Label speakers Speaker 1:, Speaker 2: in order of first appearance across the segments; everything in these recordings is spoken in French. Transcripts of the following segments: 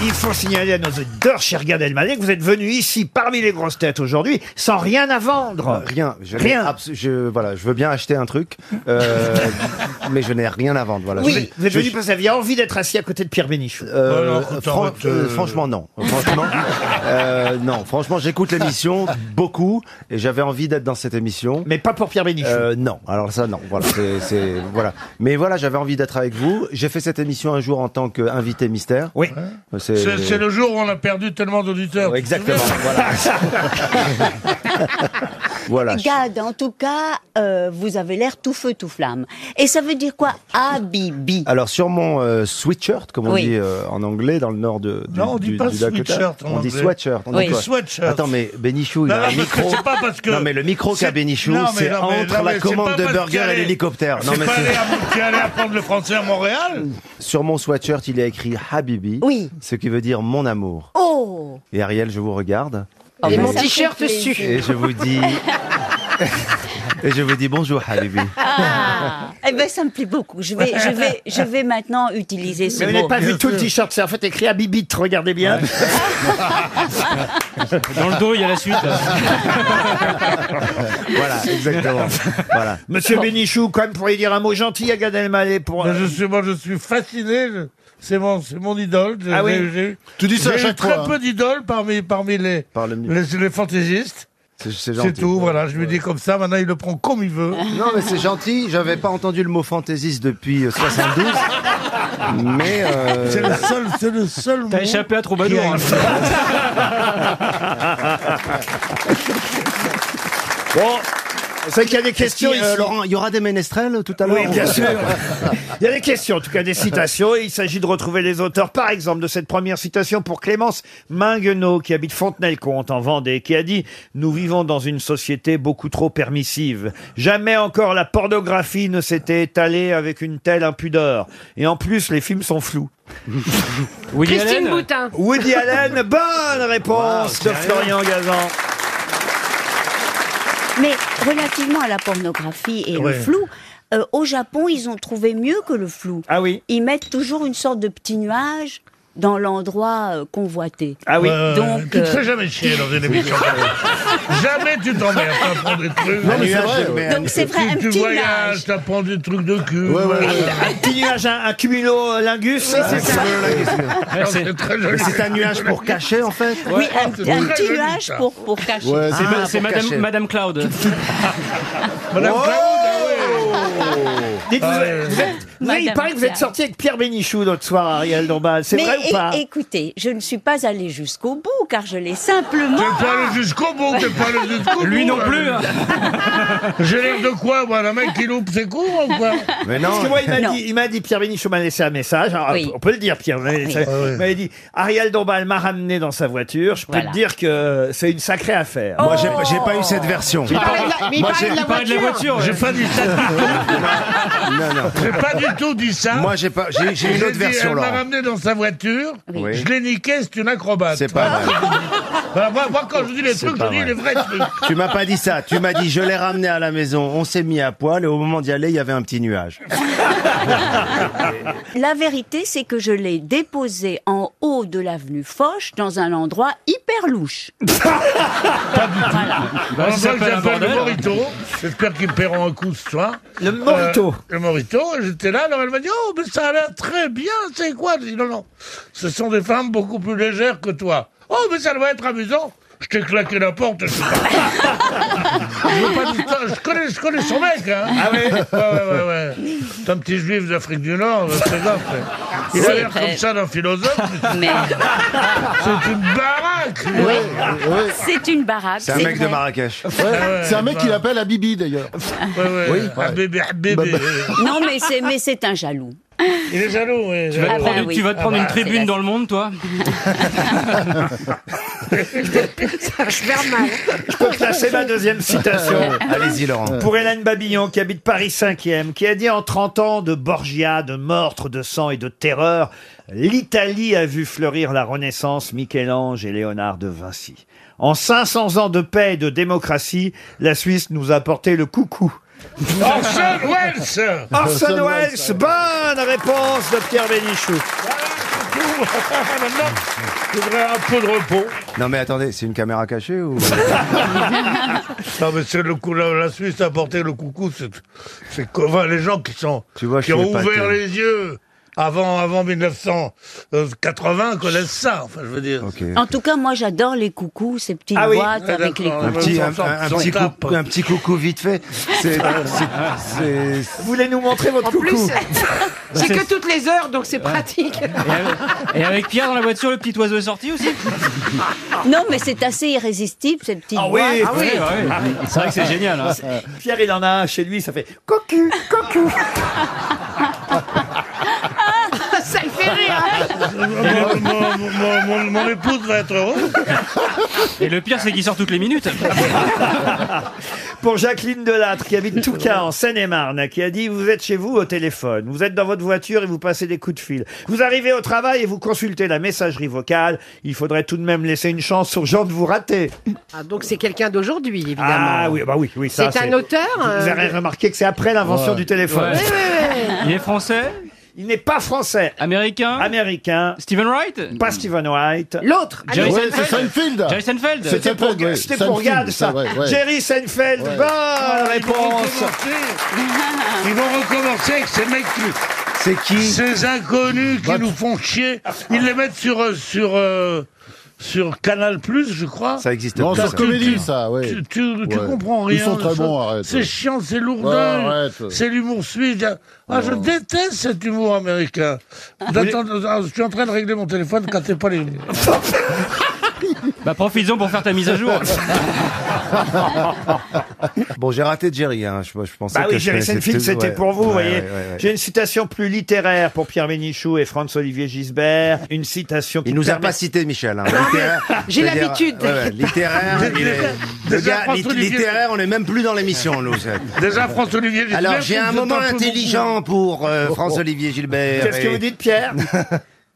Speaker 1: Il faut signaler à nos auditeurs, cher Gad Elmaleh, que vous êtes venu ici parmi les grosses têtes aujourd'hui sans rien à vendre.
Speaker 2: Euh, Rien. Je n'ai
Speaker 1: Rien.
Speaker 2: abs- je, voilà, je veux bien acheter un truc, euh, mais je n'ai rien à vendre. Voilà.
Speaker 1: Oui,
Speaker 2: Je-
Speaker 1: vous êtes
Speaker 2: je-
Speaker 1: venu parce que vous aviez envie d'être assis à côté de Pierre Bénichou.
Speaker 2: euh,
Speaker 3: Oh non, écoute,
Speaker 2: fran-
Speaker 3: arrête,
Speaker 2: euh,
Speaker 3: euh.
Speaker 2: franchement, non. Franchement, euh, non. Franchement, j'écoute l'émission beaucoup et j'avais envie d'être dans cette émission.
Speaker 1: Mais pas pour Pierre Bénichou.
Speaker 2: Euh, non, alors ça non, voilà, c'est, c'est- voilà. Mais voilà, j'avais envie d'être avec vous. J'ai fait cette émission un jour en tant qu'invité mystère.
Speaker 1: oui.
Speaker 2: C'est,
Speaker 3: C'est c'est le jour où on a perdu tellement d'auditeurs.
Speaker 2: exactement. voilà. voilà.
Speaker 4: Gad, en tout cas, euh, vous avez l'air tout feu, tout flamme. Et ça veut dire quoi Habibi.
Speaker 2: Alors sur mon euh, sweatshirt, comme on
Speaker 4: Oui.
Speaker 2: dit euh, en anglais dans le nord de du,
Speaker 3: Non, on dit
Speaker 2: du-
Speaker 3: pas
Speaker 2: du Dakota.
Speaker 3: sweatshirt en
Speaker 2: on dit
Speaker 3: anglais.
Speaker 2: sweatshirt. On
Speaker 4: Oui.
Speaker 2: dit quoi
Speaker 3: Sweatshirt.
Speaker 2: Attends, mais Benichou, il
Speaker 3: Non,
Speaker 2: a un
Speaker 3: non, parce que
Speaker 2: micro.
Speaker 3: c'est pas parce que-
Speaker 2: Non, mais le micro
Speaker 3: c'est-
Speaker 2: qu'a Benichou,
Speaker 3: Non, mais
Speaker 2: c'est
Speaker 3: non, mais-
Speaker 2: entre
Speaker 3: non,
Speaker 2: la
Speaker 3: mais c'est
Speaker 2: commande
Speaker 3: pas
Speaker 2: de
Speaker 3: parce
Speaker 2: burger
Speaker 3: qu'elle
Speaker 2: et
Speaker 3: est-
Speaker 2: l'hélicoptère. Non,
Speaker 3: C'est
Speaker 2: mais
Speaker 3: pas
Speaker 2: c'est-
Speaker 3: aller, à- qui allait apprendre le français à Montréal
Speaker 2: sur mon sweatshirt, il y a écrit Habibi,
Speaker 4: Oui.
Speaker 2: ce qui veut dire mon amour.
Speaker 4: Oh
Speaker 2: Et Ariel, je vous regarde
Speaker 4: Oh,
Speaker 5: Et
Speaker 4: ben,
Speaker 5: mon
Speaker 4: ça fait
Speaker 5: t-shirt
Speaker 4: plaisir.
Speaker 5: dessus.
Speaker 2: et je vous dis. Et je vous dis bonjour Habibi.
Speaker 4: Ah Eh ben, ça me plaît beaucoup. Je vais, je vais, je vais maintenant utiliser ce
Speaker 1: Mais vous
Speaker 4: mot.
Speaker 1: n'avez pas vu tout le t-shirt, c'est en fait écrit à Bibite, regardez bien.
Speaker 6: Dans le dos, il y a la suite.
Speaker 2: Voilà, exactement. Voilà.
Speaker 1: Monsieur Bénichou, quand même, pourriez dire un mot gentil à Gad Elmaleh pour...
Speaker 3: Ben, je suis, moi, je suis fasciné. je- C'est mon, c'est mon idole.
Speaker 1: Ah oui.
Speaker 3: tu dis
Speaker 7: ça à chaque
Speaker 3: très
Speaker 7: fois, hein.
Speaker 3: peu d'idoles parmi, parmi les,
Speaker 2: Par le mieux.
Speaker 3: les, les fantaisistes.
Speaker 2: C'est,
Speaker 3: C'est
Speaker 2: gentil.
Speaker 3: tout, voilà. Je lui dis comme ça. Maintenant, il le prend comme il veut.
Speaker 2: Non, mais c'est gentil. J'avais pas entendu le mot fantaisiste depuis euh, 72. Mais euh,
Speaker 3: C'est le seul, c'est le seul mot.
Speaker 6: T'as échappé à Troubadour. hein.
Speaker 1: Bon, c'est qu'il y a des questions
Speaker 2: si, euh,
Speaker 1: ici.
Speaker 2: Laurent, il y aura des ménestrels tout à l'heure.
Speaker 1: Oui, bien sûr. Il y a des questions, en tout cas des citations, et il s'agit de retrouver les auteurs, par exemple, de cette première citation pour Clémence Minguenot, qui habite Fontenay-le-Comte, en Vendée, qui a dit « Nous vivons dans une société beaucoup trop permissive. Jamais encore la pornographie ne s'était étalée avec une telle impudeur. Et en plus, les films sont flous.
Speaker 6: Woody
Speaker 5: Christine
Speaker 6: Allen.
Speaker 5: Boutin. »
Speaker 1: Woody Allen, bonne réponse
Speaker 2: Wow,
Speaker 1: de
Speaker 2: sérieux
Speaker 1: Florian Gazan.
Speaker 4: Mais relativement à la pornographie et le
Speaker 3: Ouais.
Speaker 4: flou, euh, au Japon, ils ont trouvé mieux que le flou.
Speaker 1: Ah oui,
Speaker 4: Ils mettent toujours une sorte de petit nuage dans l'endroit euh, convoité.
Speaker 1: ah oui.
Speaker 3: Euh,
Speaker 4: Donc,
Speaker 3: tu te
Speaker 4: euh,
Speaker 3: fais jamais chier dans une émission. jamais tu t'emmerdes à prendre des trucs.
Speaker 2: Non, mais c'est vrai.
Speaker 4: Donc c'est vrai, un
Speaker 3: tu,
Speaker 4: petit
Speaker 3: tu
Speaker 4: nuage.
Speaker 3: voyages, t'apprends des trucs de cul.
Speaker 2: Ouais, ouais, ouais.
Speaker 1: Ah, Un petit nuage, un, un cumulolingus.
Speaker 6: Ouais, c'est-
Speaker 3: C'est très joli.
Speaker 2: Mais c'est un nuage pour cacher en fait.
Speaker 4: Oui, un,
Speaker 3: c'est
Speaker 4: un
Speaker 3: très
Speaker 4: petit
Speaker 3: joli,
Speaker 4: nuage
Speaker 3: ça.
Speaker 4: pour, pour cacher.
Speaker 7: Ouais,
Speaker 6: c'est
Speaker 2: Ah,
Speaker 6: ma- c'est
Speaker 2: pour
Speaker 6: Madame,
Speaker 2: cacher.
Speaker 6: Madame Cloud.
Speaker 3: Madame Claude, ah ouais.
Speaker 1: Dites, Oh vous, vous êtes, vous avez- il
Speaker 5: Madame
Speaker 1: paraît que vous êtes
Speaker 5: Pierre.
Speaker 1: sorti avec Pierre Bénichou l'autre soir, Ariel Dombal. C'est
Speaker 4: Mais
Speaker 1: vrai
Speaker 4: é-
Speaker 1: ou pas
Speaker 4: écoutez, je ne suis pas allée jusqu'au bout car je l'ai simplement.
Speaker 3: T'es pas allé jusqu'au bout, t'es pas allé jusqu'au bout.
Speaker 6: Lui non
Speaker 3: hein.
Speaker 6: plus. hein.
Speaker 3: J'ai l'air de quoi, moi, un mec qui loupe ses cours ou quoi
Speaker 2: Mais
Speaker 1: Parce que
Speaker 2: non.
Speaker 1: moi, il m'a
Speaker 4: Non.
Speaker 1: dit, il m'a dit, Pierre Bénichou m'a laissé un message. Alors,
Speaker 4: Oui.
Speaker 1: On peut le dire, Pierre. vous m'avez-
Speaker 4: Oui. Ah
Speaker 1: Il m'avait dit, Ariel Dombal m'a ramené dans sa voiture. Je peux
Speaker 4: Voilà.
Speaker 1: te dire que c'est une sacrée affaire.
Speaker 2: Moi, j'ai, j'ai pas eu cette version.
Speaker 4: Oh.
Speaker 5: Il
Speaker 4: Ah,
Speaker 5: parlait de la, mais il
Speaker 2: Moi,
Speaker 5: parlait
Speaker 2: j'ai-
Speaker 5: de la
Speaker 6: Il parlait de la voiture. ouais.
Speaker 3: J'ai pas dit ça du tout.
Speaker 2: Non, non.
Speaker 3: J'ai pas du tout dit ça.
Speaker 2: Moi, j'ai pas. Bah, J'ai, j'ai une
Speaker 3: J'ai
Speaker 2: autre
Speaker 3: dit,
Speaker 2: version,
Speaker 3: Elle m'a
Speaker 2: Laurent.
Speaker 3: ramené dans sa voiture.
Speaker 2: Oui.
Speaker 3: Je l'ai niqué, c'est une acrobate.
Speaker 2: C'est pas vrai.
Speaker 3: Voilà, moi, moi, quand je dis les
Speaker 2: C'est
Speaker 3: trucs,
Speaker 2: pas
Speaker 3: je dis
Speaker 2: vrai.
Speaker 3: les vrais trucs.
Speaker 2: Tu m'as pas dit ça. Tu m'as dit je l'ai ramené à la maison. On s'est mis à poil et au moment d'y aller, il y avait un petit nuage.
Speaker 4: La vérité, c'est que je l'ai déposé en haut de l'avenue Foch dans un endroit hyper louche.
Speaker 3: Voilà,
Speaker 6: ça
Speaker 3: moi,
Speaker 6: s'appelle un
Speaker 3: Ah, j'appelle le
Speaker 6: bordel.
Speaker 3: Morito. J'espère qu'ils me paieront un coup ce soir.
Speaker 1: Le Morito.
Speaker 3: Euh, le Morito, j'étais là, alors elle m'a dit Oh, mais ça a l'air très bien, c'est quoi J'ai dit Non, non, ce sont des femmes beaucoup plus légères que toi. Oh, mais ça doit être amusant Je t'ai claqué la porte, je sais pas. je, veux pas hein. d'histoire, je connais, je connais son mec, hein Ah ouais Ouais, ouais, ouais. C'est un petit juif d'Afrique du Nord, c'est grave. mais Il a
Speaker 4: C'est
Speaker 3: l'air
Speaker 4: vrai.
Speaker 3: comme ça d'un philosophe,
Speaker 4: Mais
Speaker 3: mais
Speaker 4: euh,
Speaker 3: c'est une baraque
Speaker 4: c'est une baraque.
Speaker 2: C'est un mec de
Speaker 4: vrai.
Speaker 2: Marrakech.
Speaker 3: ouais,
Speaker 7: c'est un mec
Speaker 3: bah.
Speaker 7: qu'il appelle Habibi d'ailleurs.
Speaker 3: Ouais, ouais.
Speaker 7: Oui, ouais.
Speaker 3: un bébé, un bébé.
Speaker 7: Bah,
Speaker 4: Non, mais c'est mais c'est un jaloux.
Speaker 3: Il est jaloux, ouais.
Speaker 6: Tu vas te
Speaker 4: Ah
Speaker 6: prendre,
Speaker 4: bah
Speaker 6: une-
Speaker 4: oui.
Speaker 6: tu vas te
Speaker 4: Ah
Speaker 6: prendre
Speaker 4: bah,
Speaker 6: une
Speaker 4: c'est
Speaker 6: tribune
Speaker 4: la-
Speaker 6: dans le monde, toi.
Speaker 5: Je vais mal.
Speaker 1: Je peux classer ma deuxième citation.
Speaker 2: Allez-y, Laurent.
Speaker 1: Pour Hélène Babillon, qui habite Paris 5e, qui a dit en 30 ans de Borgia, de meurtre, de sang et de terreur, l'Italie a vu fleurir la Renaissance, Michel-Ange et Léonard de Vinci. En 500 ans de paix et de démocratie, la Suisse nous a apporté le coucou.
Speaker 3: Orson Welles
Speaker 1: Orson
Speaker 7: Orson
Speaker 1: Welles, bonne réponse de Pierre Bénichou.
Speaker 3: tout. Maintenant, je voudrais un peu de repos.
Speaker 2: Non mais attendez, c'est une caméra cachée ou
Speaker 3: Non, mais c'est le coup, la, la Suisse a apporté le coucou. C'est, c'est que- enfin, les gens qui sont,
Speaker 2: Tu vois,
Speaker 3: qui
Speaker 2: je
Speaker 3: ont
Speaker 2: suis épaté.
Speaker 3: ouvert les yeux avant, avant 1980 connaissent ça. Enfin, je veux dire.
Speaker 2: Ok.
Speaker 4: En tout cas, moi, j'adore les coucous, ces petites
Speaker 1: Ah oui.
Speaker 4: boîtes
Speaker 3: Ouais,
Speaker 4: avec les
Speaker 3: d'accord.
Speaker 2: Un petit, un,
Speaker 3: Sans-
Speaker 2: un- un
Speaker 3: sans
Speaker 2: petit
Speaker 3: tape.
Speaker 2: coucou, un petit coucou vite fait. C'est- c'est- c'est-
Speaker 1: Vous voulez nous montrer votre
Speaker 5: En
Speaker 1: coucou
Speaker 5: plus, c'est que toutes les heures, donc c'est pratique.
Speaker 6: Et avec, et avec Pierre dans la voiture, le petit oiseau est sorti aussi
Speaker 4: Non, mais c'est assez irrésistible, cette petite
Speaker 1: Ah oui,
Speaker 4: boîte.
Speaker 1: ah oui.
Speaker 6: Ouais, ouais. C'est vrai que c'est génial. hein.
Speaker 1: Pierre, il en a un chez lui, ça fait cocu, cocu.
Speaker 5: Ça le fait rire. hein.
Speaker 3: Mon, mon- mon- mon- mon épouse va être heureuse.
Speaker 6: Et le pire, c'est qu'il sort toutes les minutes.
Speaker 1: Pour Jacqueline Delattre, qui habite Touca, en Seine-et-Marne, qui a dit Vous êtes chez vous au téléphone, vous êtes dans votre voiture et vous passez des coups de fil. Vous arrivez au travail et vous consultez la messagerie vocale. Il faudrait tout de même laisser une chance aux gens de vous rater.
Speaker 5: Ah, donc c'est quelqu'un d'aujourd'hui, évidemment.
Speaker 1: Ah oui, bah oui, oui, ça.
Speaker 5: C'est un auteur, euh,
Speaker 1: Vous avez remarqué que c'est après l'invention du téléphone.
Speaker 6: Ouais.
Speaker 5: Ouais, ouais, ouais.
Speaker 6: Il est français,
Speaker 1: Il n'est pas français,
Speaker 6: américain,
Speaker 1: américain,
Speaker 6: Stephen Wright,
Speaker 1: pas Stephen White.
Speaker 5: L'autre.
Speaker 6: Jerry
Speaker 5: allez.
Speaker 7: Ouais, c'est Seinfeld.
Speaker 6: Jerry Seinfeld.
Speaker 7: C'était
Speaker 1: Pour-
Speaker 7: ouais,
Speaker 1: C'était
Speaker 7: Seinfeld,
Speaker 1: pour Gad, ça.
Speaker 7: c'est vrai, ouais.
Speaker 1: Jerry Seinfeld,
Speaker 7: Ouais.
Speaker 1: bonne réponse.
Speaker 3: Oh, Ils vont recommencer avec ces mecs qui-
Speaker 2: C'est qui
Speaker 3: Ces inconnus qui
Speaker 7: Bah,
Speaker 3: nous font chier, ils les mettent sur euh, sur euh, sur Canal Plus, je crois.
Speaker 2: Ça existe
Speaker 7: Non,
Speaker 2: pas.
Speaker 7: sur
Speaker 2: ça.
Speaker 7: Comédie, ça, ouais.
Speaker 3: Tu, tu, tu
Speaker 7: Ouais.
Speaker 3: comprends
Speaker 7: Ils
Speaker 3: rien.
Speaker 7: sont très
Speaker 3: ça.
Speaker 7: bons, arrête.
Speaker 3: C'est chiant, c'est
Speaker 7: Ouais,
Speaker 3: lourdin,
Speaker 7: arrête.
Speaker 3: c'est l'humour suisse. Ah, je déteste cet humour américain. D'attendre- ah, je suis en train de régler mon téléphone quand t'es pas les.
Speaker 6: Bah profites-en pour faire ta mise à jour.
Speaker 2: Bon, j'ai raté Jerry. Hein. Je, je pensais
Speaker 1: Bah
Speaker 2: que
Speaker 1: oui,
Speaker 2: je
Speaker 1: Jerry
Speaker 2: connaissais
Speaker 1: Seinfeld,
Speaker 2: tout,
Speaker 1: c'était
Speaker 2: ouais.
Speaker 1: pour vous,
Speaker 2: Ouais,
Speaker 1: vous voyez.
Speaker 2: ouais, ouais, ouais.
Speaker 1: J'ai une citation plus littéraire pour Pierre Bénichou et Franz-Olivier Gisbert. Une citation qui
Speaker 2: Il nous a
Speaker 1: permet-
Speaker 2: pas cité Michel. hein. Littéraire,
Speaker 5: j'ai
Speaker 2: c'est-à-dire-
Speaker 5: l'habitude.
Speaker 2: ouais, ouais, littéraire, il est- le
Speaker 3: Déjà,
Speaker 2: gars,
Speaker 3: François
Speaker 2: lit-
Speaker 3: Olivier-
Speaker 2: littéraire, on n'est même plus dans l'émission, nous. c'est-
Speaker 3: Déjà, François-Olivier. Gisbert,
Speaker 2: Alors, j'ai un
Speaker 3: vous êtes
Speaker 2: moment
Speaker 3: peu beaucoup. hein.
Speaker 2: intelligent pour
Speaker 8: Oh,
Speaker 2: France-Olivier Gilbert.
Speaker 1: Qu'est-ce que
Speaker 2: et-
Speaker 1: vous dites, Pierre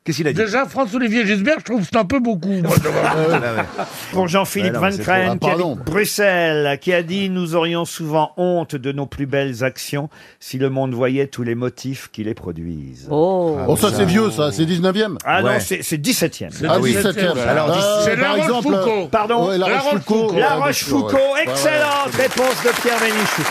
Speaker 2: Qu'est-ce qu'il a dit
Speaker 3: Déjà, François-Olivier Gisbert, je trouve que c'est un peu beaucoup. moi, de
Speaker 2: Ah,
Speaker 3: voir.
Speaker 2: ouais, ouais.
Speaker 1: Pour Jean-Philippe
Speaker 2: Ouais, non,
Speaker 1: Van
Speaker 2: mais c'est
Speaker 1: Creen,
Speaker 7: trop- Ah,
Speaker 1: qui
Speaker 7: pardon.
Speaker 1: habite Bruxelles, qui a dit « Nous aurions souvent honte de nos plus belles actions si le monde voyait tous les motifs qui les produisent.
Speaker 4: Oh.
Speaker 7: Oh, ça, c'est vieux, ça. C'est 19e.
Speaker 1: Ah non,
Speaker 2: Ouais.
Speaker 1: c'est c'est 17e.
Speaker 3: C'est
Speaker 7: Ah,
Speaker 3: le
Speaker 7: 17e.
Speaker 3: 17e.
Speaker 2: Alors,
Speaker 7: Ah,
Speaker 3: C'est
Speaker 7: par
Speaker 3: La Rochefoucauld.
Speaker 7: euh,
Speaker 1: Pardon
Speaker 7: ouais, La
Speaker 3: La
Speaker 7: Rochefoucauld.
Speaker 3: Rochefoucauld.
Speaker 1: La
Speaker 7: ouais, bien sûr, ouais.
Speaker 1: Rochefoucauld,
Speaker 7: Ouais, ouais.
Speaker 1: excellente réponse de Pierre Bénichou.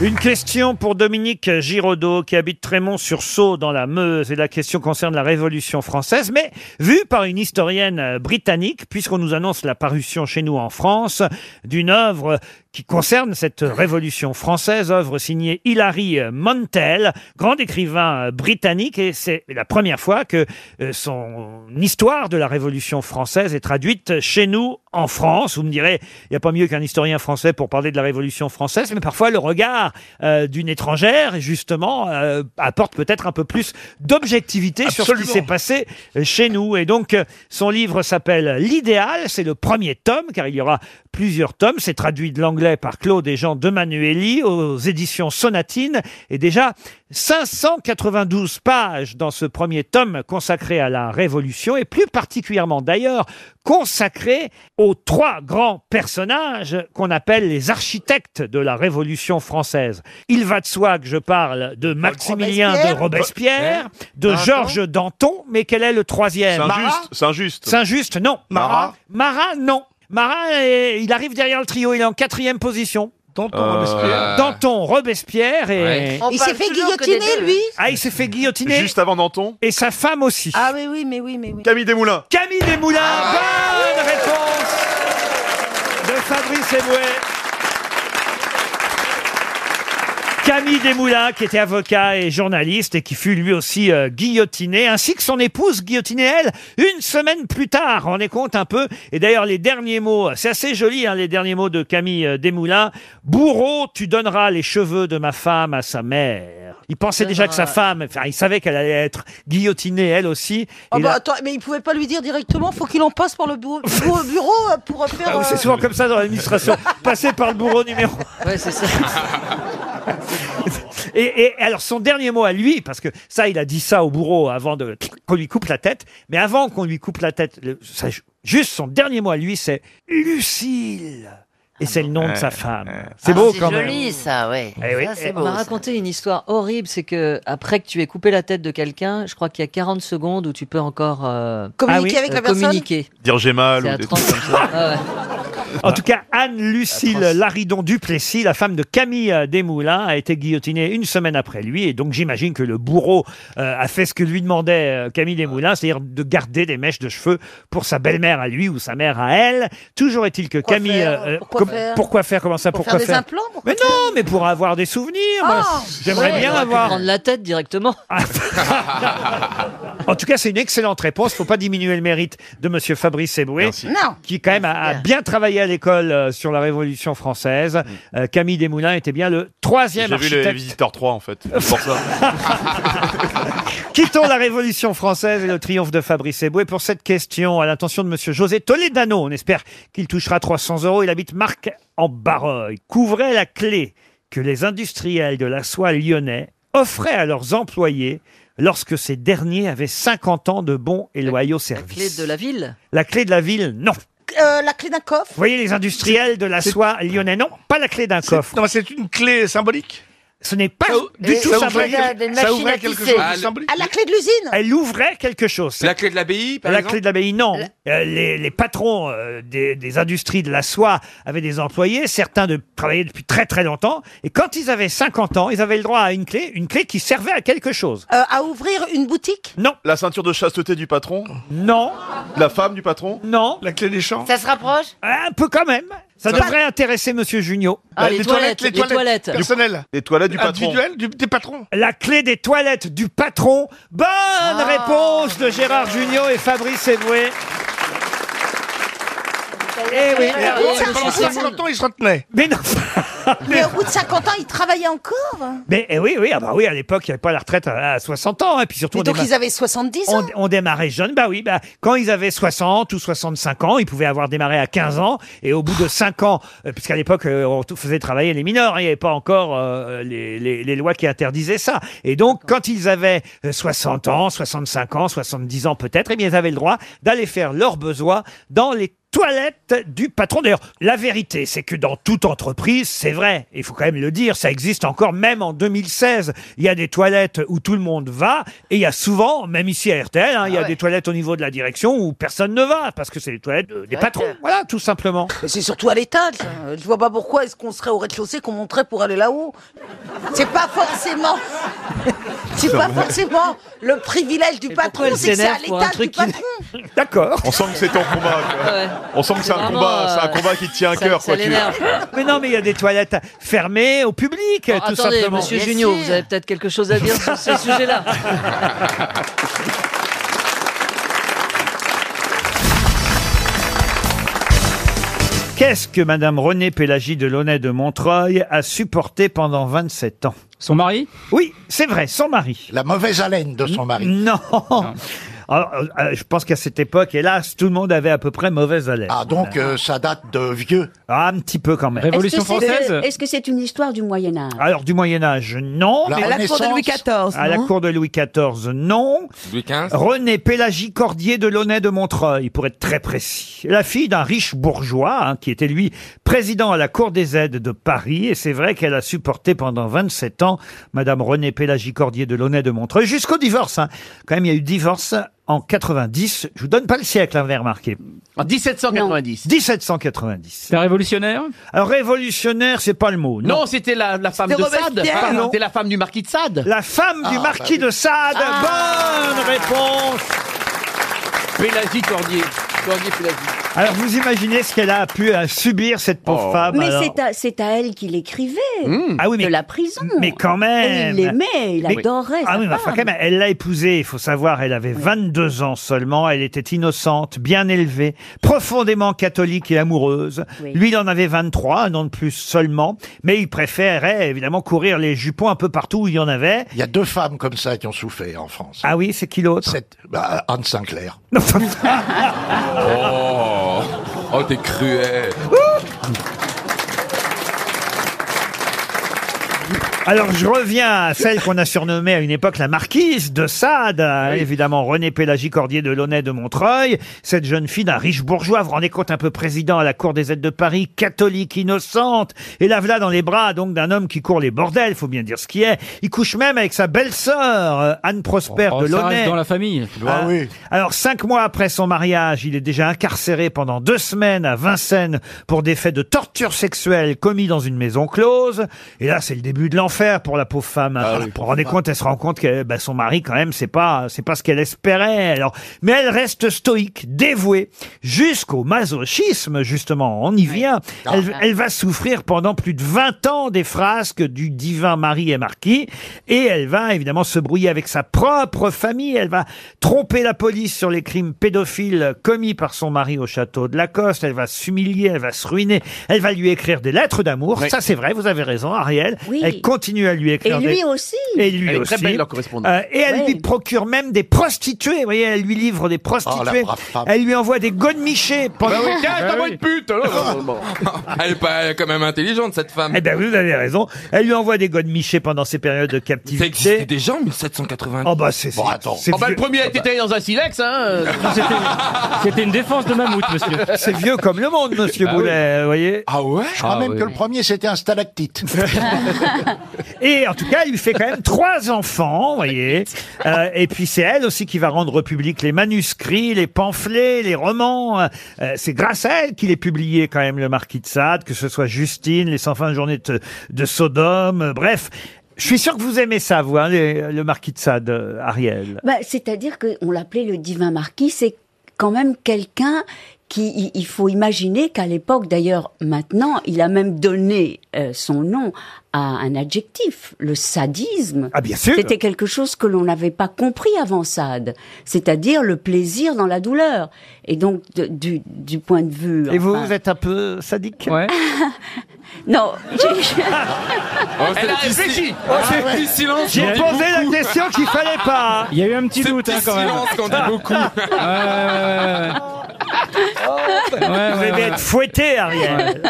Speaker 1: Une question pour Dominique Giraudot qui habite Trémont-sur-Sceaux dans la Meuse et la question concerne la Révolution française mais vue par une historienne euh, britannique puisqu'on nous annonce la parution chez nous en France d'une œuvre qui concerne cette Révolution française, œuvre signée Hilary Mantel, grand écrivain euh, britannique et c'est la première fois que euh, son histoire de la Révolution française est traduite chez nous en France. Vous me direz, il n'y a pas mieux qu'un historien français pour parler de la Révolution française, mais parfois le regard euh, d'une étrangère, justement, euh, apporte peut-être un peu plus d'objectivité sur ce qui
Speaker 3: Absolument.
Speaker 1: s'est passé euh, chez nous. Et donc, euh, son livre s'appelle L'idéal, c'est le premier tome, car il y aura plusieurs tomes. C'est traduit de l'anglais par Claude et Jean de Manueli aux éditions Sonatine. Et déjà, 592 pages dans ce premier tome consacré à la Révolution, et plus particulièrement d'ailleurs consacré aux trois grands personnages qu'on appelle les architectes de la Révolution française. Il va de soi que je parle de Maximilien de Robespierre, Hein de Georges Danton, mais quel est le troisième Marat
Speaker 9: C'est injuste.
Speaker 1: Saint-Just, non.
Speaker 9: Marat
Speaker 1: Marat, non. Marat, est- il arrive derrière le trio, il est en quatrième position.
Speaker 9: Euh,
Speaker 1: Danton, Robespierre et...
Speaker 10: On
Speaker 5: Il
Speaker 10: parle
Speaker 5: s'est fait
Speaker 10: toujours que des
Speaker 5: guillotiner,
Speaker 10: deux.
Speaker 5: lui.
Speaker 1: Ah, il s'est fait guillotiner.
Speaker 9: Juste avant Danton.
Speaker 1: Et sa femme aussi.
Speaker 10: Ah oui, oui, mais oui, mais oui.
Speaker 9: Camille Desmoulins. Ah.
Speaker 1: Camille Desmoulins, bonne réponse de Fabrice Eboué. Camille Desmoulins, qui était avocat et journaliste et qui fut lui aussi euh, guillotiné, ainsi que son épouse guillotinée, elle, une semaine plus tard. On est compte un peu. Et d'ailleurs, les derniers mots, c'est assez joli, hein, les derniers mots de Camille euh, Desmoulins. Bourreau, tu donneras les cheveux de ma femme à sa mère. Il pensait déjà que sa femme, enfin, il savait qu'elle allait être guillotinée, elle aussi.
Speaker 10: Ah
Speaker 1: Et
Speaker 10: bah
Speaker 1: là-
Speaker 10: attends, mais il pouvait pas lui dire directement, faut qu'il en passe par le bureau, bureau- bureau, euh, pour euh, faire.
Speaker 1: Ah oui, c'est
Speaker 10: euh,
Speaker 1: souvent comme ça dans l'administration. Passer par le bourreau numéro.
Speaker 10: Ouais, c'est ça.
Speaker 1: Et, et alors, son dernier mot à lui, parce que ça, il a dit ça au bourreau avant de qu'on lui coupe la tête. Mais avant qu'on lui coupe la tête, le- ça, ju- juste son dernier mot à lui, c'est Lucille. et
Speaker 10: Ah
Speaker 1: c'est le nom de sa femme. C'est beau quand même.
Speaker 9: Ah, ça, ouais.
Speaker 1: Eh oui, eh,
Speaker 9: beau,
Speaker 11: On m'a raconté une histoire horrible, c'est que après que tu aies coupé la tête de quelqu'un, je crois qu'il y a 40 secondes où tu peux encore euh,
Speaker 10: Communiquer
Speaker 1: Ah oui.
Speaker 10: avec
Speaker 11: euh,
Speaker 10: la personne
Speaker 11: communiquer.
Speaker 12: Dire j'ai mal
Speaker 11: C'est
Speaker 12: ou
Speaker 11: à
Speaker 12: des
Speaker 11: 30
Speaker 12: trucs.
Speaker 11: comme ça. Ah ouais.
Speaker 1: En tout cas, Anne-Lucille Laridon Duplessis, la femme de Camille euh, Desmoulins, a été guillotinée une semaine après lui. Et donc, j'imagine que le bourreau euh, a fait ce que lui demandait euh, Camille Desmoulins, c'est-à-dire de garder des mèches de cheveux pour sa belle-mère à lui ou sa mère à elle. Toujours est-il que
Speaker 10: Pourquoi
Speaker 1: Camille... euh,
Speaker 10: faire Pourquoi
Speaker 1: com-
Speaker 10: faire
Speaker 1: pourquoi faire Comment ça
Speaker 10: Pour
Speaker 1: Pourquoi
Speaker 10: faire des implants pourquoi
Speaker 1: Mais non, mais pour avoir des souvenirs. moi.
Speaker 10: Ah,
Speaker 1: J'aimerais
Speaker 11: Ouais,
Speaker 1: bien
Speaker 11: t'aurais pu
Speaker 1: avoir...
Speaker 11: prendre la tête directement.
Speaker 1: En tout cas, c'est une excellente réponse. Faut pas diminuer le mérite de Monsieur Fabrice Eboué,
Speaker 10: Non.
Speaker 1: qui quand même a, a bien travaillé à l'école euh, sur la Révolution française. Euh, Camille Desmoulins était bien le troisième
Speaker 12: Mm. J'ai vu les
Speaker 1: architecte.
Speaker 12: visiteurs 3 en fait.
Speaker 7: Euh,
Speaker 12: C'est pour ça.
Speaker 1: Quittons la Révolution française et le triomphe de Fabrice Eboué pour cette question à l'intention de Monsieur José Toledano. On espère qu'il touchera 300 euros. Il habite Marc en Barreuil. Couvrait la clé que les industriels de la soie lyonnais offraient à leurs employés lorsque ces derniers avaient 50 ans de bons et loyaux
Speaker 11: La clé
Speaker 1: services.
Speaker 11: de la ville.
Speaker 1: La clé de la ville, non. Vous
Speaker 10: Euh, la clé d'un coffre
Speaker 1: voyez, les industriels de la soie lyonnais, non, pas la clé d'un coffre.
Speaker 12: Non, mais c'est une clé symbolique.
Speaker 1: Ce n'est pas du
Speaker 9: et
Speaker 1: tout
Speaker 9: ça
Speaker 1: symbolique.
Speaker 9: ouvrait des- des machines à tisser. Ah, le-
Speaker 10: À la clé de l'usine
Speaker 1: Elle ouvrait quelque chose.
Speaker 12: La clé de l'abbaye,
Speaker 1: La clé de l'abbaye, non. Euh, les, les patrons euh, des, des industries de la soie avaient des employés, certains de travaillaient depuis très très longtemps, et quand ils avaient 50 ans, ils avaient le droit à une clé, une clé qui servait à quelque chose.
Speaker 10: Euh, À ouvrir une boutique
Speaker 1: Non,
Speaker 12: La ceinture de chasteté du patron.
Speaker 1: non,
Speaker 12: La femme du patron.
Speaker 1: non,
Speaker 12: La clé des champs.
Speaker 9: Ça se rapproche
Speaker 1: un peu quand même. Ça
Speaker 12: Ça-
Speaker 1: devrait intéresser Monsieur Junio.
Speaker 11: Ah, les, toilettes, les toilettes.
Speaker 12: Personnel. Les toilettes du patron.
Speaker 1: La clé des toilettes du patron. Bonne réponse de Gérard Junior et Fabrice Eboué. Eh oui.
Speaker 11: Ah,
Speaker 10: bout de
Speaker 11: oui,
Speaker 10: cinquante-
Speaker 11: monsieur Simon.
Speaker 1: Mais non.
Speaker 10: Mais au bout de 50 ans, ils travaillaient encore
Speaker 1: Mais eh oui, oui, ah bah oui, à l'époque, il n'y avait pas la retraite à à 60 ans. hein, Et puis surtout,
Speaker 10: Mais
Speaker 1: on,
Speaker 10: donc
Speaker 1: déma-
Speaker 10: ils avaient 70 ans
Speaker 1: on, on démarrait jeune. Bah oui, bah, quand ils avaient 60 ou 65 ans, ils pouvaient avoir démarré à 15 ans. Et au bout de 5 ans, euh, puisqu'à l'époque, euh, on tout- faisait travailler les mineurs, hein, il n'y avait pas encore euh, les, les- les lois qui interdisaient ça. Et donc, quand ils avaient euh, 60 ans, 65 ans, 70 ans peut-être, eh bien, ils avaient le droit d'aller faire leurs besoins dans les toilette du patron. D'ailleurs, la vérité, c'est que dans toute entreprise, c'est vrai, il faut quand même le dire, ça existe encore même en 2016. Il y a des toilettes où tout le monde va et il y a souvent, même ici à RTL, hein, il y
Speaker 10: Ah
Speaker 1: a des toilettes au niveau de la direction où personne ne va parce que c'est les toilettes euh, des patrons. Voilà, tout simplement.
Speaker 10: Mais C'est surtout à l'étage. Euh, Je vois pas pourquoi est-ce qu'on serait au rez-de-chaussée qu'on monterait pour aller là-haut. C'est pas forcément. C'est pas forcément le privilège du
Speaker 11: Et pourquoi
Speaker 10: patron,
Speaker 11: elle
Speaker 10: c'est que c'est à
Speaker 11: s'énerve pour un
Speaker 10: l'étage
Speaker 11: truc
Speaker 10: du
Speaker 11: qui- Ah
Speaker 10: patron.
Speaker 1: D'accord.
Speaker 12: On sent que c'est ton combat. quoi.
Speaker 11: Ouais.
Speaker 12: On sent que c'est un
Speaker 11: vraiment,
Speaker 12: combat, c'est un
Speaker 11: euh,
Speaker 12: combat qui te tient à
Speaker 11: Ça-
Speaker 12: cœur.
Speaker 11: ça
Speaker 12: quoi, tu-
Speaker 11: l'énerve.
Speaker 1: Mais non, mais il y a des toilettes fermées au public,
Speaker 11: Alors,
Speaker 1: tout
Speaker 11: attendez,
Speaker 1: simplement.
Speaker 11: monsieur
Speaker 9: Bien
Speaker 11: Junio,
Speaker 9: sûr.
Speaker 11: vous avez peut-être quelque chose à dire sur ce sujet-là.
Speaker 1: Qu'est-ce que Madame Renée Pélagie de Launay de Montreuil a supporté pendant 27 ans
Speaker 6: Son mari
Speaker 1: Oui, c'est vrai, son mari.
Speaker 7: La mauvaise haleine de son mari.
Speaker 1: Non. Alors, euh, euh, je pense qu'à cette époque, hélas, tout le monde avait à peu près mauvaise haleine.
Speaker 7: Ah, donc euh, ça date de vieux.
Speaker 1: Ah, un petit peu quand même.
Speaker 6: Révolution
Speaker 4: Est-ce que c'est-
Speaker 6: française
Speaker 4: Est-ce que c'est une histoire du Moyen Âge
Speaker 1: Ah, Alors, du Moyen-Âge, non.
Speaker 7: La
Speaker 1: Mais
Speaker 7: Renaissance.
Speaker 1: à la cour de Louis XIV, non.
Speaker 12: Louis XV.
Speaker 1: René Pélagie Cordier de Launay de Montreuil, pour être très précis. La fille d'un riche bourgeois, hein, qui était lui président à la cour des aides de Paris. Et c'est vrai qu'elle a supporté pendant 27 ans Madame René Pélagie Cordier de Launay de Montreuil, jusqu'au divorce. hein. Quand même, il y a eu divorce en 90. Je vous donne pas le siècle, hein, vous avez remarqué.
Speaker 6: En 1790.
Speaker 1: 1790.
Speaker 6: C'est un révolutionnaire
Speaker 1: Alors révolutionnaire, c'est pas le mot. Non.
Speaker 6: Oh, c'était la, femme
Speaker 1: C'était de Sade. Robespierre.
Speaker 4: Ah
Speaker 1: Ah. Pardon. C'était
Speaker 6: la femme du marquis de Sade.
Speaker 1: La femme
Speaker 7: Ah,
Speaker 1: du marquis
Speaker 7: bah
Speaker 1: de Sade.
Speaker 4: Ah.
Speaker 1: Bonne réponse.
Speaker 6: Pélagie Cordier. Cordier
Speaker 1: Alors vous imaginez ce qu'elle a pu euh, subir cette
Speaker 7: Oh.
Speaker 1: pauvre femme.
Speaker 4: Mais
Speaker 1: bah alors.
Speaker 4: c'est à, c'est à elle qu'il écrivait,
Speaker 1: ah oui,
Speaker 4: de
Speaker 1: mais,
Speaker 4: la prison.
Speaker 1: mais quand
Speaker 4: Et
Speaker 1: même.
Speaker 4: il l'aimait, il
Speaker 1: Mais-
Speaker 4: adorait
Speaker 1: Ah
Speaker 4: sa
Speaker 1: oui, mais enfin,
Speaker 4: femme.
Speaker 1: quand même, elle l'a épousée, il faut savoir, elle avait 22 ans seulement, elle était innocente, bien élevée, profondément catholique et amoureuse.
Speaker 4: Oui.
Speaker 1: Lui, il en avait 23, un an de plus seulement, mais il préférait évidemment courir les jupons un peu partout où il y en avait.
Speaker 7: Il y a deux femmes comme ça qui ont souffert en France.
Speaker 1: Ah oui, c'est qui l'autre
Speaker 7: Cette,
Speaker 3: Ah,
Speaker 7: bah, Anne Sinclair.
Speaker 12: Oh, oh t'es cruel.
Speaker 1: Alors je reviens à celle qu'on a surnommée à une époque la marquise de Sade, euh, évidemment René Pélagie Cordier de Launay de Montreuil, cette jeune fille d'un riche bourgeois, vous vous rendez compte, un peu président à la Cour des aides de Paris, catholique innocente, et la voilà dans les bras donc d'un homme qui court les bordels, faut bien dire ce qui est. Il couche même avec sa belle-sœur euh, Anne Prosper
Speaker 6: Oh,
Speaker 1: de
Speaker 6: ça
Speaker 1: Launay.
Speaker 6: reste dans la famille.
Speaker 1: Ah, Alors, cinq mois après son mariage, il est déjà incarcéré pendant deux semaines à Vincennes pour des faits de torture sexuelle commis dans une maison close. Et là, c'est le début de l'enfer pour la Ah pauvre femme. vous vous rendez compte, elle se rend compte que bah, son mari, quand même, c'est pas, c'est pas ce qu'elle espérait. Alors, mais elle reste stoïque, dévouée, jusqu'au masochisme, justement. On y vient.
Speaker 6: Ah.
Speaker 1: Elle, elle va souffrir pendant plus de 20 ans des frasques du divin Marie et Marquis. Et elle va évidemment se brouiller avec sa propre famille. Elle va tromper la police sur les crimes pédophiles commis par son mari au château de Lacoste. Elle va s'humilier, elle va se ruiner. Elle va lui écrire des lettres d'amour. Ça, c'est vrai, vous avez raison, Ariel.
Speaker 4: Oui.
Speaker 1: Elle continue à lui écrire
Speaker 4: Et lui
Speaker 1: des-
Speaker 4: aussi.
Speaker 1: Et lui
Speaker 6: Elle est
Speaker 1: aussi.
Speaker 6: très belle, leur correspondance.
Speaker 1: Euh, et elle
Speaker 4: Ouais.
Speaker 1: lui procure même des prostituées. Vous voyez, elle lui livre
Speaker 6: Oh,
Speaker 1: des prostituées. elle lui envoie des godemichés. pendant-
Speaker 12: Bah oui, tiens, t'as pas une pute là, non, Ah, bon. Elle est pas elle est quand même intelligente cette femme.
Speaker 1: Eh bien, vous avez raison. Elle lui envoie des godemichés pendant ses périodes de captivité. Ça existait
Speaker 12: déjà en 1790
Speaker 1: Oh bah c'est... c'est-
Speaker 13: Ah,
Speaker 1: c'est
Speaker 6: Oh, bah, le
Speaker 1: vieux.
Speaker 6: premier a
Speaker 12: Ah
Speaker 6: été taillé dans un silex, hein. euh, c'était- C'était une défense de mammouth, monsieur.
Speaker 1: C'est vieux comme le monde, monsieur
Speaker 6: Bah oui.
Speaker 1: Boulet, vous voyez
Speaker 7: Ah ouais Je crois
Speaker 1: Ah
Speaker 7: même
Speaker 1: oui.
Speaker 7: que le premier, c'était un stalactite.
Speaker 1: Et en tout cas, il lui fait quand même trois enfants, vous voyez. Euh, et puis c'est elle aussi qui va rendre public les manuscrits, les pamphlets, les romans. Euh, c'est grâce à elle qu'il est publié quand même le Marquis de Sade, que ce soit Justine, les 120 journées de, de Sodome, euh, bref. Je suis sûr que vous aimez ça, vous, hein, les- le Marquis de Sade, euh, Ariel.
Speaker 4: Bah, C'est-à-dire qu'on l'appelait le divin marquis, c'est quand même quelqu'un qui, il- il faut imaginer qu'à l'époque, d'ailleurs maintenant, il a même donné euh, son nom à un adjectif, le sadisme.
Speaker 1: Ah bien sûr.
Speaker 4: C'était quelque chose que l'on n'avait pas compris avant Sade, c'est-à-dire le plaisir dans la douleur. Et donc, de- du, du point de vue...
Speaker 1: Et vous,
Speaker 4: enfin-
Speaker 1: vous êtes un peu sadique Ouais.
Speaker 4: Non,
Speaker 1: Oh,
Speaker 4: j'ai-
Speaker 6: Elle a réfléchi. Oh,
Speaker 12: silence
Speaker 1: Ah, J'ai
Speaker 12: qu'on dit
Speaker 1: posé la
Speaker 12: beaucoup.
Speaker 1: question qu'il fallait pas.
Speaker 6: Il y a eu un petit
Speaker 12: C'est
Speaker 6: doute, hein,
Speaker 12: petit
Speaker 6: quand même.
Speaker 12: silence qu'on dit beaucoup.
Speaker 6: Oh, ouais,
Speaker 1: vous allez
Speaker 6: ouais.
Speaker 1: être fouetté, Ariel.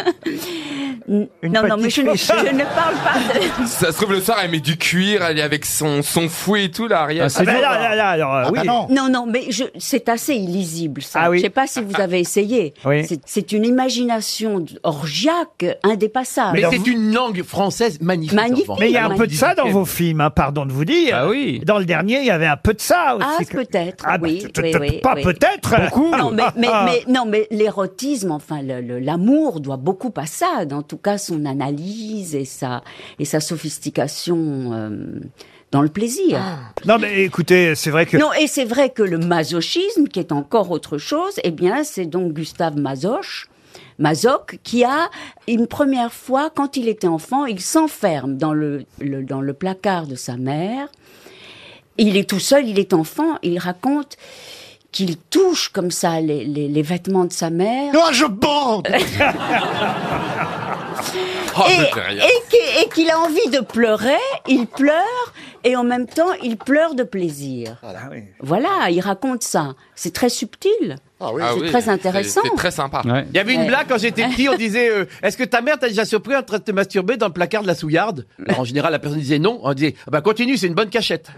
Speaker 4: non, non, mais je, ne- je ne parle pas de...
Speaker 12: Ça se trouve le soir elle met du cuir, elle est avec son son fouet et tout là, Ariel.
Speaker 1: Ah, ben là, là, là, alors, euh,
Speaker 6: Ah,
Speaker 4: Ah,
Speaker 1: oui.
Speaker 4: Non, non, mais je- c'est assez illisible, ça.
Speaker 1: Ah oui.
Speaker 4: Je sais pas si vous avez essayé.
Speaker 1: Oui.
Speaker 4: C'est- C'est une imagination d- orgiaque indépassable.
Speaker 6: Mais c'est une langue française magnifique.
Speaker 4: Magnifique.
Speaker 1: Mais il y a un peu de ça dans vos films, hein, pardon de vous dire. Dans le dernier, il y avait un peu de ça aussi.
Speaker 4: Ah,
Speaker 1: que-
Speaker 4: peut-être,
Speaker 1: Ah, bah,
Speaker 4: oui,
Speaker 1: peut-
Speaker 4: oui,
Speaker 1: peut-
Speaker 4: oui,
Speaker 1: pas
Speaker 4: oui.
Speaker 1: peut-être. Beaucoup.
Speaker 4: Non, mais, mais-
Speaker 1: Ah.
Speaker 4: mais- non, mais l'érotisme, enfin, le- le- l'amour doit beaucoup à ça. En tout cas, son analyse et sa, et sa sophistication euh, dans le plaisir.
Speaker 1: Non, mais écoutez, c'est vrai que.
Speaker 4: Non, et c'est vrai que le masochisme, qui est encore autre chose, eh bien, c'est donc Gustave Mazoch. Mazoch, qui a une première fois, quand il était enfant, il s'enferme dans le, le- dans le placard de sa mère. Il est tout seul, il est enfant, il raconte qu'il touche comme ça les, les- les vêtements de sa mère.
Speaker 7: Non, je bande
Speaker 12: Oh,
Speaker 4: et,
Speaker 12: je dis rien.
Speaker 4: et qu'il- et qu'il a envie de pleurer, il pleure, et en même temps, il pleure de plaisir. Voilà, il raconte ça. C'est très subtil.
Speaker 12: Ah
Speaker 4: c'est
Speaker 12: oui,
Speaker 4: très intéressant.
Speaker 12: C'est très sympa.
Speaker 6: Il y avait une
Speaker 4: Ouais.
Speaker 6: blague quand j'étais petit, on disait euh, Est-ce que ta mère t'a déjà surpris en train de te masturber dans le placard de la souillarde Alors, En général, la personne disait non. On disait Ah Bah continue, c'est une bonne cachette.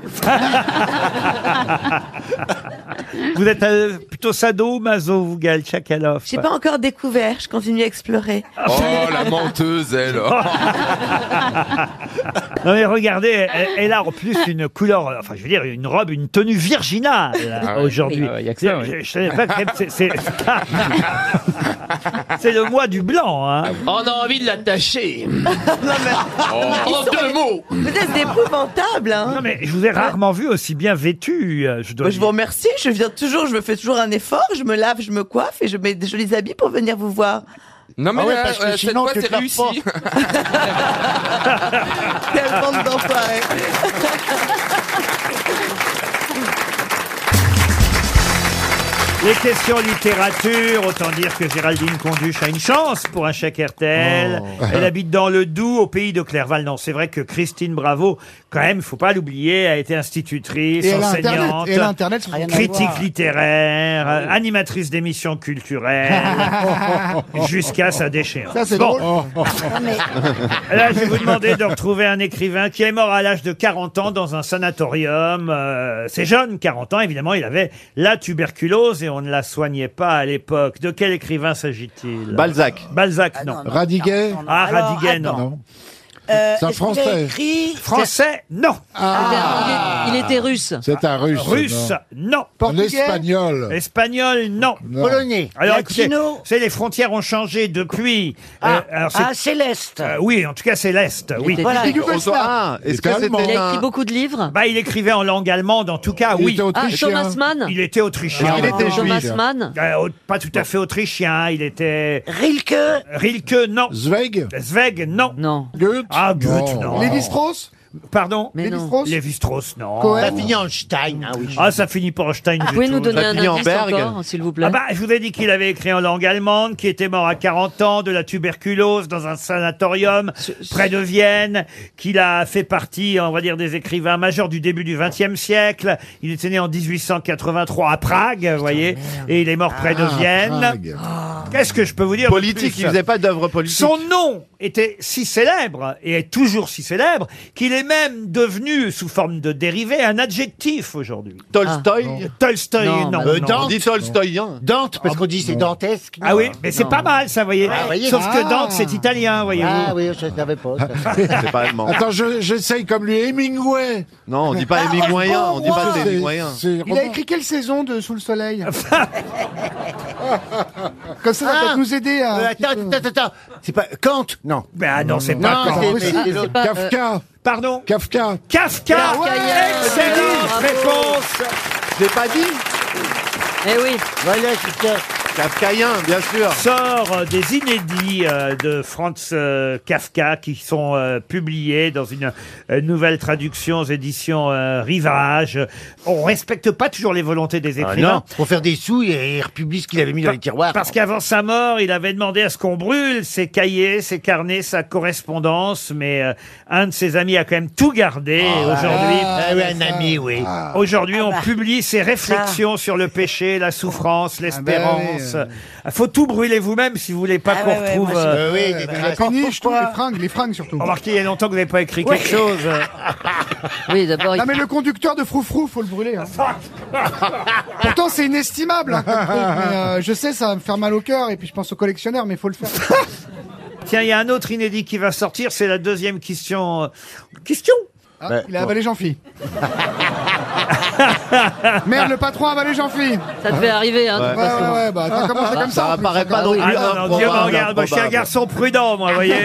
Speaker 1: Vous êtes euh, plutôt sado ou maso, vous, Gal Chakalov
Speaker 14: J'ai pas encore découvert, je continue à explorer.
Speaker 12: Oh la menteuse elle.
Speaker 1: Non, mais regardez, elle, elle a en plus une couleur, euh, enfin, je veux dire, une robe, une tenue virginale
Speaker 12: Ah ouais.
Speaker 1: aujourd'hui.
Speaker 12: Oui. Ah ouais, y a que ça,
Speaker 1: C'est-
Speaker 12: ouais.
Speaker 1: je, je savais pas que c'est- c'est. C'est le mois du blanc, hein.
Speaker 6: Ah On a envie de l'attacher.
Speaker 14: En deux
Speaker 6: mots
Speaker 14: Peut-être épouvantable, hein
Speaker 1: Non mais je vous ai rarement vu aussi bien vêtu, euh, je dois
Speaker 14: Bah, je vous remercie, je viens toujours, je me fais toujours un effort, je me lave, je me coiffe et je mets des jolis habits pour venir vous voir.
Speaker 12: Non mais
Speaker 14: Ah ouais,
Speaker 12: là,
Speaker 14: parce que
Speaker 12: euh, cette
Speaker 14: sinon,
Speaker 12: fois
Speaker 14: tu
Speaker 12: c'est
Speaker 14: claques
Speaker 12: réussi.
Speaker 14: Quelle bande d'enfoirés.
Speaker 1: Les questions littérature, autant dire que Géraldine Conduche a une chance pour un chèque RTL.
Speaker 15: Oh.
Speaker 1: Elle habite dans le Doubs, au pays de Clerval. Non, c'est vrai que Christine Bravo, quand même, faut pas l'oublier, a été institutrice,
Speaker 7: Et elle a Internet.
Speaker 1: enseignante,
Speaker 7: Et elle a Internet, c'est son truc.
Speaker 1: critique littéraire,
Speaker 7: Ah
Speaker 1: euh, animatrice d'émissions culturelles, jusqu'à sa déchéance.
Speaker 7: Ça, c'est
Speaker 1: Bon.
Speaker 7: drôle.
Speaker 1: Là, je vais vous demander de retrouver un écrivain qui est mort à l'âge de 40 ans dans un sanatorium. Euh, c'est jeune, 40 ans. Évidemment, il avait la tuberculose et on ne la soignait pas à l'époque. De quel écrivain s'agit-il
Speaker 6: Balzac.
Speaker 1: Balzac, non.
Speaker 7: Radiguet
Speaker 1: Ah, Radiguet, non.
Speaker 11: Euh,
Speaker 7: C'est un Français. Ah.
Speaker 1: Français, non.
Speaker 11: Eh
Speaker 1: Ah.
Speaker 11: Il était russe.
Speaker 7: C'est un Russe.
Speaker 1: Russe, non.
Speaker 7: Un Espagnol.
Speaker 1: Espagnol, non.
Speaker 7: Non. Polonais.
Speaker 1: Alors, écoutez,
Speaker 7: Latino.
Speaker 1: c'est les frontières ont changé depuis. Euh,
Speaker 13: Ah,
Speaker 1: alors,
Speaker 13: ah, c'est l'Est.
Speaker 1: Euh, oui, en tout cas, c'est l'est. Oui.
Speaker 11: était Voilà. du Yougoslavie.
Speaker 1: Ah,
Speaker 11: Il était allemand. Il a écrit beaucoup
Speaker 1: de livres. Bah, il écrivait en langue allemande, en tout cas,
Speaker 11: Il
Speaker 1: oui.
Speaker 11: était autrichien. Ah, Thomas Mann.
Speaker 1: Il était autrichien.
Speaker 11: Ah, il était Thomas juif. Mann.
Speaker 1: Euh, au- pas tout à fait autrichien. hein. Il était.
Speaker 13: Rilke.
Speaker 1: Rilke, non. Zweig. Zweig, non. Non. Goethe. Ah, Goethe, non.
Speaker 7: Lévi-Strauss
Speaker 1: Pardon
Speaker 7: Lévi-Strauss
Speaker 1: Lévi-Strauss, non.
Speaker 13: Ça finit en Stein. Ah oui.
Speaker 1: Ah, ça finit pas en Stein du
Speaker 13: Pouvez-nous
Speaker 1: tout.
Speaker 13: donner Ça un finit en indice Berg.
Speaker 16: hein,
Speaker 13: encore,
Speaker 11: s'il vous plaît
Speaker 1: Ah bah, je vous ai dit qu'il avait écrit en langue allemande, qu'il était mort à 40 ans de la tuberculose dans un sanatorium près de Vienne, qu'il a fait partie, on va dire, des écrivains majeurs du début du XXe siècle. Il était né en 1883 à Prague, vous voyez, et il est mort près de
Speaker 6: Ah, Prague.
Speaker 1: Vienne. Qu'est-ce que je peux vous dire de
Speaker 6: Politique,
Speaker 1: plus
Speaker 6: il faisait pas d'œuvre politique.
Speaker 1: Son nom était si célèbre, et est toujours si célèbre, qu'il est même devenu, sous forme de dérivé, un adjectif aujourd'hui.
Speaker 6: Tolstoï
Speaker 1: Ah. Tolstoï, non.
Speaker 6: Euh, Dante. Ah, On dit Tolstoï,
Speaker 1: Dante, parce qu'on dit c'est dantesque. Ah oui, mais c'est
Speaker 13: Non.
Speaker 1: pas mal ça, voyez.
Speaker 13: Ah, voyez.
Speaker 1: Sauf que
Speaker 13: Ah.
Speaker 1: Dante, c'est italien, voyez-vous.
Speaker 13: Ah oui, je ne savais pas. ça.
Speaker 6: C'est pas allemand.
Speaker 7: Attends, je- j'essaye comme lui. Hemingway. Ah,
Speaker 6: Non, on dit pas Hemingwayen, on dit pas
Speaker 7: C'est-
Speaker 6: Hemingwayen.
Speaker 7: c'est
Speaker 16: Il a
Speaker 7: roman.
Speaker 16: écrit quelle saison de Sous le Soleil Comme ça, ça peut
Speaker 13: Ah.
Speaker 16: nous aider à.
Speaker 13: Euh, attends, attends, attends, attends.
Speaker 16: C'est pas Kant Non.
Speaker 1: Ben ah non, c'est pas
Speaker 16: Non,
Speaker 1: Kant.
Speaker 16: c'est- c'est- c'est- c'est pas, euh, Ah
Speaker 7: Kafka.
Speaker 1: Pardon
Speaker 7: Kafka.
Speaker 1: Kafka.
Speaker 7: Kafka, yeah.
Speaker 1: Excellente
Speaker 7: Bravo.
Speaker 1: réponse.
Speaker 6: Je l'ai pas dit
Speaker 11: Eh oui.
Speaker 6: Voilà, c'est Kafkaïen, bien sûr.
Speaker 1: Sort euh, des inédits euh, de Franz euh, Kafka qui sont euh, publiés dans une euh, nouvelle traduction aux éditions euh, Rivage. On respecte pas toujours les volontés des
Speaker 13: Ah
Speaker 1: écrivains.
Speaker 13: non, pour faire des sous, il- il republie ce qu'il avait mis dans les tiroirs.
Speaker 1: Parce qu'avant sa mort, il avait demandé à ce qu'on brûle ses cahiers, ses carnets, sa correspondance, mais euh, un de ses amis a quand même tout gardé. Et Aujourd'hui,
Speaker 13: Ah oui, un ami, oui.
Speaker 1: aujourd'hui,
Speaker 13: Ah Ah
Speaker 1: on
Speaker 13: bah.
Speaker 1: publie ses réflexions sur le péché, la souffrance, l'espérance. Ah,
Speaker 13: bah
Speaker 1: Faut tout brûler vous-même si vous voulez pas
Speaker 13: Ah
Speaker 1: qu'on
Speaker 13: ouais, ouais,
Speaker 1: retrouve.
Speaker 13: moi, bah,
Speaker 1: euh,
Speaker 13: c'est-
Speaker 16: Euh, la péniche, tout, les fringues, les fringues surtout.
Speaker 1: Remarquez, il y a longtemps que vous n'avez pas écrit
Speaker 16: Ouais.
Speaker 1: quelque chose.
Speaker 11: Oui, d'abord.
Speaker 16: Non mais le conducteur de Froufrou, faut le brûler. hein. Pourtant c'est inestimable. hein, comme truc, mais, euh, je sais, ça va me faire mal au cœur et puis je pense aux collectionneurs, mais faut le faire.
Speaker 1: Tiens, il y a un autre inédit qui va sortir. C'est la deuxième question. euh, Question.
Speaker 16: Ah, il a avalé Jean-Phi. Merde, le patron a avalé Jean-Phi.
Speaker 11: Ça devait arriver, hein, de toute
Speaker 16: Ouais,
Speaker 11: façon.
Speaker 16: ouais, ouais, bah, t'as commencé comme ça. en plus, ça grave.
Speaker 1: Ah non, non, Dieu me regarde, moi je suis un garçon prudent, moi, vous voyez.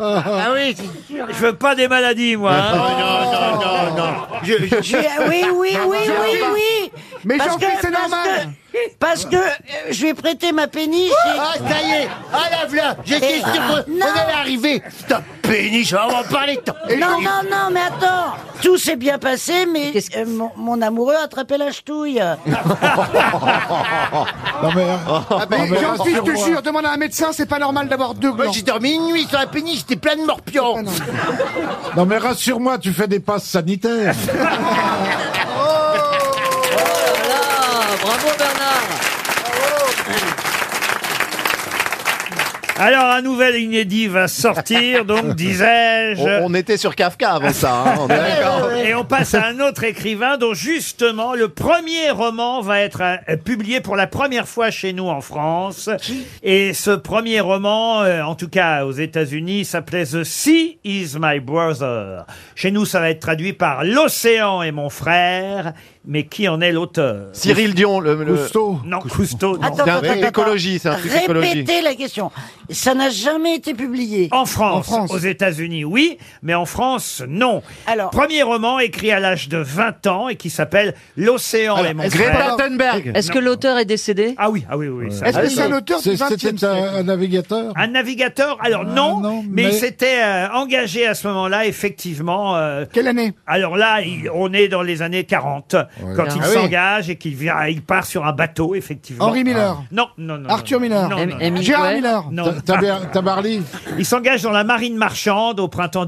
Speaker 13: Ah oui, c'est sûr.
Speaker 1: Je veux pas des maladies, moi. hein.
Speaker 13: Non, non, non. Je, je- je- oui, oui, oui, oui, oui.
Speaker 16: Mais
Speaker 13: Parce
Speaker 16: Jean-Pierre,
Speaker 13: que-
Speaker 16: c'est
Speaker 13: parce
Speaker 16: normal.
Speaker 13: que- Parce que euh, Bah, je vais prêter ma péniche. et-
Speaker 16: Ah, ça y est.
Speaker 13: Ah la voilà. J'étais
Speaker 16: Et-
Speaker 13: sûr que vous
Speaker 16: Non.
Speaker 13: allez arriver. Ta péniche, on va en parler. tant. Non, non, non, mais attends. Tout s'est bien passé, mais euh, mon, mon amoureux a attrapé la ch'touille.
Speaker 7: Non, mais,
Speaker 13: ben,
Speaker 16: Ah, Mais
Speaker 7: non, mais
Speaker 16: Jean-Phi, je te
Speaker 7: rassure-moi.
Speaker 16: jure, demande à un médecin, c'est pas normal d'avoir deux glands.
Speaker 13: J'ai dormi une nuit sur la péniche, j'étais plein de morpions.
Speaker 7: Non, mais rassure-moi, tu fais des passes sanitaires.
Speaker 1: Oh,
Speaker 11: Ah, bravo Bernard.
Speaker 1: Alors, un nouvel inédit va sortir, donc, disais-je.
Speaker 6: On, on était sur Kafka avant ça. hein, on est d'accord.
Speaker 1: Et on passe à un autre écrivain dont justement le premier roman va être euh, publié pour la première fois chez nous en France. Et ce premier roman, euh, en tout cas aux États-Unis, s'appelait The Sea is My Brother. Chez nous, ça va être traduit par L'océan est mon frère. Mais qui en est l'auteur
Speaker 6: Cyril Dion, le. le-
Speaker 1: Non, Cousteau. non.
Speaker 6: C'est un truc écologie, c'est un truc écologie.
Speaker 13: Répétez la question.
Speaker 17: Ça n'a jamais été publié.
Speaker 1: En France, aux États-Unis, oui, mais en France, non. Alors, premier roman écrit à l'âge de 20 ans et qui s'appelle L'océan et mon
Speaker 13: est-ce
Speaker 1: frère.
Speaker 13: que- Est-ce que l'auteur est décédé
Speaker 1: Ah oui, ah oui, oui. ça-
Speaker 3: Est-ce que c'est un auteur du
Speaker 1: C'est- c'était
Speaker 3: 20e siècle
Speaker 1: un navigateur Un navigateur Alors non, mais,
Speaker 3: mais-
Speaker 1: il s'était euh, engagé à ce moment-là, effectivement. euh,
Speaker 11: Quelle année
Speaker 1: Alors là, il- on est dans les années 40, quand il
Speaker 11: Ah oui.
Speaker 1: s'engage et qu'il vient- il part sur un bateau, effectivement.
Speaker 11: Henry Miller.
Speaker 1: Non, non, non.
Speaker 11: Arthur
Speaker 1: non,
Speaker 11: Miller.
Speaker 1: non,
Speaker 11: Em-
Speaker 1: non,
Speaker 11: Hemingway.
Speaker 1: non.
Speaker 11: Gérard Miller.
Speaker 1: Non.
Speaker 11: Ta- Taber-
Speaker 1: Tabarly. Il s'engage dans la marine marchande au printemps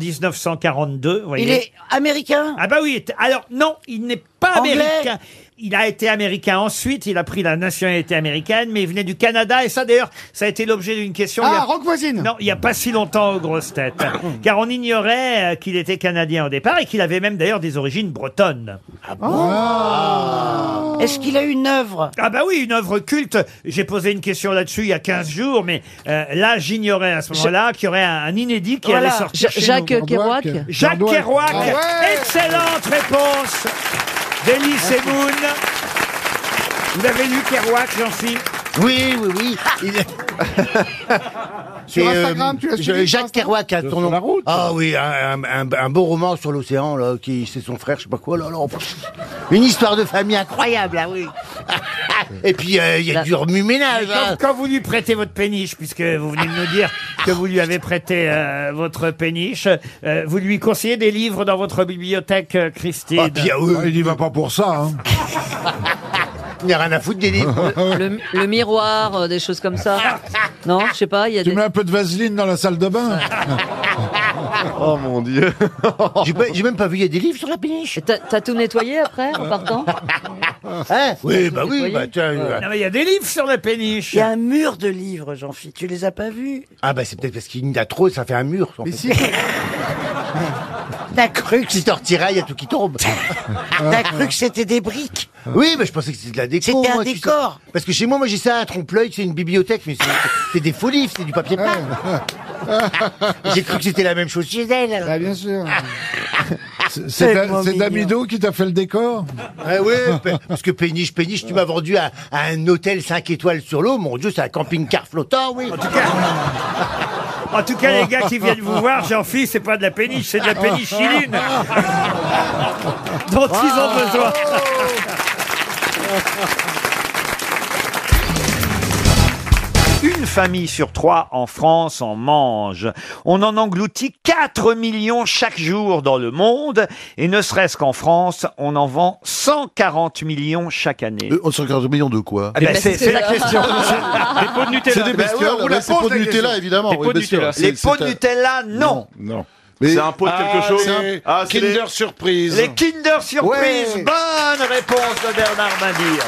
Speaker 1: 1942. vous voyez.
Speaker 17: Il est américain
Speaker 1: Ah bah oui, t- alors non, il n'est pas
Speaker 17: Anglais
Speaker 1: américain. Il a été américain ensuite, il a pris la nationalité américaine, mais il venait du Canada, et ça d'ailleurs, ça a été l'objet d'une question. il y
Speaker 11: Ah,
Speaker 1: a-
Speaker 11: Rock Voisine
Speaker 1: Non, il n'y a pas si longtemps aux grosses têtes, car on ignorait euh, qu'il était canadien au départ, et qu'il avait même d'ailleurs des origines bretonnes. Ah
Speaker 17: Ah. Est-ce qu'il a une œuvre
Speaker 1: Ah bah oui, une œuvre culte. J'ai posé une question là-dessus il y a 15 jours, mais euh, là, j'ignorais à ce moment-là qu'il y aurait un, un inédit qui
Speaker 13: Voilà.
Speaker 1: allait sortir
Speaker 13: Ja-
Speaker 1: chez
Speaker 13: Jacques
Speaker 1: nous.
Speaker 13: Kerouac
Speaker 1: Jacques
Speaker 13: Kerouac.
Speaker 1: Kerouac.
Speaker 13: Ah ouais.
Speaker 1: Excellente réponse d'Elie Semoun. Vous avez lu Kerouac, Ah. Jean-Philippe
Speaker 16: Oui, oui, oui. Il-
Speaker 11: Sur
Speaker 16: Et, euh,
Speaker 11: Instagram, tu l'as
Speaker 16: je-
Speaker 11: suivi sur
Speaker 16: Jacques Kerouac, hein, ton nom. Ah oui, un, un- un beau roman sur l'océan, là, qui c'est son frère, je sais pas quoi, là, là. pff, Une histoire de famille incroyable, ah oui. Et puis, euh, il y a du remue-ménage.
Speaker 1: Mais quand-
Speaker 16: hein.
Speaker 1: Quand vous lui prêtez votre péniche, puisque vous venez de nous dire que vous lui avez prêté euh, votre péniche, euh, vous lui conseillez des livres dans votre bibliothèque, euh, Christine
Speaker 16: Ah,
Speaker 7: Ah,
Speaker 3: Il n'y va pas pour ça. Hein.
Speaker 16: euh, Il n'y a rien à foutre des
Speaker 1: Ah,
Speaker 16: livres.
Speaker 13: le, le miroir, euh, des choses comme ça. Non, je sais pas. Il y a
Speaker 3: Tu
Speaker 13: des...
Speaker 3: mets un peu de vaseline dans la salle de bain.
Speaker 16: Oh mon dieu. J'ai pas- j'ai même pas vu, il y a des livres sur la péniche.
Speaker 13: T'as t'as tout nettoyé après en partant
Speaker 16: Hein oui, bah
Speaker 13: Vous
Speaker 16: oui,
Speaker 13: voyez
Speaker 16: bah tiens.
Speaker 13: Ouais.
Speaker 16: euh,
Speaker 1: Non, mais il y a des livres sur la péniche.
Speaker 17: Il y a un mur de livres, Jean-Philippe. Tu les as pas vus
Speaker 16: Ah bah c'est peut-être parce qu'il y en a trop, ça fait un mur. Mais
Speaker 17: si.
Speaker 16: T'as cru que si t'en retirais, il y a tout qui tombe.
Speaker 17: T'as cru que c'était des briques
Speaker 16: Oui, mais je pensais que c'était de la déco.
Speaker 17: C'était un
Speaker 16: moi, tu sais.
Speaker 17: décor.
Speaker 16: Parce que chez moi, moi j'ai ça, un trompe-l'œil, c'est une bibliothèque, mais c'est- c'est des faux livres, c'est du papier peint. j'ai cru que c'était la même chose chez elle.
Speaker 11: Ah, bien sûr.
Speaker 3: C'est- C'est Da- c'est Damido qui t'a fait le décor
Speaker 16: Ah oui, pe- parce que Péniche, Péniche, tu m'as vendu à, à un hôtel 5 étoiles sur l'eau. Mon Dieu, c'est un camping-car flottant, oui. En tout
Speaker 1: cas, En tout cas, les gars qui viennent vous voir, Jean-Philippe, c'est pas de la péniche, c'est de la pénichiline dont ils ont besoin. Une famille sur trois en France en mange. On en engloutit 4 millions chaque jour dans le monde. Et ne serait-ce qu'en France, on en vend 140 millions chaque année.
Speaker 7: On se regarde Euh, millions de quoi
Speaker 1: Ah ben, c'est- c'est la question.
Speaker 7: C'est-
Speaker 1: pots de
Speaker 7: Nutella. C'est des bestioles,
Speaker 1: Ben ouais, on la
Speaker 7: ouais, c'est
Speaker 1: pose,
Speaker 7: pots de
Speaker 1: la
Speaker 7: Nutella,
Speaker 1: question.
Speaker 7: évidemment,
Speaker 1: Des
Speaker 7: oui,
Speaker 1: pots de
Speaker 7: bien sûr.
Speaker 1: Nutella.
Speaker 7: C'est-
Speaker 1: Les
Speaker 7: c'est
Speaker 1: pots de
Speaker 7: un-
Speaker 1: Nutella, non.
Speaker 7: Non. Mais-
Speaker 8: C'est un pot de quelque
Speaker 7: Ah,
Speaker 8: chose.
Speaker 7: c'est-
Speaker 8: Ah, c'est
Speaker 7: Kinder
Speaker 8: les- Bah,
Speaker 7: Surprise.
Speaker 1: Les Kinder Surprise.
Speaker 7: Ouais.
Speaker 1: Bonne réponse de Bernard Mabir.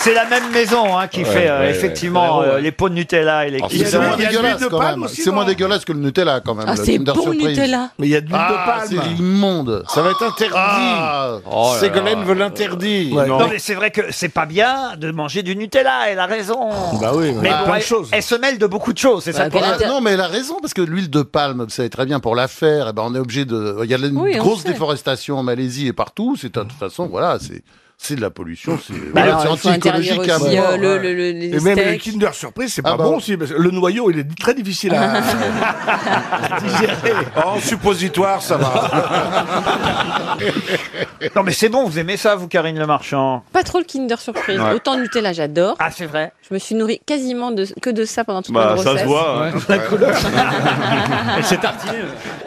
Speaker 1: C'est la même maison hein, qui
Speaker 7: Ouais,
Speaker 1: fait euh,
Speaker 7: ouais, ouais.
Speaker 1: effectivement
Speaker 7: Ouais, ouais.
Speaker 1: euh, les pots de Nutella et les
Speaker 7: Alors,
Speaker 1: Kinder.
Speaker 7: Oh, C'est moins dégueulasse quand même. C'est moins dégueulasse que le Nutella quand même. le
Speaker 1: Ah, c'est
Speaker 7: Kinder
Speaker 1: bon,
Speaker 7: Surprise.
Speaker 1: Nutella.
Speaker 7: Mais il y a de l'huile
Speaker 1: Ah,
Speaker 7: de palme.
Speaker 1: c'est
Speaker 7: immonde. Ça va être interdit.
Speaker 3: Ah.
Speaker 7: Ah.
Speaker 1: Oh là
Speaker 8: Ségolène
Speaker 1: là.
Speaker 8: veut l'interdire.
Speaker 1: Non. mais c'est vrai que c'est pas bien de manger du Nutella, elle a raison.
Speaker 7: Bah oui,
Speaker 1: mais bon, elle, elle se mêle de beaucoup de choses, c'est ça le
Speaker 7: Bah,
Speaker 1: problème.
Speaker 7: non, mais elle a raison, parce que l'huile de palme, vous savez très bien, pour la faire, eh ben, on est obligé de. Il y a une
Speaker 1: Oui, on
Speaker 7: grosse
Speaker 1: sait.
Speaker 7: déforestation en Malaisie et partout. C'est de toute façon, voilà, c'est. C'est de la pollution, c'est
Speaker 8: Bah
Speaker 7: voilà, c'est
Speaker 8: alors, il faut interdire
Speaker 7: anti-écologique hein, à
Speaker 8: aussi,
Speaker 7: mort.
Speaker 8: euh, le- le- le- les Et même steaks. le Kinder Surprise,
Speaker 2: Ah
Speaker 8: c'est pas
Speaker 2: bah.
Speaker 8: bon aussi, parce que le noyau, il est très difficile à- à digérer. En
Speaker 7: Ah,
Speaker 8: suppositoire, ça va.
Speaker 1: Non mais c'est bon, vous aimez ça, vous, Karine Le Marchand
Speaker 18: Pas trop le Kinder Surprise.
Speaker 1: Ouais.
Speaker 18: Autant Nutella, j'adore.
Speaker 1: Ah, c'est vrai.
Speaker 18: Je me suis nourrie quasiment de, que de ça pendant toute ma
Speaker 1: Bah, ça
Speaker 18: grossesse.
Speaker 1: se voit, hein. La couleur.
Speaker 18: c'est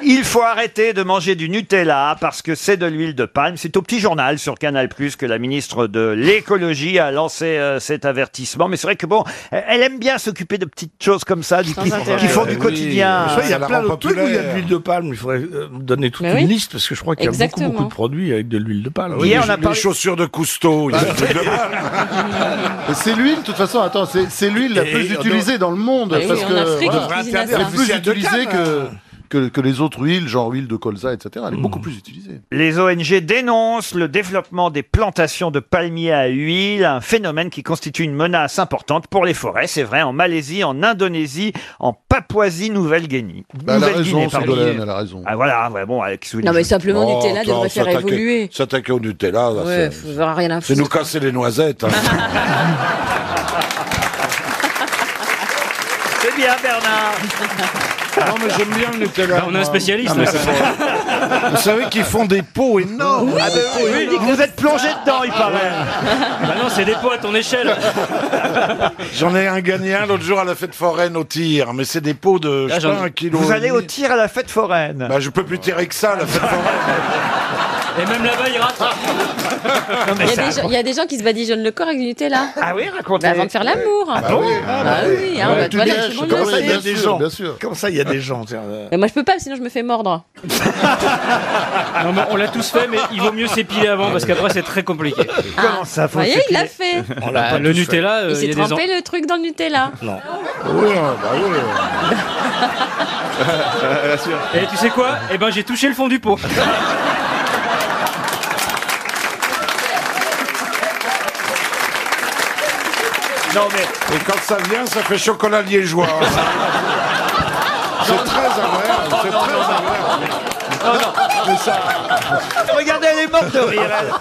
Speaker 1: Il faut arrêter de manger du Nutella parce que c'est de l'huile de palme. C'est au petit journal sur Canal Plus que la ministre de l'écologie a lancé euh, cet avertissement. Mais c'est vrai que bon, elle aime bien s'occuper de petites choses comme ça, du, qui, qui font du quotidien.
Speaker 8: Il y a plein de trucs où il y a de l'huile de palme. Il faudrait euh, me donner toute
Speaker 1: Mais
Speaker 8: une
Speaker 1: oui.
Speaker 8: liste parce que je crois qu'il y a beaucoup,
Speaker 1: Exactement.
Speaker 8: beaucoup de produits avec de l'huile de palme.
Speaker 1: Oui, Hier,
Speaker 8: les,
Speaker 1: on a
Speaker 8: les
Speaker 1: parlé-
Speaker 8: chaussures de Cousteau. il y a des trucs de palme.
Speaker 7: C'est l'huile, de toute façon, attends, c'est c'est l'huile la
Speaker 8: Et
Speaker 7: plus
Speaker 8: dans-
Speaker 7: utilisée dans le monde.
Speaker 8: Mais oui,
Speaker 7: parce
Speaker 8: en
Speaker 7: que,
Speaker 8: Afrique, ils cuisinent à
Speaker 7: elle est
Speaker 8: ça.
Speaker 7: plus
Speaker 8: C'est à deux
Speaker 7: utilisée
Speaker 8: cannes,
Speaker 7: que,
Speaker 8: euh.
Speaker 7: que, que les autres huiles, genre huile de colza, etc. Elle est beaucoup plus utilisée.
Speaker 1: Mm. Les ONG dénoncent le développement des plantations de palmiers à huile, un phénomène qui constitue une menace importante pour les forêts, c'est vrai, en Malaisie, en Indonésie, en Papouasie-Nouvelle-Guinée.
Speaker 7: Bah, elle a
Speaker 1: Nouvelle-Guinée,
Speaker 7: raison,
Speaker 1: pardon.
Speaker 7: Ségolène, elle a raison.
Speaker 1: Ah voilà, ouais, bon, euh, qu'est-ce que vous
Speaker 18: Non,
Speaker 1: voulez
Speaker 18: mais
Speaker 1: que je-
Speaker 18: simplement Nutella
Speaker 8: attends,
Speaker 18: devrait faire
Speaker 8: s'attaquer-
Speaker 18: évoluer.
Speaker 8: S'attaquer au Nutella, là,
Speaker 18: Ouais,
Speaker 8: c'est-
Speaker 18: faut avoir rien à
Speaker 8: c'est
Speaker 18: foutre.
Speaker 8: nous casser les noisettes. hein.
Speaker 1: Nutella, Bernard
Speaker 8: Non, mais j'aime bien le Nutella.
Speaker 1: Bah, on a un
Speaker 8: moi.
Speaker 1: spécialiste,
Speaker 8: Ah, mais
Speaker 1: là,
Speaker 8: c'est
Speaker 1: ça.
Speaker 8: bon. Vous savez qu'ils font des pots énormes.
Speaker 1: Ah, ben oui, oui, vous êtes plongé dedans, il paraît.
Speaker 19: Bah non, c'est des pots à ton échelle.
Speaker 8: J'en ai un gagné un l'autre jour à la fête foraine au tir, mais c'est des pots de
Speaker 1: Ah,
Speaker 8: je sais pas, un kilo.
Speaker 1: Vous
Speaker 8: et
Speaker 1: allez
Speaker 8: demi.
Speaker 1: au tir à la fête foraine.
Speaker 8: Bah, je peux plus tirer que ça, la fête foraine.
Speaker 19: Et même là-bas, il rate.
Speaker 18: Il y, a des gens- il y a des gens qui se badigeonnent le corps avec du Nutella. Bah,
Speaker 1: Ah oui, racontez.
Speaker 18: Avant de faire l'amour.
Speaker 8: Ah bon
Speaker 18: Ah bah oui, hein, bah, voilà, tout le monde le sait.
Speaker 8: Bien sûr. Comme ça, il y a des gens. tiens, euh.
Speaker 18: Mais moi je peux pas, sinon je me fais mordre.
Speaker 19: Ah, Non, mais on l'a tous fait, mais il vaut mieux s'épiler avant parce qu'après, c'est très compliqué.
Speaker 18: Comment ça, faut Vous voyez, il l'a s'épiler fait.
Speaker 1: On l'a
Speaker 19: Bah,
Speaker 1: pas
Speaker 19: le
Speaker 1: tous fait.
Speaker 19: Nutella, euh,
Speaker 18: Il
Speaker 19: il
Speaker 18: s'est
Speaker 19: y a des ans.
Speaker 18: trempé le truc dans le Nutella.
Speaker 1: Non.
Speaker 8: Oui, bah oui.
Speaker 19: Et tu sais quoi Eh ben, j'ai touché le fond du pot.
Speaker 1: Non, mais.
Speaker 8: Et quand ça vient, ça fait chocolat liégeois. C'est très agréable, c'est très agréable.
Speaker 1: Non, non.
Speaker 8: Mais ça,
Speaker 1: Regardez, elle est morte de rire. elle.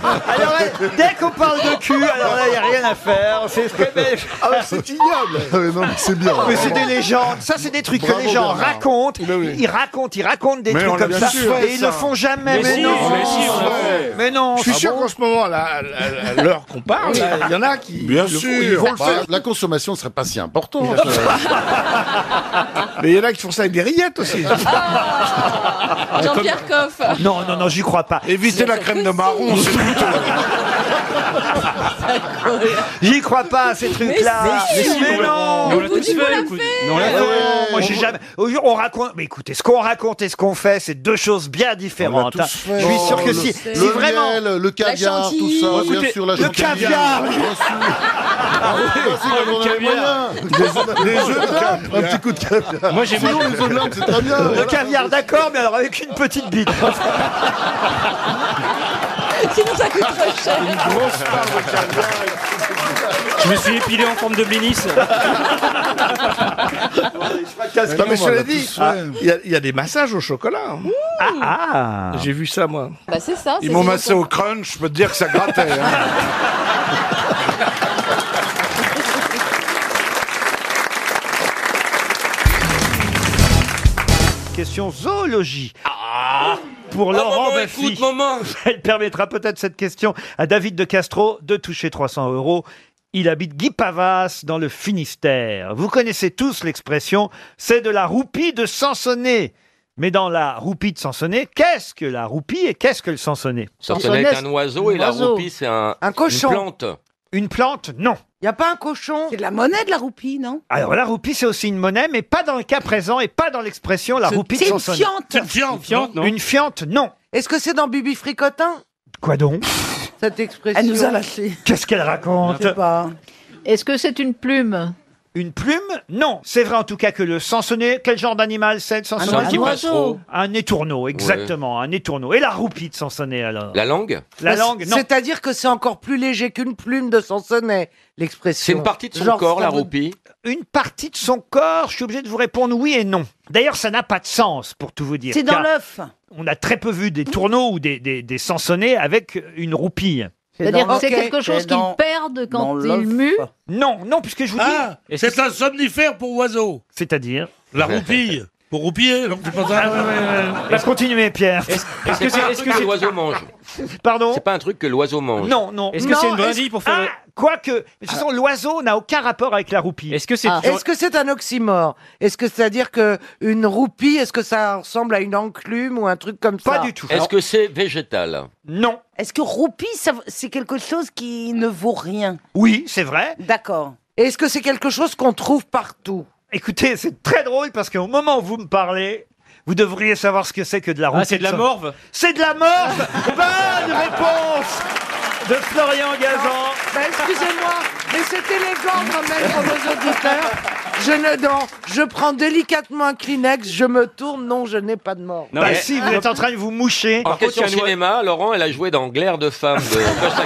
Speaker 1: Alors, elle, dès qu'on parle de cul, alors là, il n'y a rien à faire. C'est très belle. Ah, mais c'est ignoble.
Speaker 8: non, mais c'est bien.
Speaker 1: Mais c'est des légendes. Ça, c'est des trucs
Speaker 8: Bravo,
Speaker 1: que les gens
Speaker 8: Bernard.
Speaker 1: racontent.
Speaker 8: oui.
Speaker 1: Ils racontent, ils racontent des
Speaker 8: Mais on
Speaker 1: trucs
Speaker 8: l'a
Speaker 1: comme
Speaker 8: bien
Speaker 1: ça.
Speaker 8: sûr,
Speaker 1: et ils
Speaker 8: ça.
Speaker 1: le font jamais.
Speaker 8: Mais
Speaker 1: Mais,
Speaker 8: si,
Speaker 1: non.
Speaker 8: mais si, on l'a fait.
Speaker 1: mais non. Ah
Speaker 9: Je suis sûr
Speaker 1: qu'en
Speaker 9: ce moment, là,
Speaker 1: à l'heure qu'on parle, là, il y en a qui-
Speaker 8: Bien
Speaker 1: le-
Speaker 8: sûr.
Speaker 9: ils vont le
Speaker 8: Bah,
Speaker 9: faire.
Speaker 8: La consommation serait pas si importante.
Speaker 7: euh,
Speaker 9: Mais il y en a qui font ça avec des rillettes aussi.
Speaker 20: Ah,
Speaker 18: Jean-Pierre Coff.
Speaker 1: Non, non, non, j'y crois pas.
Speaker 8: Évitez la crème de marron. c'est tout.
Speaker 1: J'y crois pas à ces trucs-là.
Speaker 18: Mais si.
Speaker 1: mais non.
Speaker 18: Mais on l'a tous Vous, vous fait, l'a écoute. fait.
Speaker 1: Non,
Speaker 18: Ouais.
Speaker 1: moi j'ai jamais. Au jour, on raconte. Mais écoutez, ce qu'on raconte et ce qu'on fait, c'est deux choses bien différentes. hein. Je suis sûr que
Speaker 8: le-
Speaker 1: si,
Speaker 8: le
Speaker 1: si vraiment.
Speaker 8: miel, le caviar, tout
Speaker 1: chantilly.
Speaker 8: ça,
Speaker 1: Bon,
Speaker 8: bien
Speaker 1: écoutez,
Speaker 8: sûr, la
Speaker 1: le
Speaker 8: chantilly.
Speaker 1: caviar.
Speaker 8: Bien sûr. Ah oui, bien sûr, on en a les moyens. Les jeux de lampes, un petit coup de caviar.
Speaker 19: Moi, j'ai-
Speaker 8: Sinon, les jeux de lampes, c'est très bien.
Speaker 1: Le
Speaker 8: Voilà.
Speaker 1: caviar, d'accord, mais alors avec une petite bite.
Speaker 18: Sinon ça coûte trop cher.
Speaker 19: Je me suis épilé en forme de blinis.
Speaker 9: Non, mais cela dit,
Speaker 19: tous
Speaker 9: ah, il y a- il y, a des massages au chocolat. hein.
Speaker 1: Ah,
Speaker 9: J'ai vu ça, moi.
Speaker 18: Bah c'est ça.
Speaker 8: Ils
Speaker 18: c'est
Speaker 8: m'ont
Speaker 18: du
Speaker 8: massé
Speaker 18: Nutella.
Speaker 8: au crunch, je peux te dire que ça grattait. hein.
Speaker 1: Question zoologie.
Speaker 8: Ah,
Speaker 12: Oh,
Speaker 1: Pour Laurent Baffy. Elle permettra peut-être cette question à David de Castro de toucher 300 euros. Il habite Guy Pavas dans le Finistère. Vous connaissez tous l'expression « c'est de la roupie de Sansonnet ». Mais dans la roupie de Sansonnet, qu'est-ce que la roupie et qu'est-ce que le Sansonnet
Speaker 12: Sansonnet est un oiseau et la roupie, c'est un,
Speaker 1: Un cochon.
Speaker 12: une plante.
Speaker 1: Une plante, non.
Speaker 10: Il n'y a pas un cochon. C'est de la monnaie de la roupie, non
Speaker 14: Ah
Speaker 1: Alors la roupie, c'est aussi une monnaie, mais pas dans le cas présent et pas dans l'expression la
Speaker 10: C'est-
Speaker 1: roupie de
Speaker 10: c'est une
Speaker 1: Sansonnet.
Speaker 10: fiente. C'est une
Speaker 1: fiante. Une fiente, non. Une fiente, non.
Speaker 10: Est-ce que c'est dans Bibi Fricotin
Speaker 1: Quoi donc
Speaker 10: Cette expression. Elle nous a lâchés.
Speaker 1: Qu'est-ce qu'elle raconte
Speaker 20: Est-ce que c'est une plume
Speaker 1: Une plume Non. C'est vrai en tout cas que le sansonnet, quel genre d'animal c'est le sansonnet
Speaker 12: Un Un oiseau. oiseau.
Speaker 1: Un étourneau, exactement, un étourneau. Et la roupie de sansonnet alors
Speaker 12: La langue
Speaker 1: La langue, non.
Speaker 10: C'est-à-dire que c'est encore plus léger qu'une plume de Sansonnet, l'expression.
Speaker 12: C'est une partie de son
Speaker 10: Genre,
Speaker 12: corps,
Speaker 10: ça
Speaker 12: la
Speaker 10: vous-
Speaker 12: roupie.
Speaker 1: Une partie de son corps, je suis obligé de vous répondre oui et non. D'ailleurs, ça n'a pas de sens pour tout vous dire.
Speaker 10: C'est dans
Speaker 1: car
Speaker 10: l'œuf.
Speaker 1: On a très peu vu des tourneaux ou des, des, des sansonnets avec une roupille.
Speaker 20: C'est-à-dire que c'est quelque chose qu'ils perdent
Speaker 1: dans
Speaker 20: quand ils
Speaker 1: l'œuf.
Speaker 20: muent
Speaker 1: Non, non, puisque je vous
Speaker 3: Ah,
Speaker 1: dis.
Speaker 3: c'est un somnifère pour oiseaux.
Speaker 1: C'est-à-dire
Speaker 3: La roupille. pour roupiller, non c'est pas ça
Speaker 1: Bah, continuez, Pierre.
Speaker 12: Est-ce que c'est
Speaker 1: est-ce
Speaker 12: est-ce
Speaker 1: que
Speaker 12: que
Speaker 1: c'est-
Speaker 12: l'oiseau mange
Speaker 1: Pardon
Speaker 12: C'est pas un truc que l'oiseau mange.
Speaker 1: Non, non.
Speaker 19: Est-ce que
Speaker 1: Non,
Speaker 19: c'est une
Speaker 1: est-ce-
Speaker 19: brindille pour faire.
Speaker 1: Ah, Quoique, de toute façon, l'oiseau n'a aucun rapport avec la roupie.
Speaker 19: Est-ce que c'est.
Speaker 10: Ah. Est-ce que c'est un oxymore Est-ce que c'est-à-dire que une roupie, est-ce que ça ressemble à une enclume ou un truc comme ça
Speaker 12: Est-ce que c'est végétal
Speaker 1: Non.
Speaker 10: Est-ce que roupie, ça- c'est quelque chose qui ne vaut rien
Speaker 1: Oui, c'est vrai.
Speaker 10: D'accord. Est-ce que c'est quelque chose qu'on trouve partout
Speaker 1: Écoutez, c'est très drôle parce qu'au moment où vous me parlez, vous devriez savoir ce que c'est que de la roupie.
Speaker 19: Ah, c'est de la
Speaker 1: sa-
Speaker 19: morve
Speaker 1: C'est de la morve Bonne réponse de Florian Gazan.
Speaker 10: Ben, excusez-moi, mais c'était élégant quand même pour nos auditeurs. Je ne non, je prends délicatement un Kleenex, je me tourne, non, je n'ai pas de mort.
Speaker 12: Non, mais-
Speaker 1: Bah Si, vous êtes en train de vous moucher.
Speaker 12: En question cinéma, Laurent, elle a joué dans Glaire de femme de Costa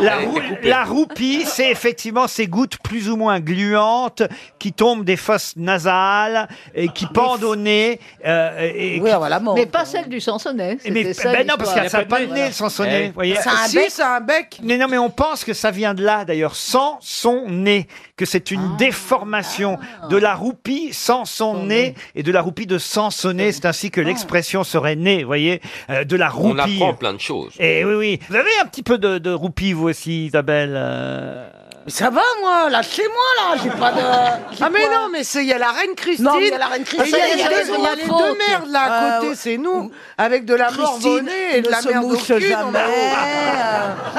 Speaker 1: La, rou- la roupie, c'est effectivement ces gouttes plus ou moins gluantes qui tombent des fosses nasales et qui
Speaker 10: Ah,
Speaker 1: pendent au nez. euh, et, oui,
Speaker 10: voilà,
Speaker 20: Mais pas celle du Sansonnet.
Speaker 1: Mais
Speaker 20: c'était ça
Speaker 1: ben non, parce
Speaker 20: l'histoire.
Speaker 1: qu'elle n'a pas de nez, le
Speaker 20: Eh,
Speaker 4: Eh,
Speaker 1: sansonnet. vous voyez. Si,
Speaker 10: c'est un bec.
Speaker 1: Mais non, mais on pense que ça vient de là, d'ailleurs, sans son nez, que c'est une déformation formation de la roupie Sansonnet et de la roupie de Sansonnet. C'est ainsi que l'expression serait née, voyez, euh, de la roupie.
Speaker 12: On apprend plein de choses.
Speaker 1: Et oui, oui. Vous avez un petit peu de, de roupie, vous aussi, Isabelle euh,
Speaker 10: Ça va, moi, lâchez-moi, là, j'ai pas de.
Speaker 17: Ah mais non, mais c'est- il y a la reine Christine.
Speaker 10: Non, mais il y a la reine Christine.
Speaker 17: Et il y a,
Speaker 10: Ah, ça,
Speaker 17: les,
Speaker 10: il y a
Speaker 17: deux,
Speaker 10: les
Speaker 17: il y a
Speaker 10: autres
Speaker 17: les
Speaker 10: fautes.
Speaker 17: deux merdes là à
Speaker 10: Euh,
Speaker 17: côté, c'est nous, avec de la mort
Speaker 10: Christine
Speaker 17: volée et de
Speaker 10: ne
Speaker 17: la
Speaker 10: se
Speaker 17: merde au
Speaker 10: mouche
Speaker 17: cul. non, mais
Speaker 10: jamais,
Speaker 17: oh.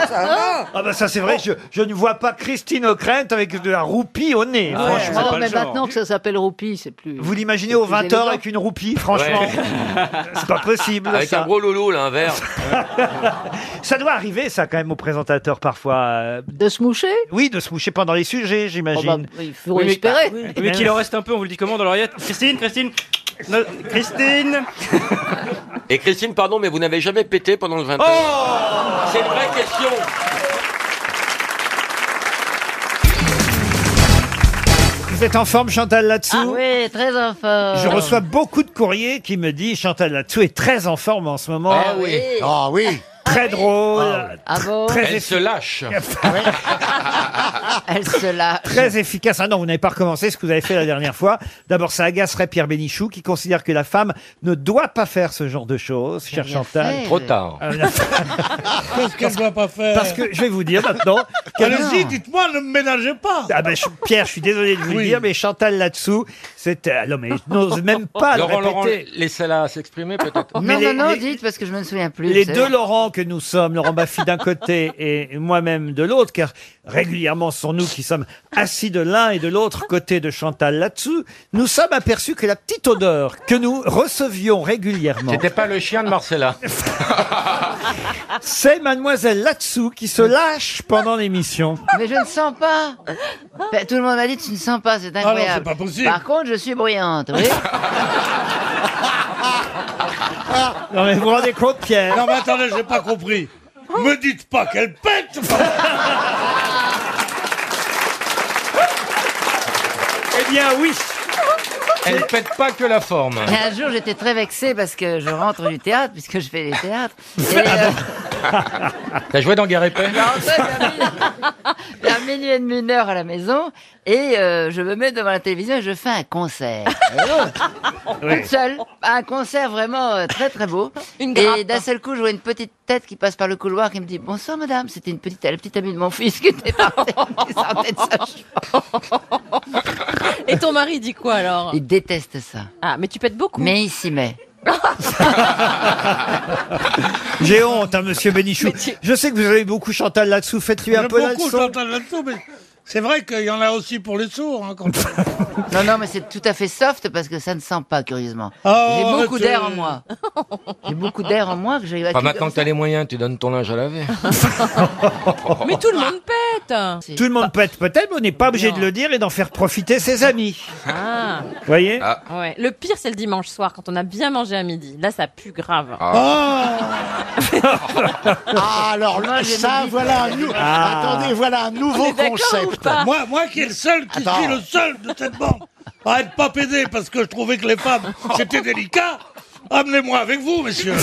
Speaker 1: Ah bah ça c'est vrai, je, je ne vois pas Christine O'Krent avec de la roupie au nez, franchement.
Speaker 20: non, mais maintenant que ça s'appelle roupie, c'est plus.
Speaker 1: Vous l'imaginez aux
Speaker 20: C'est plus
Speaker 1: 20h
Speaker 20: élégant.
Speaker 1: avec une roupie, franchement C'est pas possible
Speaker 12: Avec
Speaker 1: ça.
Speaker 12: un gros lolo, là, un verre.
Speaker 1: Ça doit arriver ça quand même aux présentateurs parfois. euh,
Speaker 20: De se moucher
Speaker 1: Oui, de se moucher pendant les sujets, j'imagine.
Speaker 21: Oh, bah,
Speaker 20: il faut
Speaker 19: Oui, mais-
Speaker 20: espérer.
Speaker 19: Oui, Mais qu'il en reste un peu, on vous le dit comment dans l'oreillette Christine, Christine no- Christine
Speaker 12: Et Christine, pardon, mais vous n'avez jamais pété pendant le 20 ans
Speaker 19: Oh
Speaker 12: C'est une vraie question.
Speaker 1: Vous êtes en forme Chantal là-dessous
Speaker 21: Oui, très en forme.
Speaker 1: Je reçois beaucoup de courriers qui me disent Chantal Latsou est très en forme en ce moment.
Speaker 21: Ah oui. Ah
Speaker 1: oui. Très drôle.
Speaker 21: Ah bon
Speaker 1: Très
Speaker 21: Elle
Speaker 12: se lâche.
Speaker 21: Elle se lâche.
Speaker 1: Très efficace. Ah non, vous n'avez pas recommencé ce que vous avez fait la dernière fois. D'abord, ça agacerait Pierre Bénichou qui considère que la femme ne doit pas faire ce genre de choses, cher
Speaker 3: bien
Speaker 1: Chantal.
Speaker 3: fait. Trop tard.
Speaker 1: Euh, la-
Speaker 3: Qu'est-ce qu'elle doit pas faire
Speaker 1: Parce que je vais vous dire maintenant. qu'elle-
Speaker 3: Allez-y, dites-moi, ne me ménagez pas.
Speaker 1: Ah ben, je- Pierre, je suis désolé de vous le dire, mais Chantal là-dessous, c'était. ah Non, mais je n'ose même pas le
Speaker 12: Laurent,
Speaker 1: répéter.
Speaker 12: Laurent, laissez-la s'exprimer peut-être.
Speaker 21: Oh,
Speaker 1: Mais
Speaker 21: Non, non,
Speaker 1: les-
Speaker 21: non,
Speaker 1: les-
Speaker 21: dites, parce que je me souviens plus.
Speaker 1: Les
Speaker 21: c'est-
Speaker 1: deux Laurent que nous sommes, Laurent Baffy d'un côté et moi-même de l'autre, car régulièrement ce sont nous qui sommes assis de l'un et de l'autre côté de Chantal là-dessous, nous sommes aperçus que la petite odeur que nous recevions régulièrement,
Speaker 12: C'était pas le chien de Marcella.
Speaker 1: c'est mademoiselle là-dessous qui se lâche pendant l'émission.
Speaker 21: Mais je ne sens pas. Ben, tout le monde m'a dit, tu ne sens pas, c'est
Speaker 1: Ah non,
Speaker 21: incroyable.
Speaker 1: c'est pas possible.
Speaker 21: Par contre, je suis bruyante, oui.
Speaker 1: Non mais vous vous rendez compte, Pierre
Speaker 3: Ah. Non mais attendez, j'ai pas compris.
Speaker 10: Oh.
Speaker 3: Me dites pas qu'elle pète
Speaker 1: Eh bien oui
Speaker 12: Elle pète pas que la forme.
Speaker 21: Et un jour, j'étais très vexée parce que je rentre du théâtre, puisque je fais les théâtres. Et,
Speaker 1: Ah
Speaker 12: T'as joué dans Garépé
Speaker 21: vers minuit euh, et demi, une heure à la maison, et euh, je me mets devant la télévision et je fais un concert.
Speaker 1: Ah Oui.
Speaker 21: Toute seule, un concert vraiment euh, très très beau. et d'un seul coup, je vois une petite tête qui passe par le couloir qui me dit Bonsoir madame, c'était une petite, la petite amie de mon fils qui était partie, qui sortait de sa chambre.
Speaker 18: Et ton mari dit quoi alors
Speaker 21: Il déteste ça.
Speaker 18: Ah, mais tu pètes beaucoup.
Speaker 21: Mais il s'y met.
Speaker 1: J'ai honte, hein, monsieur Bénichou. Je sais que vous avez beaucoup Chantal là-dessous, faites-lui un
Speaker 3: J'aime
Speaker 1: peu la
Speaker 3: beaucoup
Speaker 1: leçon.
Speaker 3: Chantal là-dessous, mais c'est vrai qu'il y en a aussi pour les sourds. hein, quand-
Speaker 21: Non, non, mais c'est tout à fait soft parce que ça ne sent pas, curieusement.
Speaker 3: Oh,
Speaker 21: J'ai beaucoup
Speaker 3: arrêtez.
Speaker 21: d'air en moi. J'ai beaucoup d'air en moi que j'ai
Speaker 12: Pas maintenant que t'as les moyens, tu donnes ton linge à laver.
Speaker 18: Mais tout le monde pète
Speaker 1: Tout le monde pète peut-être, mais on n'est pas obligé de le dire et d'en faire profiter ses amis.
Speaker 18: Ah.
Speaker 1: Vous voyez
Speaker 18: Ouais. Le pire, c'est le dimanche soir quand on a bien mangé à midi. Là, ça pue grave.
Speaker 15: Ah, alors là,
Speaker 18: j'ai
Speaker 15: ça,
Speaker 18: dit-
Speaker 15: voilà un, nou-
Speaker 18: Ah.
Speaker 15: Attendez, voilà un nouveau concept.
Speaker 3: Moi, moi qui est le seul, qui
Speaker 15: Attends.
Speaker 3: suis le seul de cette bande à être pas pédé parce que je trouvais que les femmes, c'était délicat, amenez-moi avec vous, messieurs.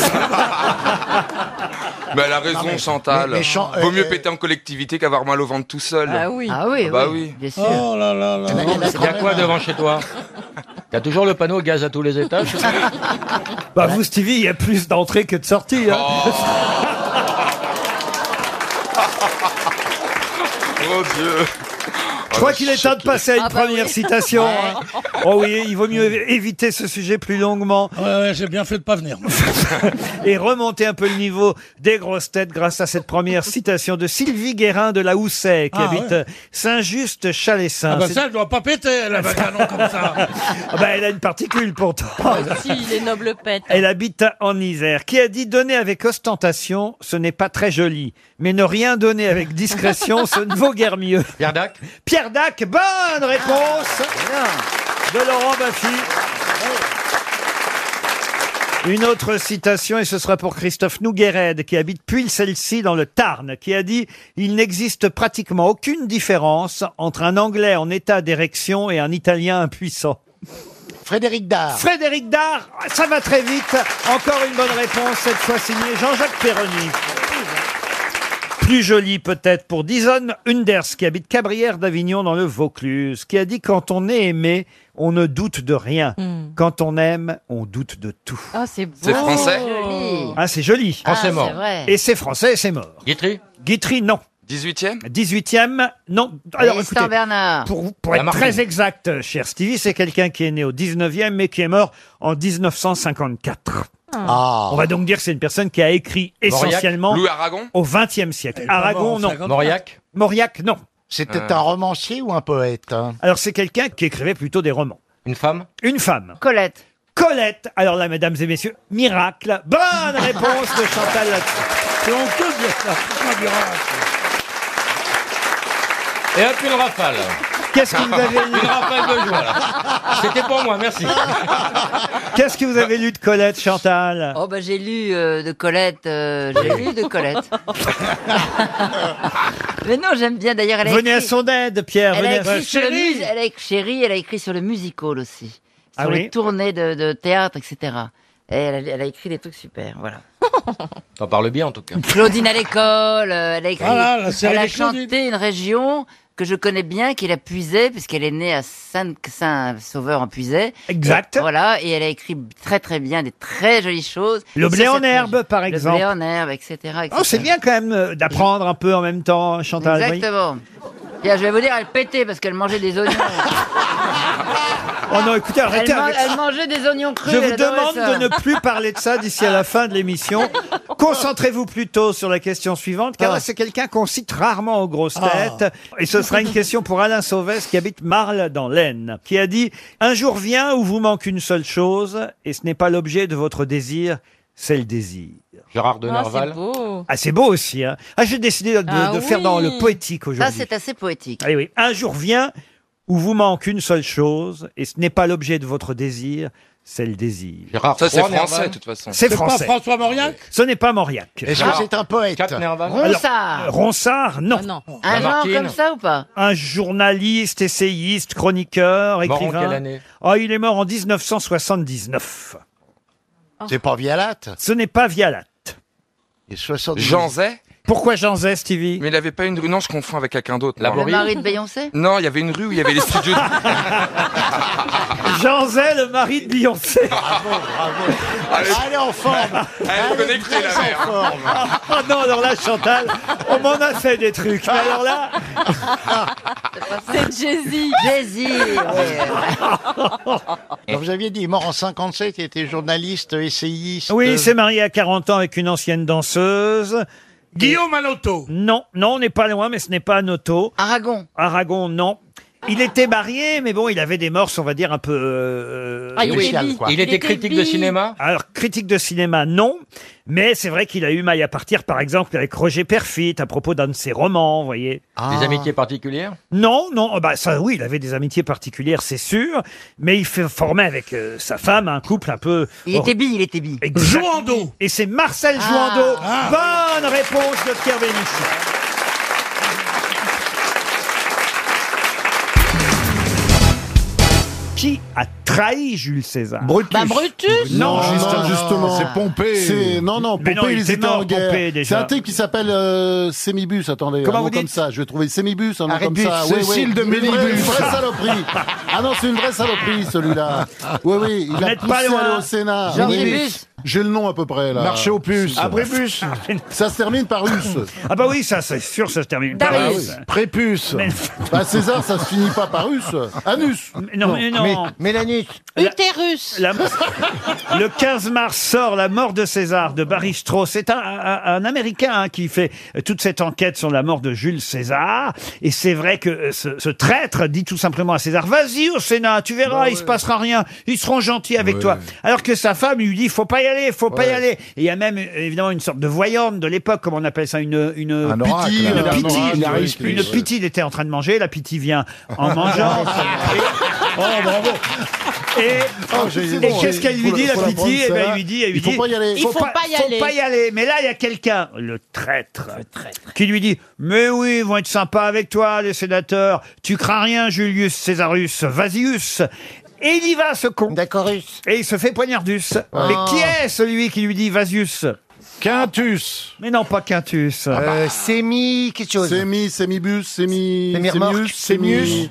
Speaker 12: Mais elle a raison,
Speaker 3: Non, mais-
Speaker 12: Chantal.
Speaker 3: mais- mais Chan-
Speaker 12: Vaut mieux
Speaker 3: euh,
Speaker 12: péter en collectivité qu'avoir mal au ventre tout seul.
Speaker 21: Ah oui. Ah oui,
Speaker 12: bah
Speaker 21: oui,
Speaker 12: oui.
Speaker 21: bien sûr.
Speaker 3: Oh là là là.
Speaker 12: Il y a quoi devant chez toi T'as toujours le panneau gaz à tous les étages
Speaker 1: Bah vous, Stevie, il y a plus d'entrées que de sorties. hein.
Speaker 12: Mon Dieu
Speaker 3: Oh,
Speaker 1: Je crois qu'il est temps de passer à une première citation. hein. Oh oui, il vaut mieux évi- éviter ce sujet plus longuement.
Speaker 3: Ouais, ouais, j'ai bien fait de pas venir.
Speaker 1: et remonter un peu le niveau des grosses têtes grâce à cette première citation de Sylvie Guérin de la Houssaye, qui
Speaker 3: Ah,
Speaker 1: habite
Speaker 3: ouais.
Speaker 1: euh, Saint-Just-Chalessin.
Speaker 3: Ah bah
Speaker 1: C'est-
Speaker 3: ça, elle doit pas péter, elle avait un canon comme ça.
Speaker 1: Ah bah, elle a une particule pourtant.
Speaker 3: Ah,
Speaker 18: si, les nobles pètent.
Speaker 1: Elle habite en Isère. Qui a dit donner avec ostentation, ce n'est pas très joli. Mais ne rien donner avec discrétion, ce ne vaut guère mieux.
Speaker 12: Pierre Dac Ah,
Speaker 1: Pierre Dac, bonne réponse de Laurent Baffy. Une autre citation, et ce sera pour Christophe Nouguered, qui habite Puy-le-Celsi dans le Tarn, qui a dit « Il n'existe pratiquement aucune différence entre un Anglais en état d'érection et un Italien impuissant. »
Speaker 15: Frédéric Dard.
Speaker 1: Frédéric Dard, ça va très vite. Encore une bonne réponse, cette fois signée Jean-Jacques Perroni. plus jolie peut-être pour Dizon Hunders, qui habite Cabrières d'Avignon dans le Vaucluse, qui a dit Quand on est aimé, on ne doute de rien. Quand on aime, on doute de tout.
Speaker 18: Oh, Hmm. c'est beau.
Speaker 1: C'est français
Speaker 20: Oh.
Speaker 1: Ah, c'est joli.
Speaker 18: Ah, Français mort. c'est vrai.
Speaker 1: Et c'est français, c'est mort. Guitry Guitry, non.
Speaker 12: 18e
Speaker 1: 18e, non. Alors,
Speaker 21: Tristan
Speaker 1: écoutez,
Speaker 21: Bernard.
Speaker 1: Pour, pour être très exact, euh, cher Stevie, c'est quelqu'un qui est né au 19e mais qui est mort en 1954.
Speaker 12: Ah.
Speaker 1: On va donc dire que c'est une personne qui a écrit
Speaker 12: Mauriac,
Speaker 1: essentiellement
Speaker 12: Louis Aragon
Speaker 1: au 20e siècle.
Speaker 12: Elle est pas mort en
Speaker 1: Aragon, non.
Speaker 12: 54. Mauriac
Speaker 1: Mauriac, non.
Speaker 12: C'était Euh. un
Speaker 1: romancier ou un poète hein Alors c'est quelqu'un qui écrivait plutôt des romans. Une femme Une femme.
Speaker 21: Colette.
Speaker 1: Colette. Alors là, mesdames et messieurs, miracle. Bonne réponse de Chantal. C'est honteux de dire ça.
Speaker 12: Et hop, une rafale.
Speaker 1: Qu'est-ce que vous avez lu
Speaker 12: Une rafale de joie, là. C'était pour moi, merci.
Speaker 1: Qu'est-ce que vous avez lu de Colette, Chantal
Speaker 21: Oh bah j'ai lu euh, de Colette, euh, j'ai lu de Colette. Mais non, j'aime bien d'ailleurs. Elle a
Speaker 1: Venez à
Speaker 21: écrit-
Speaker 1: son aide, Pierre.
Speaker 21: Elle a
Speaker 1: venez à-
Speaker 21: écrit sur le mus- elle a écrit- chérie, elle a écrit sur le musical aussi, sur
Speaker 1: Ah
Speaker 21: les
Speaker 1: oui
Speaker 21: tournées de, de théâtre, etc. Et elle, a- elle a écrit des trucs super, voilà.
Speaker 12: T'en parles bien, en tout cas.
Speaker 21: Claudine à l'école, euh, elle a
Speaker 1: Ah
Speaker 21: écrit,
Speaker 12: Voilà, la série
Speaker 21: elle a
Speaker 12: des Claudines.
Speaker 21: chanté une région que je connais bien, qui la puisait, puisqu'elle est née à Saint- Saint-Sauveur en puisait.
Speaker 1: Exact.
Speaker 21: voilà, et elle a écrit très très bien des très jolies choses.
Speaker 1: Le
Speaker 21: sur
Speaker 1: blé en
Speaker 21: cette
Speaker 1: herbe,
Speaker 21: région.
Speaker 1: par
Speaker 21: Le
Speaker 1: exemple.
Speaker 21: blé en herbe, etc. etc.
Speaker 1: Oh, c'est bien quand même euh, d'apprendre un peu en même temps, Chantal. voyez.
Speaker 21: Exactement. Tiens, je vais vous dire, elle pétait parce qu'elle mangeait des oignons.
Speaker 1: Oh non, écoutez, arrêtez
Speaker 21: elle, man-
Speaker 1: avec
Speaker 21: elle
Speaker 1: ça.
Speaker 21: mangeait des oignons crus.
Speaker 1: Je
Speaker 21: elle
Speaker 1: vous
Speaker 21: adorait
Speaker 1: demande
Speaker 21: ça.
Speaker 1: de ne plus parler de ça d'ici à la fin de l'émission. Concentrez-vous plutôt sur la question suivante,
Speaker 21: Ah.
Speaker 1: car là, c'est quelqu'un qu'on cite rarement aux grosses
Speaker 9: Ah.
Speaker 1: têtes. Et ce sera une question pour Alain Sauvès, qui habite Marle dans l'Aisne, qui a dit « Un jour vient où vous manque une seule chose, et ce n'est pas l'objet de votre désir, c'est le désir. » Gérard
Speaker 12: de Ah, c'est Nerval.
Speaker 21: beau.
Speaker 1: Ah, c'est beau aussi. Hein. Ah, j'ai décidé de, de-
Speaker 21: Ah
Speaker 1: de faire
Speaker 21: oui.
Speaker 1: dans le poétique
Speaker 21: Ça,
Speaker 1: aujourd'hui.
Speaker 21: c'est assez poétique.
Speaker 1: Eh oui, un jour vient où vous manque une seule chose, et ce n'est pas l'objet de votre désir, c'est le désir.
Speaker 12: Ça, c'est Trois, français, Nerval. de toute façon.
Speaker 1: C'est
Speaker 12: hein. C'est pas
Speaker 1: français.
Speaker 12: François
Speaker 1: Mauriac Ce n'est pas Mauriac.
Speaker 12: Est-ce que c'est
Speaker 1: un poète
Speaker 21: Ronsard. Ah,
Speaker 1: Ronsard, non.
Speaker 21: Un genre comme ça ou pas
Speaker 1: Un journaliste, essayiste,
Speaker 21: Mort
Speaker 1: chroniqueur,
Speaker 21: en
Speaker 1: écrivain.
Speaker 21: quelle année
Speaker 1: Oh, il est mort en 1979.
Speaker 21: Oh.
Speaker 15: C'est pas Vialat
Speaker 1: Ce n'est pas Vialat.
Speaker 15: Et 70...
Speaker 12: Jean Zay
Speaker 1: Pourquoi Jean Zay, Stevie
Speaker 12: Mais il avait pas une rue. Non, je confonds avec quelqu'un d'autre.
Speaker 13: Ah,
Speaker 1: La
Speaker 12: moi.
Speaker 21: Le mari de Beyoncé
Speaker 12: Non, il y avait une rue où il y avait les studios. de-
Speaker 1: Jean Zay, le mari de Beyoncé.
Speaker 15: Elle est en forme
Speaker 12: Elle est connectée, la mère.
Speaker 1: Oh non, alors là, Chantal, on m'en a fait des trucs. Mais alors là,
Speaker 21: C'est Jay-Z. Jay-Z.
Speaker 15: Alors, vous aviez dit, mort en 57, il était journaliste, essayiste... Euh,
Speaker 1: oui, il s'est marié à 40 ans avec une ancienne danseuse. Guillaume Anoto. Non, non, on n'est pas loin, mais ce n'est pas Anoto.
Speaker 21: Aragon.
Speaker 1: Aragon, non. Il était marié, mais bon, il avait des morses, on va dire, un peu... euh,
Speaker 12: Ah, il était Spéciales, bi. quoi. Il était Il était critique de bi. cinéma
Speaker 1: Alors, critique de cinéma, non. Mais c'est vrai qu'il a eu maille à partir, par exemple, avec Roger Perfit, à propos d'un de ses romans, vous voyez.
Speaker 12: Des amitiés particulières
Speaker 1: Non, non, oh bah ça oui, il avait des amitiés particulières, c'est sûr, mais il fait- formait avec euh, sa femme un couple un peu.
Speaker 21: Il était bi, il était bi. Ah.
Speaker 1: Jouando. Et c'est Marcel Jouando. Bonne réponse de Pierre Bénichou. Qui a trahi Jules César Brutus.
Speaker 7: Bah, Brutus.
Speaker 1: Non,
Speaker 7: Non,
Speaker 1: juste-
Speaker 7: non,
Speaker 1: justement.
Speaker 7: c'est Pompée. C'est- non, non, Pompée,
Speaker 1: Mais non, il
Speaker 7: ils
Speaker 1: était
Speaker 7: étaient
Speaker 1: mort,
Speaker 7: en guerre.
Speaker 1: Pompée,
Speaker 7: C'est
Speaker 1: déjà.
Speaker 7: un type qui s'appelle euh, Sémibus. Attendez,
Speaker 1: Comment
Speaker 7: un
Speaker 1: vous
Speaker 7: nom
Speaker 1: dites
Speaker 7: comme ça. Je vais trouver Sémibus, un nom
Speaker 1: Arrête
Speaker 7: comme
Speaker 1: bus,
Speaker 7: ça. Oui,
Speaker 1: Cécile
Speaker 7: oui.
Speaker 1: de
Speaker 7: Une vraie-
Speaker 1: Ménibus.
Speaker 7: Une vraie saloperie. Ah non, c'est une vraie saloperie, celui-là. Oui, oui, il
Speaker 1: Vous
Speaker 7: a
Speaker 1: n'êtes
Speaker 7: poussé
Speaker 1: pas
Speaker 7: à
Speaker 1: loin.
Speaker 7: aller au Sénat.
Speaker 1: Jean
Speaker 7: Oui, oui.
Speaker 1: Rébus.
Speaker 7: J'ai le nom à peu près, là.
Speaker 1: Marché aux puces.
Speaker 7: Abrébus. Ça se termine par us.
Speaker 1: Ah bah oui, ça c'est sûr, ça se termine par
Speaker 7: Ah
Speaker 1: us.
Speaker 7: oui. Prépuce. Bah, César, ça se finit pas par us. Anus.
Speaker 1: non, mais non.
Speaker 7: Mélanus.
Speaker 1: Utérus. le 15 mars sort La mort de César de Barry Strauss. C'est un, un- un Américain hein, qui fait toute cette enquête sur la mort de Jules César. Et c'est vrai que euh, ce, ce traître dit tout simplement à César Vas-y au Sénat, tu verras,
Speaker 9: Bah
Speaker 1: il se passera rien. Ils seront gentils avec toi. Alors que sa femme lui dit Faut pas y aller, faut pas y
Speaker 9: Ouais.
Speaker 1: aller. Et il y a même euh, évidemment une sorte de voyante de l'époque, comme on appelle ça, une, une
Speaker 9: Un oracle,
Speaker 1: pitié,
Speaker 9: là.
Speaker 1: une
Speaker 9: Un
Speaker 1: pitié.
Speaker 9: oracle,
Speaker 1: Une
Speaker 9: ouais,
Speaker 1: pitié.
Speaker 9: qui-
Speaker 1: Une pitié, il était en train de manger, la pitié vient en mangeant.
Speaker 9: Ah,
Speaker 7: Oh, bravo.
Speaker 1: Et,
Speaker 8: Oh,
Speaker 7: Ah, j'ai-
Speaker 1: et
Speaker 7: bon,
Speaker 1: qu'est-ce
Speaker 7: il
Speaker 1: qu'elle
Speaker 7: faut
Speaker 1: lui
Speaker 7: la-
Speaker 1: dit, la
Speaker 7: faut la prendre,
Speaker 1: pitié Eh ben,
Speaker 7: celle-là.
Speaker 1: il lui dit, elle lui
Speaker 7: Il faut
Speaker 1: dit,
Speaker 7: pas y aller.
Speaker 1: Faut, pas, y aller. faut pas y aller. Mais là, il y a quelqu'un, le traître, qui lui dit, mais oui, ils vont être sympas avec toi, les sénateurs. Tu crains rien, Julius Césarus, Vasius. Et
Speaker 8: Ah.
Speaker 1: il y va, ce con. D'accord. Et il se fait poignardus. Mais qui est celui qui lui dit Vasius Quintus. Mais non, pas Quintus. Ah bah.
Speaker 7: Sémi, quelque chose. Sémi, Sémibus, Sémi.
Speaker 1: Sémiremorque.
Speaker 7: Sémius, Sémius.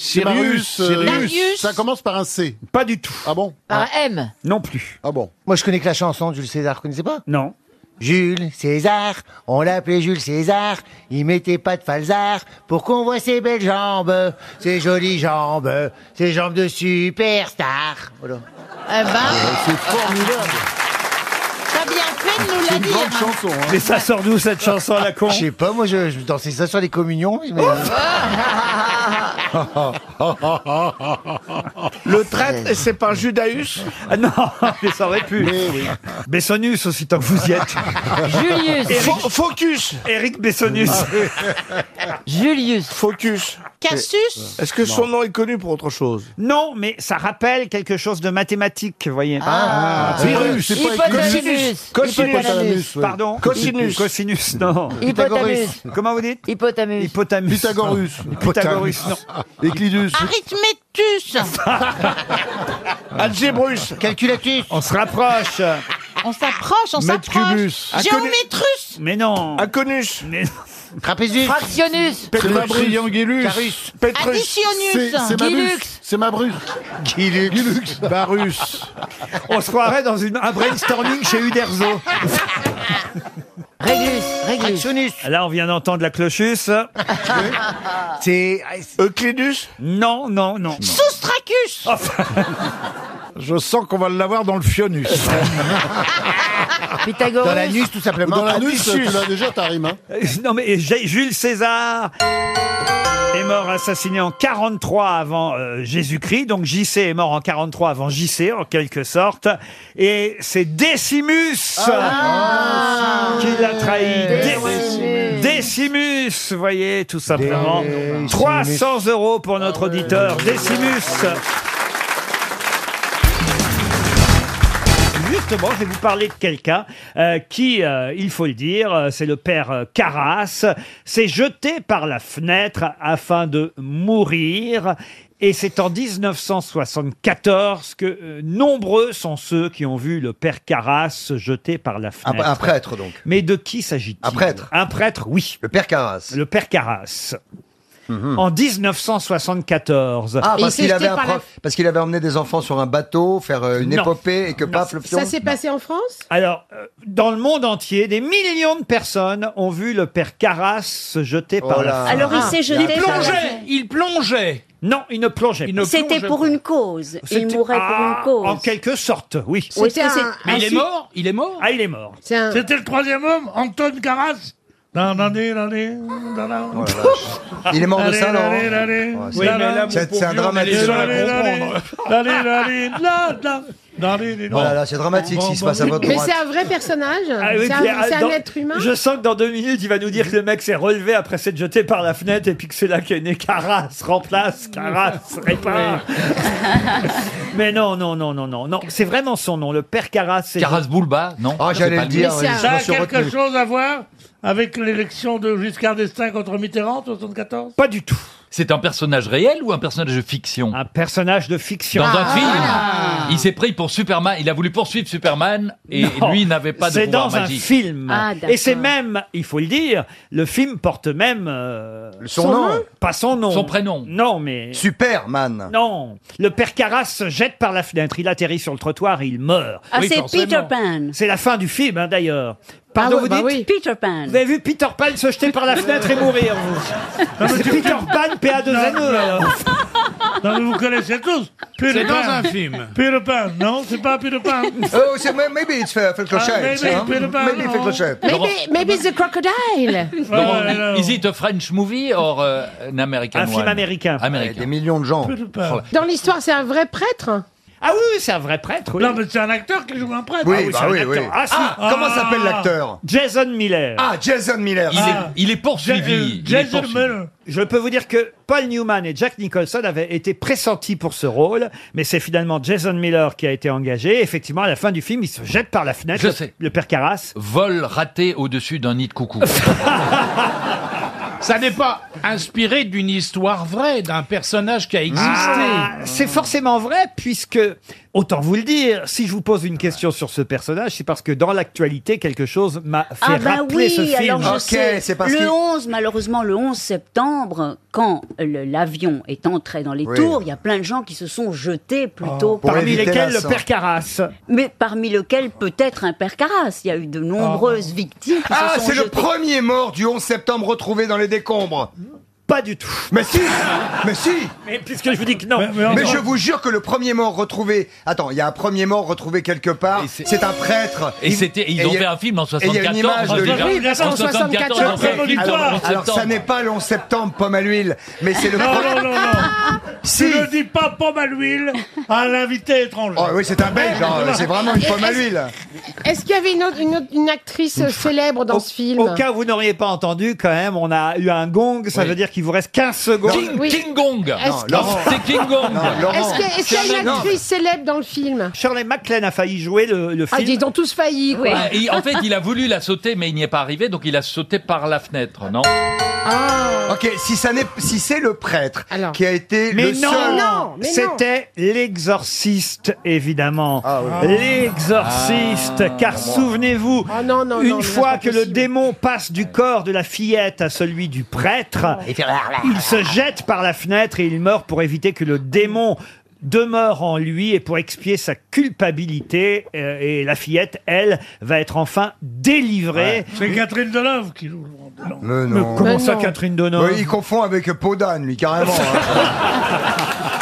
Speaker 1: Sirius,
Speaker 7: Sémarus, euh,
Speaker 1: Sirius.
Speaker 7: Ça commence par un C.
Speaker 1: Pas du tout.
Speaker 7: Ah bon
Speaker 21: Par M.
Speaker 1: Non plus.
Speaker 7: Ah bon
Speaker 15: Moi, je connais que la chanson de Jules César, vous connaissez pas
Speaker 1: Non.
Speaker 15: Jules César, on l'appelait Jules César, il mettait pas de falzar pour qu'on voit ses belles jambes, ses jolies jambes, ses jambes de superstar. Voilà. Ah,
Speaker 13: Eh ben,
Speaker 15: C'est formidable.
Speaker 13: t'as bien fait de nous la dire. hein.
Speaker 1: Mais ça sort d'où cette chanson à la con
Speaker 15: Je sais pas, moi je, je dansais ça sur les communions. mais- euh.
Speaker 1: Le traître, c'est pas Judaïus Non, mais ça aurait pu. Bessonus aussi, tant que vous y êtes.
Speaker 8: Julius. Fo-
Speaker 1: Focus Eric Bessonus.
Speaker 21: Julius.
Speaker 8: Focus.
Speaker 1: Cassius
Speaker 8: Ah. Euh, Est-ce que son nom est connu pour autre chose
Speaker 1: Non, mais ça rappelle quelque chose de mathématique, vous voyez.
Speaker 8: Ah. Ah. Virus, c'est pas Hypothalamus. Cosinus.
Speaker 1: Cosinus.
Speaker 8: Hypothalamus, ouais.
Speaker 1: Pardon
Speaker 8: Cosinus.
Speaker 1: Cosinus, non.
Speaker 21: Hypothalamus.
Speaker 1: Comment vous dites
Speaker 21: Hypotamus.
Speaker 1: Hypotamus.
Speaker 7: Pythagorus.
Speaker 1: Pythagorus, non.
Speaker 7: Euclidus.
Speaker 13: Arithmétus.
Speaker 1: Algébrus.
Speaker 15: Calculatus.
Speaker 1: On se rapproche.
Speaker 13: On s'approche, on s'approche. Géométrus.
Speaker 1: Mais non.
Speaker 8: Aconus.
Speaker 15: Trapézus.
Speaker 13: Fractionnus.
Speaker 7: Petrus. Triangulus.
Speaker 15: Carus.
Speaker 7: Petrus.
Speaker 13: Additionnus.
Speaker 7: C'est- C'est Mabrus.
Speaker 13: Guilux.
Speaker 7: C'est Mabrus.
Speaker 15: Guilux.
Speaker 7: Barus.
Speaker 1: On se croirait dans une, un brainstorming chez Uderzo.
Speaker 21: Régus. Régus.
Speaker 1: Là, on vient d'entendre la clochus.
Speaker 15: C'est.
Speaker 1: Euclidus Non, non, non. Oh,
Speaker 13: Soustracus.
Speaker 7: Je sens qu'on va l'avoir dans le fionus.
Speaker 21: Pythagore.
Speaker 15: Dans l'anus, tout simplement.
Speaker 7: Dans l'anus,
Speaker 15: Atticus.
Speaker 7: tu l'as déjà, ta rime. Hein.
Speaker 1: Ah, Non, mais J- Jules César est mort assassiné en 43 avant euh, Jésus-Christ. Donc JC est mort en 43 avant JC, en quelque sorte. Et c'est Décimus
Speaker 7: Ah,
Speaker 1: qui l'a
Speaker 7: Eh
Speaker 1: trahi. Dé- Décimus, vous voyez, tout simplement. 300 euros pour notre
Speaker 7: Ah
Speaker 1: auditeur, Décimus. Justement, je vais vous parler de quelqu'un euh, qui, euh, il faut le dire, euh, c'est le père euh, Carras, s'est jeté par la fenêtre afin de mourir. Et c'est en 1974 que euh, nombreux sont ceux qui ont vu le père Carras se jeter par la
Speaker 2: Un,
Speaker 1: fenêtre.
Speaker 2: un prêtre, donc.
Speaker 1: Mais de qui s'agit-il
Speaker 2: Un prêtre.
Speaker 1: Un prêtre, oui.
Speaker 2: Le père Carras. Mhm.
Speaker 1: Le père Carras. En 1974.
Speaker 2: Ah,
Speaker 1: Et
Speaker 2: parce
Speaker 1: il
Speaker 2: qu'il
Speaker 1: s'est
Speaker 2: avait,
Speaker 1: jeté
Speaker 2: un
Speaker 1: par la-
Speaker 2: prof- parce qu'il avait emmené des enfants sur un bateau, faire euh, une
Speaker 1: Non.
Speaker 2: épopée, et que paf, le pion.
Speaker 5: Ça s'est passé en France
Speaker 1: Alors, euh, dans le monde entier, des millions de personnes ont vu le père Carras se jeter
Speaker 2: Oh
Speaker 1: par la fenêtre.
Speaker 4: Alors, il s'est jeté
Speaker 1: Il
Speaker 4: par la
Speaker 1: plongeait
Speaker 4: fenêtre.
Speaker 1: Il plongeait Non, il ne plongeait pas.
Speaker 4: C'était pour une cause. Il
Speaker 1: C'était-
Speaker 4: mourait
Speaker 1: Ah,
Speaker 4: pour une
Speaker 1: En
Speaker 4: cause.
Speaker 1: quelque sorte, oui.
Speaker 4: Oui, C'était c'est- un- Mais il est mort
Speaker 1: Il est mort Ah, il est mort.
Speaker 3: C'était le troisième homme, Anton Carras. Dan, dan, dan, dan, dan, dan, dan.
Speaker 2: Oh Il est mort de ça, Laurent
Speaker 3: Allez, allez, allez.
Speaker 2: Ouais, c'est- C'est c'est un dramatique.
Speaker 3: Allez, allez, là, là. Allez, allez,
Speaker 2: Oh là là, c'est
Speaker 3: non.
Speaker 2: dramatique
Speaker 3: Bon,
Speaker 2: s'il se
Speaker 3: bon,
Speaker 2: passe à
Speaker 3: bon.
Speaker 2: votre
Speaker 5: Mais
Speaker 2: droite.
Speaker 5: c'est un vrai personnage
Speaker 1: Ah oui,
Speaker 5: C'est
Speaker 1: puis,
Speaker 5: un,
Speaker 1: ah,
Speaker 5: c'est un
Speaker 1: dans-
Speaker 5: être humain
Speaker 1: Je sens que dans deux minutes, il va nous
Speaker 22: Mm-hmm.
Speaker 1: dire que le mec s'est relevé après s'être jeté par la fenêtre et puis que c'est là qu'est né Carras, remplace, Carras, répare. Mais non, non, non, non, non, non. C'est vraiment son nom, le père Carras. Carras
Speaker 22: Boulba, non
Speaker 2: Ah, j'allais le dire,
Speaker 1: oui, je
Speaker 3: Ça
Speaker 1: me
Speaker 3: a
Speaker 1: suis
Speaker 3: quelque
Speaker 1: retenu.
Speaker 3: chose à voir avec l'élection de Giscard d'Estaing contre Mitterrand, 74
Speaker 1: Pas du tout.
Speaker 22: C'est un personnage réel ou un personnage de fiction
Speaker 1: Un personnage de fiction.
Speaker 22: Dans
Speaker 1: Ah,
Speaker 22: un film,
Speaker 1: voilà.
Speaker 22: il s'est pris pour Superman, il a voulu poursuivre Superman et
Speaker 1: Non.
Speaker 22: lui n'avait pas de
Speaker 1: C'est
Speaker 22: pouvoir
Speaker 1: dans un
Speaker 22: magique.
Speaker 1: film.
Speaker 22: Ah,
Speaker 1: et c'est même, il faut le dire, le film porte même euh,
Speaker 2: Son Son nom. nom
Speaker 1: pas son nom,
Speaker 2: Son
Speaker 1: prénom. Non, mais
Speaker 2: Superman.
Speaker 1: non. Le père Carras se jette par la fenêtre, il atterrit sur le trottoir, et il meurt.
Speaker 4: Ah, c'est Peter Pan.
Speaker 1: C'est la fin du film, hein, d'ailleurs. Pardon,
Speaker 4: Ah ouais,
Speaker 1: vous
Speaker 4: bah
Speaker 1: dites
Speaker 4: oui. Peter Pan.
Speaker 1: Vous avez vu Peter Pan se jeter par la fenêtre et mourir, vous C'est Peter Pan, PA2NE, E, alors.
Speaker 3: Non, mais vous connaissez tous. Peter
Speaker 2: C'est dans
Speaker 3: Pan.
Speaker 2: un film.
Speaker 3: Peter Pan, non, c'est pas Peter Pan.
Speaker 2: Oh, c'est maybe it's fait
Speaker 3: Ah, maybe
Speaker 2: clochette. hein.
Speaker 3: Peter Pan,
Speaker 2: Maybe il fait
Speaker 3: non.
Speaker 2: clochette.
Speaker 5: Maybe, maybe it's the crocodile
Speaker 22: Laurent, is it a French movie or euh, an American
Speaker 1: Un film
Speaker 22: one
Speaker 1: américain.
Speaker 22: Américain.
Speaker 2: Des millions de gens.
Speaker 22: Oh,
Speaker 5: Dans l'histoire, c'est un vrai prêtre
Speaker 1: Ah oui, oui, c'est un vrai prêtre. oui.
Speaker 3: Non, mais c'est un acteur qui joue un prêtre.
Speaker 2: Oui,
Speaker 1: Ah oui,
Speaker 2: bah
Speaker 1: c'est un
Speaker 2: oui,
Speaker 1: acteur.
Speaker 2: oui.
Speaker 1: Ah, si.
Speaker 2: Ah, comment s'appelle l'acteur
Speaker 1: Jason Miller. Ah.
Speaker 2: Ah, Jason Miller.
Speaker 22: Il, est, il est poursuivi. il est poursuivi.
Speaker 1: Je peux vous dire que Paul Newman et Jack Nicholson avaient été pressentis pour ce rôle, mais c'est finalement Jason Miller qui a été engagé. Effectivement, à la fin du film, il se jette par la fenêtre.
Speaker 22: Je
Speaker 1: le-
Speaker 22: sais.
Speaker 1: Le père Carras.
Speaker 22: Vol raté au-dessus d'un nid de coucou.
Speaker 23: Ça n'est pas inspiré d'une histoire vraie, d'un personnage qui a existé.
Speaker 1: Ah, c'est forcément vrai puisque Autant vous le dire, si je vous pose une question sur ce personnage, c'est parce que dans l'actualité, quelque chose m'a fait
Speaker 4: Ah bah
Speaker 1: rappeler
Speaker 4: oui,
Speaker 1: ce film.
Speaker 4: alors je sais. Le 11, malheureusement, le 11 septembre, quand le- l'avion est entré dans les
Speaker 1: Oui. Oh,
Speaker 4: tours, il y a plein de gens qui se sont jetés plutôt.
Speaker 1: Pour Parmi éviter lesquels l'incendie. le père Carras.
Speaker 4: Mais parmi lesquels peut-être un père Carras. Il y a eu de nombreuses victimes qui
Speaker 2: Ah,
Speaker 4: se sont
Speaker 2: c'est le
Speaker 4: jetées.
Speaker 2: premier mort du 11 septembre retrouvé dans les décombres.
Speaker 1: Pas du tout.
Speaker 2: Mais si Mais si
Speaker 1: Mais puisque je vous dis que non. Mais,
Speaker 2: Mais je vous jure que le premier mort retrouvé. Attends, il y a un premier mort retrouvé quelque part. C'est un prêtre.
Speaker 22: Et c'était- ils ont
Speaker 2: il y a-
Speaker 22: fait un film en
Speaker 2: et il y a une
Speaker 22: 74,
Speaker 2: image
Speaker 22: en
Speaker 2: de-
Speaker 22: 74, Oui, d'accord, en 74, on fait un film
Speaker 2: Alors,
Speaker 22: le 11
Speaker 2: alors, ça
Speaker 22: septembre.
Speaker 2: n'est pas le 11 septembre, pomme à l'huile, mais c'est le
Speaker 3: Non,
Speaker 2: premier.
Speaker 3: non, non, non.
Speaker 2: Si.
Speaker 3: Tu ne dis pas pomme à l'huile à l'invité étranger.
Speaker 2: Oh oui, c'est un belge, hein,
Speaker 3: Voilà.
Speaker 2: c'est vraiment une pomme à l'huile.
Speaker 5: Est-ce qu'il y avait une, autre- une autre- une actrice célèbre dans ce film
Speaker 1: Au cas où vous n'auriez pas entendu, quand même, on a eu un gong, ça veut dire qu'il vous reste 15 secondes.
Speaker 22: King, King Gong
Speaker 1: Est-ce que- Laurent.
Speaker 22: C'est King Gong
Speaker 1: Non, Laurent.
Speaker 5: Est-ce que- est-ce qu'il y a une
Speaker 1: Non.
Speaker 5: actrice célèbre dans le film
Speaker 1: Shirley MacLaine a failli jouer le, le
Speaker 5: Ah,
Speaker 1: film.
Speaker 5: ils ont tous failli, quoi.
Speaker 22: Ah, et en fait, il a voulu la sauter, mais il n'y est pas arrivé, donc il a sauté par la fenêtre, non
Speaker 5: Ah.
Speaker 2: Ok, si ça n'est, si c'est le prêtre qui a été le
Speaker 1: Mais non,
Speaker 2: seul.
Speaker 1: C'était l'exorciste, évidemment. L'exorciste,
Speaker 5: Ah.
Speaker 1: car souvenez-vous,
Speaker 5: non, non,
Speaker 1: une
Speaker 5: non, mais c'est
Speaker 1: fois
Speaker 5: pas
Speaker 1: que le
Speaker 5: possible.
Speaker 1: démon passe du corps de la fillette à celui du prêtre, il se jette par la fenêtre et il meurt pour éviter que le démon demeure en lui et pour expier sa culpabilité Euh, et la fillette elle va être enfin délivrée
Speaker 3: C'est Catherine Deneuve qui joue.
Speaker 2: Mais non.
Speaker 1: comment Mais ça, non. Catherine Deneuve
Speaker 2: Oui, Il confond avec Podane, lui, carrément. hein.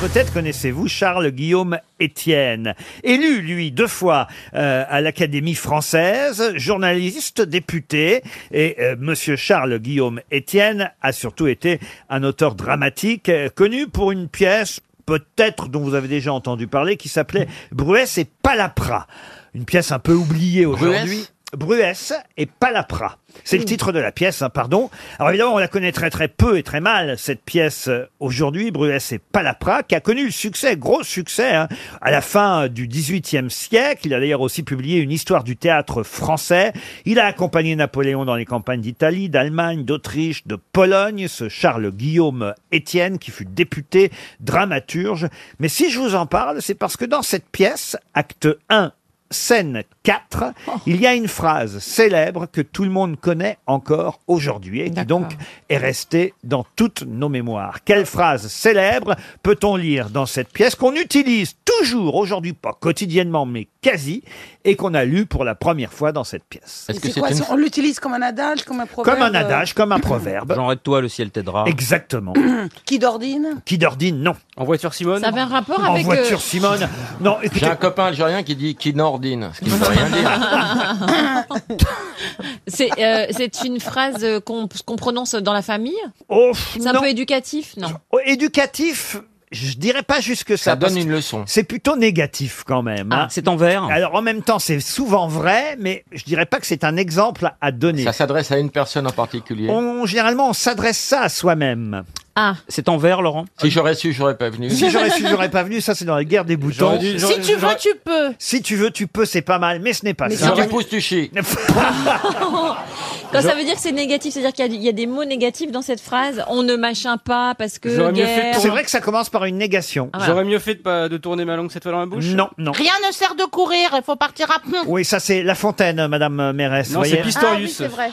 Speaker 1: Peut-être connaissez-vous Charles Guillaume Étienne, élu lui deux fois euh, à l'Académie française, journaliste, député. Et euh, Monsieur Charles Guillaume Étienne a surtout été un auteur dramatique euh, connu pour une pièce peut-être dont vous avez déjà entendu parler qui s'appelait Bruès et Palapra, une pièce un peu oubliée aujourd'hui. Bruès et Palapra. C'est le titre de la pièce, hein, pardon. Alors évidemment, on la connaît très très peu et très mal, cette pièce euh, aujourd'hui, Bruès et Palapra, qui a connu le succès, gros succès, hein, à la fin euh, du XVIIIe siècle. Il a d'ailleurs aussi publié une histoire du théâtre français. Il a accompagné Napoléon dans les campagnes d'Italie, d'Allemagne, d'Autriche, de Pologne, ce Charles Guillaume Étienne, qui fut député, dramaturge. Mais si je vous en parle, c'est parce que dans cette pièce, acte 1, Scène 4,
Speaker 17: Oh.
Speaker 1: il y a une phrase célèbre que tout le monde connaît encore aujourd'hui et qui donc est restée dans toutes nos mémoires. Quelle phrase célèbre peut-on lire dans cette pièce qu'on utilise toujours aujourd'hui, pas quotidiennement mais quasi, et qu'on a lue pour la première fois dans cette pièce
Speaker 17: Et c'est quoi, On l'utilise comme un adage, comme un proverbe
Speaker 1: Comme un
Speaker 17: euh,
Speaker 1: adage, comme un proverbe. Genre toi, le ciel t'aidera. Exactement.
Speaker 10: hum,
Speaker 17: Qui d'ordine
Speaker 1: qui d'ordine, non. En voiture Simone
Speaker 17: Ça avait un rapport
Speaker 1: En
Speaker 17: avec,
Speaker 1: voiture
Speaker 17: euh,
Speaker 1: Simone. Non, écoutez,
Speaker 12: J'ai un copain algérien qui dit qui n'ordine, ce qui ne veut rien dire.
Speaker 18: C'est euh, c'est une phrase euh, qu'on qu'on prononce dans la famille
Speaker 1: Oh,
Speaker 18: C'est un peu éducatif, non
Speaker 1: Oh, éducatif, je dirais pas jusque ça.
Speaker 12: Ça donne
Speaker 1: parce que
Speaker 12: une leçon.
Speaker 1: C'est plutôt négatif quand même.
Speaker 12: Ah,
Speaker 1: c'est en vert. Alors en même temps, c'est souvent vrai, mais je dirais pas que c'est un exemple à donner.
Speaker 12: Ça s'adresse à une personne en particulier.
Speaker 1: On, généralement, on s'adresse ça à soi-même.
Speaker 18: Ah.
Speaker 1: C'est en vert, Laurent
Speaker 12: Si j'aurais su, j'aurais pas venu.
Speaker 1: Si j'aurais su, j'aurais pas venu. Ça, c'est dans la guerre des boutons.
Speaker 12: J'aurais dû- Si j'aurais- tu veux, j'aurais-
Speaker 1: tu peux. Si tu veux, tu peux, c'est pas mal, mais ce n'est pas
Speaker 12: Mais
Speaker 1: ça.
Speaker 12: si tu- Pousse, tu chies.
Speaker 18: Quand ça veut dire que c'est négatif, c'est-à-dire qu'il y a du- il y, a des mots négatifs dans cette phrase. On ne machin pas parce que.
Speaker 1: J'aurais mieux fait
Speaker 18: guerre.
Speaker 1: de- C'est vrai que ça commence par une négation.
Speaker 18: Ah, voilà. J'aurais
Speaker 1: mieux fait de, pas, de tourner ma langue cette fois dans la bouche Non, non.
Speaker 6: Rien ne sert de courir, il faut partir à pont. Ah
Speaker 1: Oui, ça c'est La Fontaine, euh, Madame Mérès.
Speaker 6: Non,
Speaker 1: voyez.
Speaker 12: c'est Pistorius. Ah oui, c'est vrai.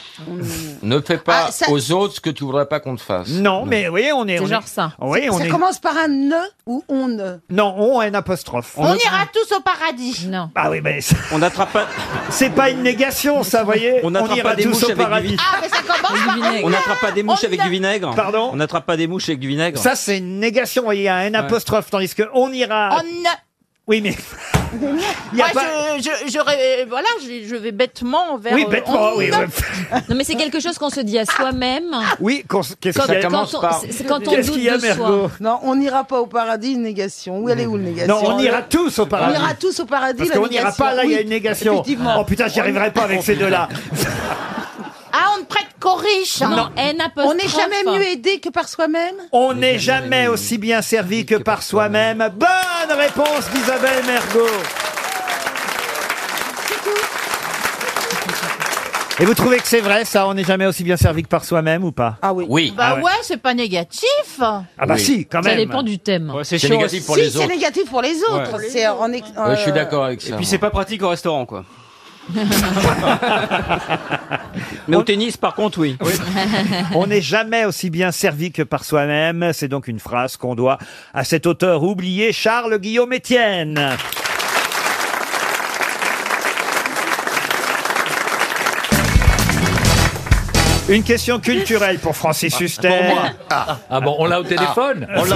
Speaker 12: Ne fais pas
Speaker 6: Ah, ça-
Speaker 12: aux autres ce que tu voudrais pas qu'on te fasse.
Speaker 1: Non, mais oui, on est.
Speaker 12: C'est
Speaker 1: on
Speaker 12: genre
Speaker 1: est-
Speaker 12: ça.
Speaker 1: Oui, on
Speaker 17: Ça
Speaker 1: est.
Speaker 17: commence par un ne ou on ne.
Speaker 1: Non, on a une apostrophe.
Speaker 6: On, ira tous au paradis. Non.
Speaker 1: Ah oui, mais on n'attrape pas. C'est pas une négation, ça, voyez. On
Speaker 11: n'attrape
Speaker 1: ira
Speaker 11: pas des
Speaker 1: tous
Speaker 11: mouches
Speaker 1: au
Speaker 11: avec du
Speaker 1: paradis.
Speaker 11: vinaigre.
Speaker 6: Ah, mais ça commence par un
Speaker 11: On
Speaker 6: ne.
Speaker 11: n'attrape pas des mouches
Speaker 6: On
Speaker 11: avec du
Speaker 6: ne-
Speaker 11: vinaigre.
Speaker 1: Pardon
Speaker 11: On n'attrape pas des mouches avec du vinaigre.
Speaker 1: Ça, c'est une négation, voyez, il y a un apostrophe, tandis que on ira. Oui, mais. Il y a
Speaker 6: Moi,
Speaker 1: pas-
Speaker 6: je, Ah, je, je ré- euh, voilà, je, je vais bêtement vers.
Speaker 1: Oui,
Speaker 6: euh,
Speaker 1: bêtement,
Speaker 6: on-
Speaker 1: oui.
Speaker 6: Non.
Speaker 1: ouais.
Speaker 18: Non, mais c'est quelque chose qu'on se dit à soi-même.
Speaker 1: Oui, qu'on s- qu'est-ce
Speaker 18: Quand-
Speaker 1: qu'il y a
Speaker 18: quand on- c'est- c'est quand on
Speaker 1: Qu'est-ce qu'il y a,
Speaker 18: doute de soi.
Speaker 1: Mergo
Speaker 10: Non, on n'ira pas au paradis, une négation. Où elle est où, la négation
Speaker 1: Non, on ira tous au paradis.
Speaker 10: On ira tous au paradis,
Speaker 1: Parce
Speaker 10: la
Speaker 1: qu'on n'ira
Speaker 10: négation.
Speaker 1: pas là, il y a
Speaker 10: Oui,
Speaker 1: une négation.
Speaker 10: effectivement.
Speaker 1: Oh putain, j'y arriverai pas avec ces deux-là.
Speaker 6: Ah, on ne prête hein. qu'aux riches.
Speaker 1: Non. Non,
Speaker 6: On
Speaker 10: On n'est jamais mieux aidé que par soi-même
Speaker 1: On n'est jamais aussi bien servi que par soi-même. Bonne réponse d'Isabelle Mergot. Et vous trouvez que c'est vrai, ça On n'est jamais aussi bien servi que par soi-même ou pas
Speaker 6: Ah
Speaker 1: oui.
Speaker 6: Bah
Speaker 1: Ah
Speaker 6: ouais,
Speaker 1: ouais.
Speaker 6: c'est pas négatif.
Speaker 1: Ah bah si, quand même.
Speaker 6: thème.
Speaker 1: c'est C'est chaud négatif aussi. pour les
Speaker 17: si,
Speaker 1: autres.
Speaker 17: c'est négatif pour les autres.
Speaker 6: Ouais.
Speaker 17: C'est en ex-
Speaker 19: Ouais, je suis
Speaker 17: euh,
Speaker 19: d'accord avec ça. Et puis c'est pas pratique au restaurant, quoi. Mais au tennis, par contre, oui.
Speaker 1: On n'est jamais aussi bien servi que par soi-même. C'est donc une phrase qu'on doit à cet auteur oublié, Charles Guillaume Étienne. Une question culturelle pour Francis Huster.
Speaker 22: pour moi. Ah bon, on l'a au téléphone
Speaker 1: On l'a-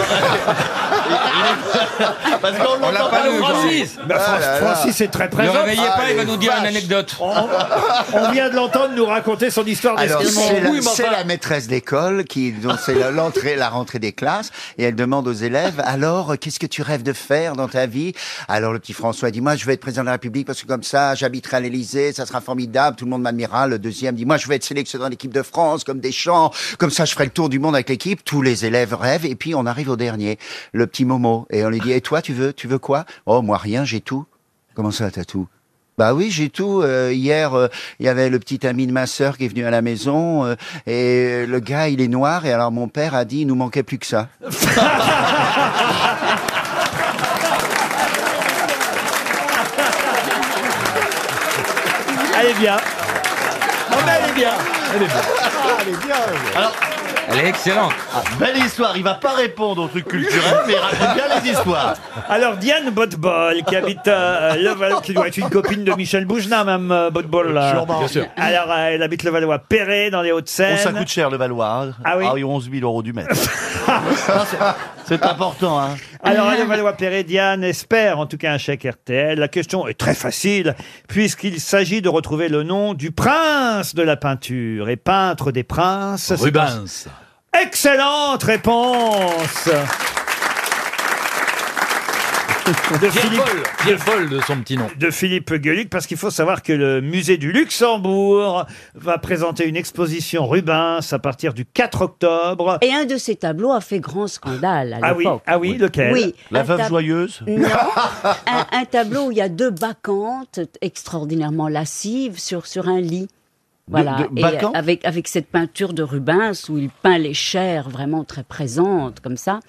Speaker 16: Ah,
Speaker 8: Parce qu'on
Speaker 1: On l'a pas, nous,
Speaker 8: Francis.
Speaker 1: Jean. Bah, Fran-
Speaker 11: Ah
Speaker 1: Francis est très présent.
Speaker 8: Ne réveillez pas, il va
Speaker 1: Ah,
Speaker 8: nous dire une
Speaker 1: vache.
Speaker 8: anecdote.
Speaker 1: On vient de l'entendre nous raconter son histoire
Speaker 11: Alors,
Speaker 1: d'escrime.
Speaker 11: c'est la,
Speaker 1: Oui, mais
Speaker 11: c'est
Speaker 1: enfin-
Speaker 11: la maîtresse d'école qui, dont c'est la- l'entrée, la rentrée des classes, et elle demande aux élèves, alors, qu'est-ce que tu rêves de faire dans ta vie? Alors, le petit François dit, moi, je vais être président de la République parce que comme ça, j'habiterai à l'Élysée, ça sera formidable, tout le monde m'admirera. Le deuxième dit, moi, je vais être sélectionné dans l'équipe de France, comme Deschamps, comme ça, je ferai le tour du monde avec l'équipe. Tous les élèves rêvent, et puis on arrive au dernier, le petit Momo, et on lui dit, et toi, tu veux, tu veux quoi? Oh, moi, rien, j'ai tout. Comment ça, t'as tout? Bah oui, j'ai tout. Euh, hier, euh, il y avait le petit ami de ma sœur qui est venu à la maison euh, et le gars, il est noir. Et alors mon père a dit, il nous manquait plus que ça.
Speaker 1: Elle est bien. Non, mais elle est bien.
Speaker 8: Elle est bien. elle est bien.
Speaker 14: Alors,
Speaker 8: Elle est excellente.
Speaker 14: belle histoire, il va pas répondre aux trucs culturels, mais il raconte bien les histoires.
Speaker 1: Alors Diane Botbol, qui habite euh, Levallois, qui doit être une copine de Michel Bougenat, même euh, Botbol. là.
Speaker 14: Sûrement. Bien sûr.
Speaker 1: Alors euh, elle habite Levallois-Perret, dans les Hauts-de-Seine.
Speaker 14: Bon, ça coûte cher le Valois. hein.
Speaker 1: Ah oui.
Speaker 14: 11 000 euros du mètre. Non, c'est- c'est important. Hein.
Speaker 1: Alors, à Levallois-Perret, Diane espère en tout cas un chèque RTL. La question est très facile, puisqu'il s'agit de retrouver le nom du prince de la peinture et peintre des princes. c'est
Speaker 22: Rubens.
Speaker 1: un- Excellente réponse de
Speaker 22: Pierre
Speaker 1: Philippe,
Speaker 22: Paul, Pierre Paul de son petit nom.
Speaker 1: de Philippe Gueluc, parce qu'il faut savoir que le musée du Luxembourg va présenter une exposition Rubens à partir du 4 octobre.
Speaker 4: Et un de ces tableaux a fait grand scandale à
Speaker 1: Ah oui,
Speaker 4: l'époque.
Speaker 1: ah oui, lequel
Speaker 4: Oui.
Speaker 14: La
Speaker 4: un
Speaker 14: veuve
Speaker 4: tab-
Speaker 14: joyeuse
Speaker 4: Non, un, un tableau où il y a deux bacchantes extraordinairement lascives sur, sur un lit. Voilà,
Speaker 14: de
Speaker 4: et
Speaker 14: bacchantes
Speaker 4: avec, avec cette peinture de Rubens où il peint les chairs vraiment très présentes, comme ça.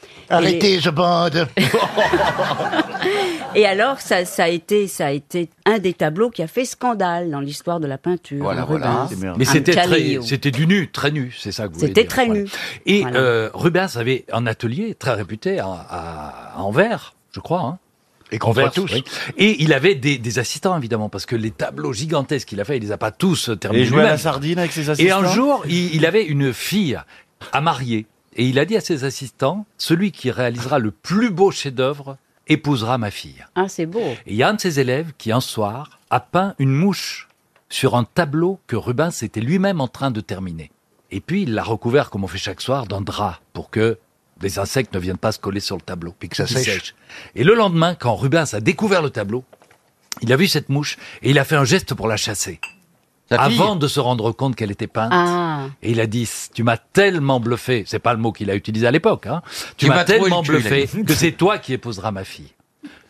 Speaker 4: Et-
Speaker 14: je bande.
Speaker 4: Et, alors, ça, ça, a été, ça a été un des tableaux qui a fait scandale dans l'histoire de la peinture.
Speaker 22: Voilà,
Speaker 4: Rubens.
Speaker 22: Mais
Speaker 4: Un
Speaker 22: c'était très,
Speaker 4: Callio.
Speaker 22: c'était du nu, très nu, c'est ça que vous voulez
Speaker 4: C'était
Speaker 22: dire,
Speaker 4: très
Speaker 22: voilà.
Speaker 4: nu.
Speaker 22: Et
Speaker 4: Voilà.
Speaker 22: euh, Rubens avait un atelier très réputé à, à- à Anvers, je crois. Hein.
Speaker 14: Et qu'on voit tous.
Speaker 22: Et il avait des, des assistants, évidemment, parce que les tableaux gigantesques qu'il a fait, il les a pas tous euh, terminés.
Speaker 14: Et jouer à la
Speaker 22: lui-même.
Speaker 14: sardine avec ses
Speaker 22: Et
Speaker 14: assistants
Speaker 22: un jour, il, il avait une fille à marier. Et il a dit à ses assistants, celui qui réalisera le plus beau chef-d'œuvre épousera ma fille.
Speaker 4: Ah, c'est beau.
Speaker 22: Et il y a un de ses élèves qui, un soir, a peint une mouche sur un tableau que Rubens était lui-même en train de terminer. Et puis, il l'a recouvert, comme on fait chaque soir, d'un drap pour que les insectes ne viennent pas se coller sur le tableau. Puis que ça
Speaker 14: sèche.
Speaker 22: Et le lendemain, quand Rubens a découvert le tableau, il a vu cette mouche et il a fait un geste pour la chasser.
Speaker 14: fille
Speaker 22: Avant de se rendre compte qu'elle était peinte.
Speaker 4: Ah.
Speaker 22: Et il a dit, tu m'as tellement bluffé, c'est pas le mot qu'il a utilisé à l'époque, hein. Tu,
Speaker 14: Tu
Speaker 22: m'as
Speaker 14: m'as troué
Speaker 22: tellement
Speaker 14: le cul, il a
Speaker 22: bluffé
Speaker 14: dit.
Speaker 22: que c'est toi qui épouseras ma fille.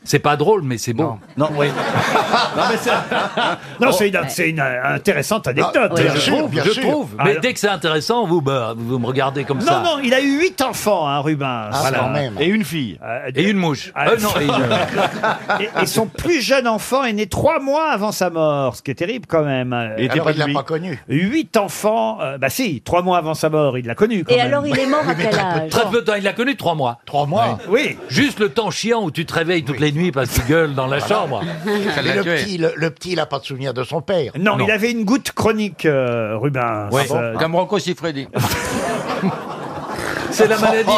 Speaker 22: C'est pas drôle, mais c'est bon.
Speaker 14: Non, oui. non, mais c'est.
Speaker 1: Non,
Speaker 4: Oh.
Speaker 1: c'est une, c'est une, euh, intéressante
Speaker 14: Ah,
Speaker 1: anecdote.
Speaker 22: je
Speaker 1: hein.
Speaker 22: trouve, je trouve. Mais
Speaker 1: Alors-
Speaker 22: dès que c'est intéressant, vous, bah, vous me regardez comme ça. Ah,
Speaker 1: non, non, il a eu huit enfants, hein,
Speaker 14: Ah,
Speaker 1: Rubens.
Speaker 22: Voilà. Et une fille. et une mouche.
Speaker 1: Ah,
Speaker 22: Euh, non, et une-
Speaker 1: Et, et son plus jeune enfant est né trois mois avant sa mort, ce qui est terrible quand même.
Speaker 11: Il était
Speaker 1: Alors,
Speaker 11: pas de
Speaker 1: l'a
Speaker 11: lui.
Speaker 1: connu. Huit enfants, euh, bah si, trois mois avant sa mort, il l'a connu quand
Speaker 4: Et
Speaker 1: même.
Speaker 4: alors, il est mort à quel âge
Speaker 22: Très peu de temps, il l'a connu trois mois. Trois mois
Speaker 1: Oui.
Speaker 22: Juste le temps chiant où tu te réveilles toutes les nuits parce qu'il gueule dans la chambre.
Speaker 16: Mais le petit, le, le petit, il n'a pas de souvenir de son père.
Speaker 1: Non, il avait une goutte chronique, euh,
Speaker 22: Ah,
Speaker 1: Rubens.
Speaker 16: Ouais.
Speaker 1: Euh,
Speaker 16: Comme
Speaker 9: Rocco Siffredi.
Speaker 22: C'est la maladie.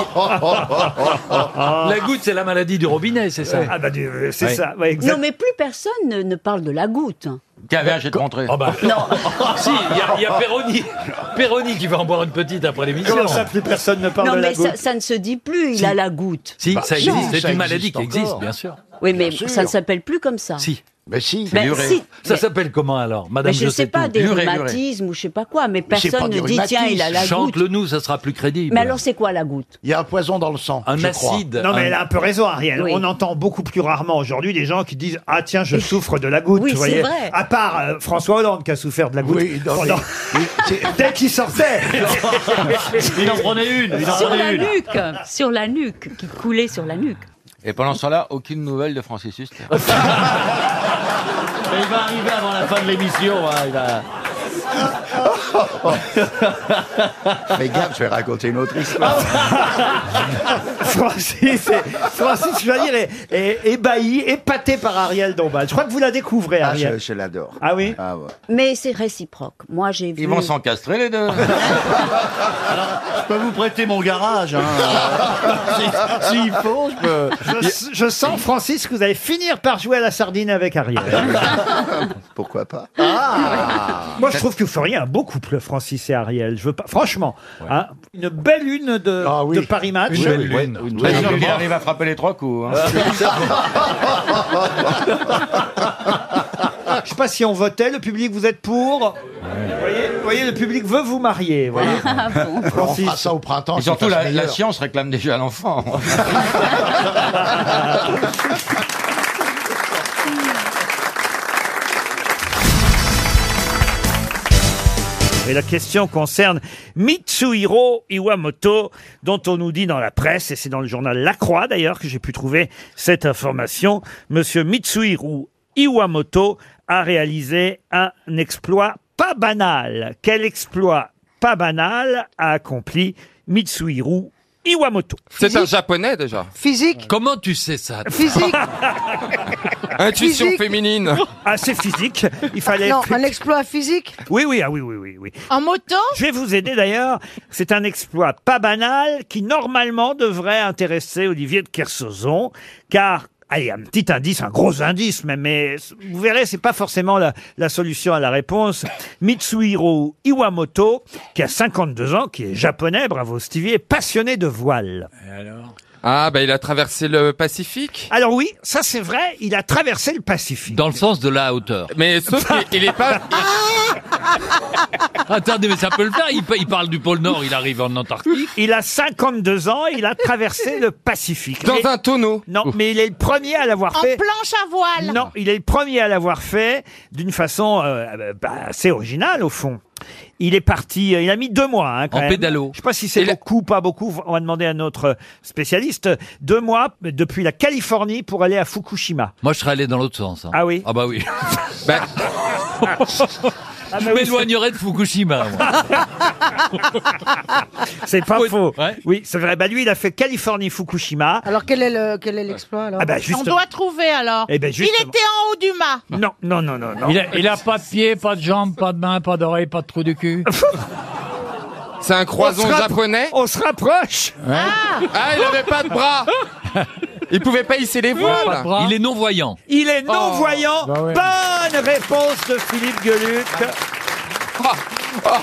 Speaker 22: la goutte, c'est la maladie du robinet, c'est ça
Speaker 1: Ah bah, du- euh, c'est
Speaker 22: Ouais.
Speaker 1: ça. ouais, exact.
Speaker 4: Non, mais plus personne ne, ne parle de la goutte.
Speaker 9: Tiens, viens, je vais te montrer.
Speaker 1: Ah, bah.
Speaker 22: Non. si, il y a, il y a Perroni. Perroni qui va en boire une petite après l'émission.
Speaker 1: Comment ça, plus personne ne parle
Speaker 4: non,
Speaker 1: de la
Speaker 4: mais ça,
Speaker 1: goutte
Speaker 4: ça ne se dit plus, il a la goutte.
Speaker 22: Si,
Speaker 4: Bah,
Speaker 22: ça
Speaker 4: non.
Speaker 22: existe. C'est une maladie qui existe, bien sûr.
Speaker 4: Oui, mais
Speaker 22: Bien sûr.
Speaker 4: ça ne s'appelle plus comme ça.
Speaker 22: Si. Mais si,
Speaker 4: c'est Ben l'urée. si,
Speaker 22: Ça
Speaker 4: mais-
Speaker 22: s'appelle comment alors Madame
Speaker 4: Mais je ne sais pas,
Speaker 22: tout.
Speaker 4: des rhumatismes ou je sais pas quoi, mais
Speaker 22: Mais c'est pas
Speaker 4: personne
Speaker 22: des
Speaker 4: ne dit tiens, il a la
Speaker 22: rhumatismes.
Speaker 4: goutte.
Speaker 22: Chante-le nous, ça sera plus crédible.
Speaker 4: Mais alors c'est quoi la goutte
Speaker 22: Il y a un poison dans le sang. Un acide.
Speaker 1: Non, mais elle a un peu raison, Ariel.
Speaker 4: Oui.
Speaker 1: On entend beaucoup plus rarement aujourd'hui des gens qui disent Ah, tiens, je souffre de la goutte.
Speaker 4: Oui,
Speaker 1: vous
Speaker 4: c'est
Speaker 1: voyez.
Speaker 4: vrai.
Speaker 1: À part euh, François Hollande qui a souffert de la goutte.
Speaker 8: Oui, non,
Speaker 1: pendant- Dès qu'il sortait.
Speaker 8: Il en prenait une. Il en
Speaker 4: Sur la
Speaker 8: prenait une.
Speaker 4: nuque, sur la nuque, qui coulait sur la nuque.
Speaker 12: Et pendant ce temps-là, aucune nouvelle de Francis Huster.
Speaker 8: Mais il va arriver avant la fin de l'émission. hein, il va-
Speaker 11: Fais gaffe, je vais raconter une autre histoire.
Speaker 1: Francis, et- Francis, je dois dire, est, est ébahi, épaté par Ariel Dombal. Je crois que vous la découvrez, hein.
Speaker 11: Ah,
Speaker 1: Ariel.
Speaker 11: je, je l'adore.
Speaker 1: Ah oui
Speaker 11: Ah ouais.
Speaker 4: Mais c'est réciproque. Moi, j'ai vu.
Speaker 12: Ils vont s'encastrer les deux.
Speaker 8: Je peux vous prêter mon garage. Hein. Si- S'il faut, je peux.
Speaker 1: Je, je sens, Francis, que vous allez finir par jouer à la sardine avec Ariel.
Speaker 11: Pourquoi pas
Speaker 1: Moi,
Speaker 12: Ah.
Speaker 1: je trouve que vous feriez un beau couple, Francis et Ariel. Je veux pas, franchement, hein, une belle lune de, de Paris Match.
Speaker 12: Ah Une belle lune. Pas sûr qu'il arrive à frapper les trois coups.
Speaker 13: Ah,
Speaker 12: hein.
Speaker 1: Je sais pas si on votait, le public, vous êtes pour. Vous, voyez, vous voyez, le public veut vous marier. vous voyez.
Speaker 16: On
Speaker 1: Francis.
Speaker 16: fera ça au printemps.
Speaker 12: Ah, Et surtout,
Speaker 16: c'est
Speaker 12: la,
Speaker 16: meilleur.
Speaker 12: la science réclame déjà l'enfant.
Speaker 1: Et la question concerne Mitsuhiro Iwamoto, dont on nous dit dans la presse, et c'est dans le journal La Croix d'ailleurs que j'ai pu trouver cette information, Monsieur Mitsuhiro Iwamoto a réalisé un exploit pas banal. Quel exploit pas banal a accompli Mitsuhiro Iwamoto
Speaker 12: C'est un japonais déjà.
Speaker 22: Physique. Comment tu sais ça toi
Speaker 10: Physique.
Speaker 12: Intuition
Speaker 10: Physique.
Speaker 12: féminine.
Speaker 1: Ah, c'est physique. Il fallait.
Speaker 10: Non, un exploit physique.
Speaker 1: Oui, oui, ah oui, oui, oui, oui.
Speaker 6: En moto
Speaker 1: Je vais vous aider d'ailleurs. C'est un exploit pas banal qui normalement devrait intéresser Olivier de Kersauzon, car allez, un petit indice, un gros indice, même, mais vous verrez, c'est pas forcément la, la solution à la réponse. Mitsuhiro Iwamoto, qui a 52 ans, qui est japonais, bravo Stevie, est passionné de voile.
Speaker 13: Ah, bah il a traversé le Pacifique.
Speaker 1: Alors Ah oui, ça c'est vrai, il a traversé le Pacifique.
Speaker 22: Dans le sens de la hauteur. Ah,
Speaker 13: Mais sauf qu'il est pas.
Speaker 22: Attendez, mais ça peut le faire. Il, pa- il parle du pôle Nord, il arrive en Antarctique.
Speaker 1: Il a 52 ans et il a traversé le Pacifique.
Speaker 13: Dans
Speaker 1: Mais-
Speaker 13: un tonneau.
Speaker 1: Non, mais il est le premier à l'avoir
Speaker 6: En
Speaker 1: fait.
Speaker 6: planche à voile
Speaker 1: Non, il est le premier à l'avoir fait d'une façon euh, bah, assez originale au fond. Il est parti, euh, il a mis deux mois. hein, quand
Speaker 22: En
Speaker 1: même.
Speaker 22: pédalo.
Speaker 1: Je sais pas si c'est beaucoup, pas beaucoup. On va demander à notre spécialiste. Deux mois euh, depuis la Californie pour aller à Fukushima.
Speaker 22: Moi, je serais allé dans l'autre sens. hein.
Speaker 1: Ah oui
Speaker 22: Ah bah oui.
Speaker 1: Ah,
Speaker 22: je m'éloignerais de Fukushima. moi.
Speaker 1: C'est pas faux. Oui, c'est vrai. Bah lui, il a fait Californie-Fukushima.
Speaker 10: Alors quel est le quel est l'exploit alors Ah,
Speaker 1: Ah bah juste.
Speaker 6: On doit trouver alors.
Speaker 1: Eh ben,
Speaker 6: il
Speaker 1: justement.
Speaker 6: était en haut du mât.
Speaker 22: Ah.
Speaker 1: Non, non, non, non, non.
Speaker 24: Il a, il a pas de pied, pas de jambes, pas de mains, pas d'oreilles, pas de trou du cul.
Speaker 13: C'est un croison
Speaker 24: On se rapp-
Speaker 13: japonais.
Speaker 1: On se rapproche.
Speaker 13: Ah, il avait pas de bras. Il pouvait pas hisser les voiles.
Speaker 22: Il est non-voyant.
Speaker 1: Il est
Speaker 22: Oh.
Speaker 1: non-voyant.
Speaker 13: bah ouais.
Speaker 1: Bonne réponse de Philippe Gueluc.
Speaker 22: Ah.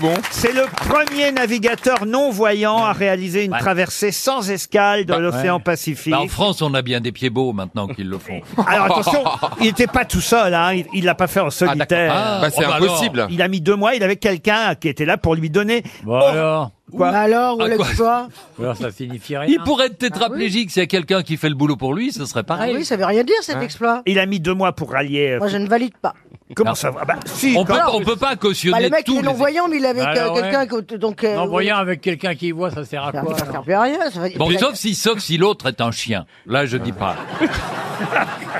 Speaker 13: bon.
Speaker 1: C'est le premier navigateur non-voyant à réaliser une
Speaker 22: Ouais.
Speaker 1: traversée sans escale de
Speaker 22: Bah,
Speaker 1: l'océan
Speaker 22: ouais.
Speaker 1: Pacifique. Ah.
Speaker 22: Bah, en France, on a bien des pieds beaux maintenant qu'ils le font.
Speaker 1: Alors attention, il n'était pas tout seul, hein. il- il l'a pas fait en solitaire.
Speaker 22: Ah, Bah, c'est oh, bah impossible. alors.
Speaker 1: Il a mis deux mois, il avait quelqu'un qui était là pour lui donner. Oh,
Speaker 24: Bah alors
Speaker 1: Quoi
Speaker 24: alors,
Speaker 22: Ah, quoi
Speaker 24: Alors, ça signifie rien.
Speaker 22: Il pourrait
Speaker 1: Ah
Speaker 22: être tétraplégique. S'il y a quelqu'un qui fait le boulot pour lui, ce serait
Speaker 10: Ah
Speaker 22: pareil.
Speaker 10: oui, ça veut rien dire cet
Speaker 22: Hein
Speaker 10: exploit.
Speaker 1: Il a mis deux mois pour rallier. euh,
Speaker 10: Moi je ne valide pas.
Speaker 1: Comment ça va Bah, si,
Speaker 22: on
Speaker 1: quand
Speaker 22: peut,
Speaker 1: même.
Speaker 22: on peut pas
Speaker 10: Bah,
Speaker 22: cautionner
Speaker 10: le mec il
Speaker 22: tous
Speaker 10: est non
Speaker 22: les...
Speaker 10: voyant mais il est avec
Speaker 22: Alors,
Speaker 10: euh, quelqu'un qui- donc euh,
Speaker 24: En voyant avec quelqu'un qui voit, ça sert à quoi
Speaker 10: ça sert plus à rien. Ça va...
Speaker 22: Bon, sauf si, sauf si l'autre est un chien. Là, je dis pas.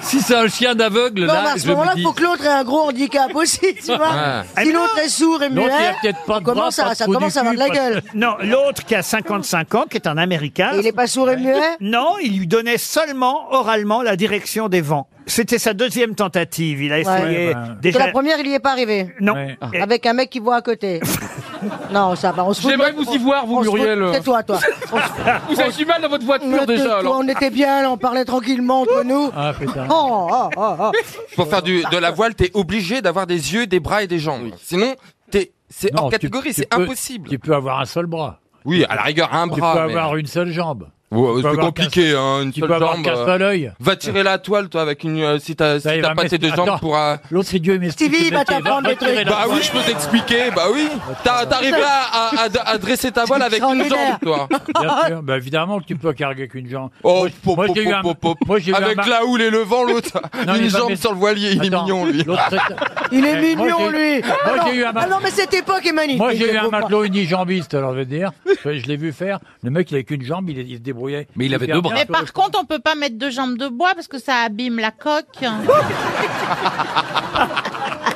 Speaker 22: si c'est un chien d'aveugle,
Speaker 10: Non, mais
Speaker 22: là,
Speaker 10: à ce
Speaker 22: je me
Speaker 10: moment-là, il
Speaker 22: dis...
Speaker 10: faut que l'autre ait un gros handicap aussi, tu vois.
Speaker 24: Ah.
Speaker 22: Ouais.
Speaker 1: Eh
Speaker 10: Si l'autre est sourd et
Speaker 24: L'autre, il
Speaker 10: muet,
Speaker 24: a peut-être pas de
Speaker 10: comment
Speaker 24: bras,
Speaker 10: ça,
Speaker 24: pas de
Speaker 10: ça
Speaker 24: trou du
Speaker 10: hein. commence à avoir de la
Speaker 24: cul, pas de-
Speaker 10: gueule
Speaker 1: Non, l'autre qui a 55 ans, qui est un Américain.
Speaker 10: Et il est pas sourd et muet
Speaker 1: Non, il lui donnait seulement oralement la direction des vents. C'était sa deuxième tentative. Il a essayé
Speaker 24: Ouais, bah.
Speaker 10: Parce que
Speaker 1: Eh, déjà.
Speaker 10: la première, il y est pas arrivé.
Speaker 1: Non. Eh. Et-
Speaker 10: Avec un mec qui voit à côté. non, ça va, on se fout de
Speaker 13: J'aimerais
Speaker 10: notre-
Speaker 13: vous y voir, vous,
Speaker 10: on se fout-
Speaker 13: Muriel.
Speaker 10: C'est toi, toi. On se-
Speaker 13: Vous avez du mal dans votre
Speaker 10: on
Speaker 13: voiture
Speaker 10: était-
Speaker 13: déjà.
Speaker 10: toi,
Speaker 13: Alors.
Speaker 10: on était bien, là, on parlait tranquillement entre nous.
Speaker 24: Ah putain.
Speaker 10: Oh, oh, oh, oh.
Speaker 13: Pour faire du, de la voile, t'es obligé d'avoir des yeux, des bras et des jambes. Sinon, t'es, c'est
Speaker 24: Non,
Speaker 20: hors
Speaker 24: tu-
Speaker 20: catégorie,
Speaker 24: tu
Speaker 20: c'est
Speaker 24: peux-
Speaker 20: impossible.
Speaker 24: Tu peux avoir un seul bras.
Speaker 13: Oui, à la rigueur, un
Speaker 24: Tu
Speaker 13: bras.
Speaker 24: peux
Speaker 13: mais-
Speaker 24: Ah, avoir une seule jambe.
Speaker 13: Ah, Ouais, c'est
Speaker 24: avoir
Speaker 13: compliqué,
Speaker 24: qu'un-
Speaker 13: hein, une
Speaker 24: tu
Speaker 13: seule
Speaker 24: peux avoir
Speaker 13: jambe,
Speaker 24: qu'un
Speaker 13: euh,
Speaker 24: seul œil.
Speaker 13: Va tirer la toile, toi, avec une. euh, si t'as si
Speaker 24: Ça, il
Speaker 13: t'as
Speaker 24: va
Speaker 13: pas tes
Speaker 24: mettre-
Speaker 13: deux jambes
Speaker 24: Attends,
Speaker 13: pour. euh,
Speaker 24: bah, L'autre, c'est Dieu, mais
Speaker 13: Stevie,
Speaker 24: va t'apprendre des trucs.
Speaker 13: Bah oui, je peux t'expliquer, bah oui. T'as- T'arrives à, à, à- à dresser ta voile avec une jambe, toi.
Speaker 24: Bien sûr, bah évidemment que tu peux carguer qu'une jambe.
Speaker 13: Oh, pop,
Speaker 24: moi, j'ai
Speaker 13: pop,
Speaker 24: eu un-
Speaker 13: pop, pop.
Speaker 24: moi, j'ai eu un
Speaker 13: Avec
Speaker 24: mar-
Speaker 13: la houle et le vent, l'autre.
Speaker 24: Non,
Speaker 13: une
Speaker 24: mais-
Speaker 13: jambe
Speaker 24: mais-
Speaker 13: sur le voilier, il est
Speaker 24: Attends,
Speaker 13: mignon, lui.
Speaker 24: l'autre, c'est-
Speaker 15: Il est
Speaker 24: Eh, moi,
Speaker 15: mignon,
Speaker 24: j'ai-
Speaker 15: lui
Speaker 24: moi,
Speaker 15: Ah
Speaker 24: j'ai
Speaker 15: non,
Speaker 24: eu un
Speaker 15: ah non, mais cette époque est magnifique
Speaker 24: Moi, j'ai eu un
Speaker 15: comprends.
Speaker 24: matelot unijambiste, alors je veux dire. Je, je l'ai vu faire. Le mec, il avait qu'une jambe, il, il se débrouillait.
Speaker 22: Mais il avait
Speaker 24: Hyper
Speaker 22: deux
Speaker 24: bien.
Speaker 20: bras.
Speaker 6: Mais par contre, on peut pas mettre deux jambes de bois parce que ça abîme la coque.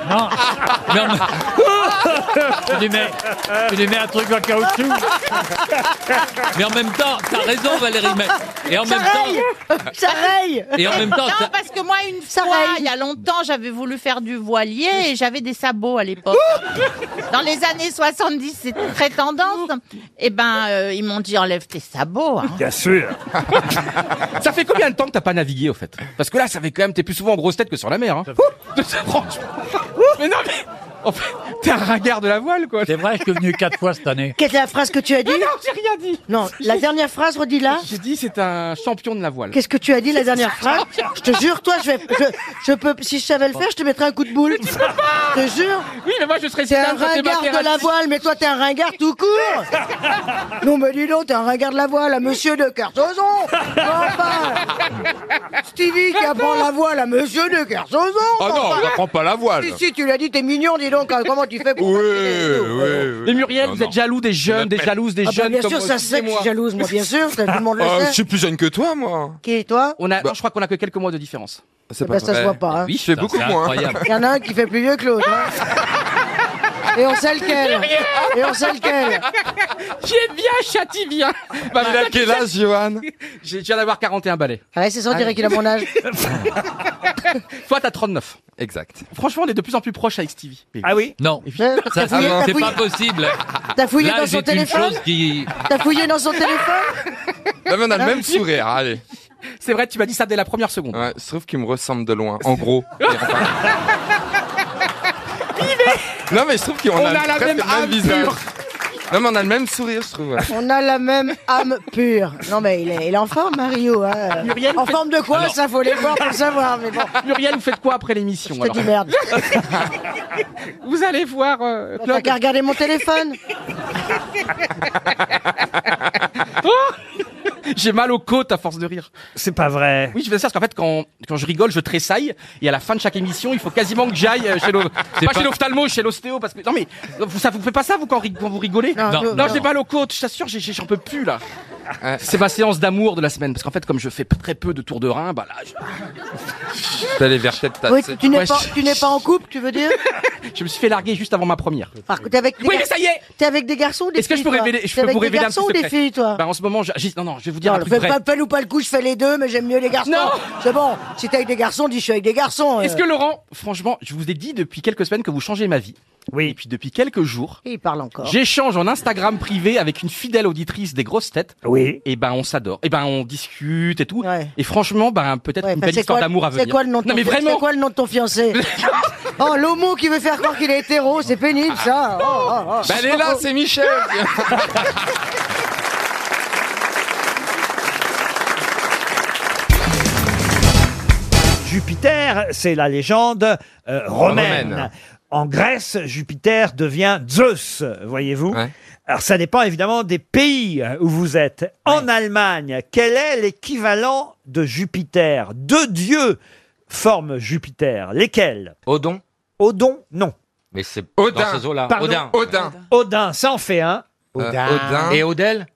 Speaker 24: Non, non, mais- tu, lui mets, tu lui mets un truc en caoutchouc.
Speaker 22: Mais en même temps, t'as raison, Valérie. Mais... Et en même
Speaker 6: raye
Speaker 22: temps. Ah,
Speaker 15: Ça raye
Speaker 22: Et en même temps,
Speaker 6: Non,
Speaker 22: ça-
Speaker 6: parce que moi, une fois, il y a longtemps, j'avais voulu faire du voilier et j'avais des sabots à l'époque. Dans les années 70, c'était très tendance. Eh ben, euh, ils m'ont dit enlève tes sabots. hein.
Speaker 1: Bien sûr.
Speaker 13: ça fait combien de temps que t'as pas navigué, au fait Parce que là, ça fait quand même. T'es plus souvent en grosse tête que sur la mer. Hein. Ouh Franchement. Mais non, mais. En fait, t'es un ringard de la voile, quoi.
Speaker 24: C'est vrai, je suis venu quatre fois cette année.
Speaker 15: Quelle est la phrase que tu as dit Non,
Speaker 13: j'ai rien dit
Speaker 15: Non, la dernière phrase, redis-la.
Speaker 13: J'ai dit c'est un champion de la voile.
Speaker 15: Qu'est-ce que tu as dit la dernière phrase Je te jure, toi, je vais, je, je peux, si je savais le faire, je te mettrais un coup de boule. Je te jure.
Speaker 13: Oui, mais moi je serais
Speaker 15: T'es un
Speaker 13: citable quand t'es
Speaker 15: ringard de la
Speaker 13: Materazzi.
Speaker 15: voile, mais toi t'es un ringard tout court. Non, mais dis donc, t'es un ringard de la voile, à Monsieur de Kersauzon.
Speaker 13: Ah
Speaker 15: Enfin, Stevie qui apprend la voile à Monsieur de Kersauzon.
Speaker 13: Ah non,
Speaker 15: enfin.
Speaker 13: on apprend pas la voile.
Speaker 15: Si, si, tu l'as dit, t'es mignon, dis donc, hein, comment tu fais pour...
Speaker 13: Euh, Mais Muriel, vous êtes jaloux des jeunes, des jalouses des
Speaker 15: Ah bah,
Speaker 13: jeunes.
Speaker 15: bien
Speaker 13: comme
Speaker 15: sûr,
Speaker 13: moi,
Speaker 15: ça se sait que je suis jalouse, moi, bien sûr, ça, tout le monde le
Speaker 13: Ah,
Speaker 15: sait.
Speaker 13: je suis plus jeune que toi, moi.
Speaker 15: Qui est toi
Speaker 13: On a, je crois qu'on a que quelques mois de différence.
Speaker 15: Eh ben, ça se voit pas. Hein.
Speaker 13: Oui, je fais beaucoup moins.
Speaker 15: Il y en a un qui fait plus vieux que l'autre. hein. Et on sait lequel. Et on sait lequel.
Speaker 13: J'aime bien, châtie bien. Bah, il a quel âge, Johan J'ai déjà d'avoir 41 balais.
Speaker 15: Ah Ouais, c'est ça, on dirait qu'il a mon âge.
Speaker 13: Toi, t'as 39. Exact. Franchement, on est de plus en plus proche avec Stevie.
Speaker 1: Ah oui
Speaker 22: Non.
Speaker 15: Eh, T'as fouillé, t'as
Speaker 22: Ça, c'est- c'est
Speaker 15: fouillé.
Speaker 22: pas possible.
Speaker 15: T'as fouillé
Speaker 22: Là,
Speaker 15: dans son
Speaker 22: j'ai une
Speaker 15: téléphone
Speaker 22: chose qui.
Speaker 15: T'as fouillé dans son téléphone
Speaker 13: Là, mais on
Speaker 15: a le même
Speaker 13: sourire, allez. C'est vrai, tu m'as dit ça dès la première seconde. Ouais, je trouve qu'il me ressemble de loin, en gros. non, mais je trouve qu'on
Speaker 15: On a la
Speaker 13: presque
Speaker 15: même
Speaker 13: le
Speaker 15: âme pure.
Speaker 13: Non, mais on a le même sourire, je trouve. ouais.
Speaker 15: On a la même âme pure. Non, mais il est, il est en forme, Mario. Hein. en forme de quoi
Speaker 13: Alors-
Speaker 15: Ça, faut les voir pour savoir. Mais bon.
Speaker 13: Muriel, vous faites quoi après l'émission
Speaker 15: Je te dis merde.
Speaker 13: Vous allez voir. euh,
Speaker 15: Bah, T'as
Speaker 13: Claude.
Speaker 15: qu'à regarder mon téléphone.
Speaker 13: Oh J'ai mal aux côtes à force de rire.
Speaker 1: C'est pas vrai.
Speaker 13: Oui, je fais ça parce qu'en fait, quand, quand je rigole, je tressaille. Et à la fin de chaque émission, il faut quasiment que j'aille euh, chez le.
Speaker 22: C'est
Speaker 13: Pas,
Speaker 22: pas-
Speaker 13: chez l'ophtalmo, chez l'ostéo. Parce que... Non, mais vous, ça vous fait pas ça, vous, quand, ri- quand vous rigolez
Speaker 22: Non, Non, non, non.
Speaker 13: j'ai mal aux côtes, je t'assure, j'ai- j'ai- j'en peux plus, là. C'est ma séance d'amour de la semaine. Parce qu'en fait, comme je fais très peu de tours de rein, bah là. Je... les verchettes,
Speaker 15: Oui, tu- tu n'es pas, tu n'es pas en couple, tu veux dire
Speaker 13: Je me suis fait larguer juste avant ma première.
Speaker 15: Par contre, t'es avec des
Speaker 13: Oui, mais
Speaker 15: gar-
Speaker 13: ça y est
Speaker 15: T'es avec des garçons ou des
Speaker 13: Est-ce que je peux
Speaker 15: filles, toi
Speaker 13: révéler, je
Speaker 15: T'es
Speaker 13: peux
Speaker 15: avec
Speaker 13: vous
Speaker 15: des
Speaker 13: révéler un petit
Speaker 15: garçons ou des
Speaker 13: secret
Speaker 15: filles, toi
Speaker 13: Bah, en ce moment, j'agis- non, non, je vais vous dire un
Speaker 15: Non,
Speaker 13: truc
Speaker 15: fais
Speaker 13: vrai.
Speaker 15: pas pelle ou pas le coup, je fais les deux, mais j'aime mieux les garçons. C'est bon, si t'es avec des garçons, dis je suis avec des garçons. euh.
Speaker 13: Est-ce que Laurent, franchement, je vous ai dit depuis quelques semaines que vous changez ma vie.
Speaker 1: Oui.
Speaker 13: Et puis depuis quelques jours,
Speaker 15: Et il parle encore.
Speaker 13: j'échange en Instagram privé avec une fidèle auditrice des grosses têtes.
Speaker 1: Oui.
Speaker 13: Et ben on s'adore. Et ben on discute et tout. Et franchement, ben peut-être une
Speaker 15: Enfin,
Speaker 13: belle
Speaker 15: c'est
Speaker 13: histoire
Speaker 15: quoi-
Speaker 13: d'amour à venir.
Speaker 15: C'est quoi le nom de ton
Speaker 13: Non mais
Speaker 15: fi-
Speaker 13: vraiment.
Speaker 15: C'est quoi le nom de ton fiancé Oh, l'homo qui veut faire croire qu'il est hétéro, c'est pénible ça. Oh, oh, oh.
Speaker 13: Ben, elle est là, c'est Michel.
Speaker 1: Jupiter, c'est la légende euh, romaine.
Speaker 13: Romaine.
Speaker 1: En Grèce, Jupiter devient Zeus, voyez-vous. Alors ça dépend évidemment des pays euh, où vous êtes. En Allemagne, quel est l'équivalent de Jupiter Deux dieux forment Jupiter. Lesquels
Speaker 13: Odon
Speaker 1: Odon, non.
Speaker 12: Mais c'est
Speaker 1: Odin.
Speaker 12: dans ces eaux-là.
Speaker 1: Pardon.
Speaker 12: Odin.
Speaker 1: Odin. Odin, ça en fait hein. un.
Speaker 12: Odin. Odin. Et
Speaker 13: Odel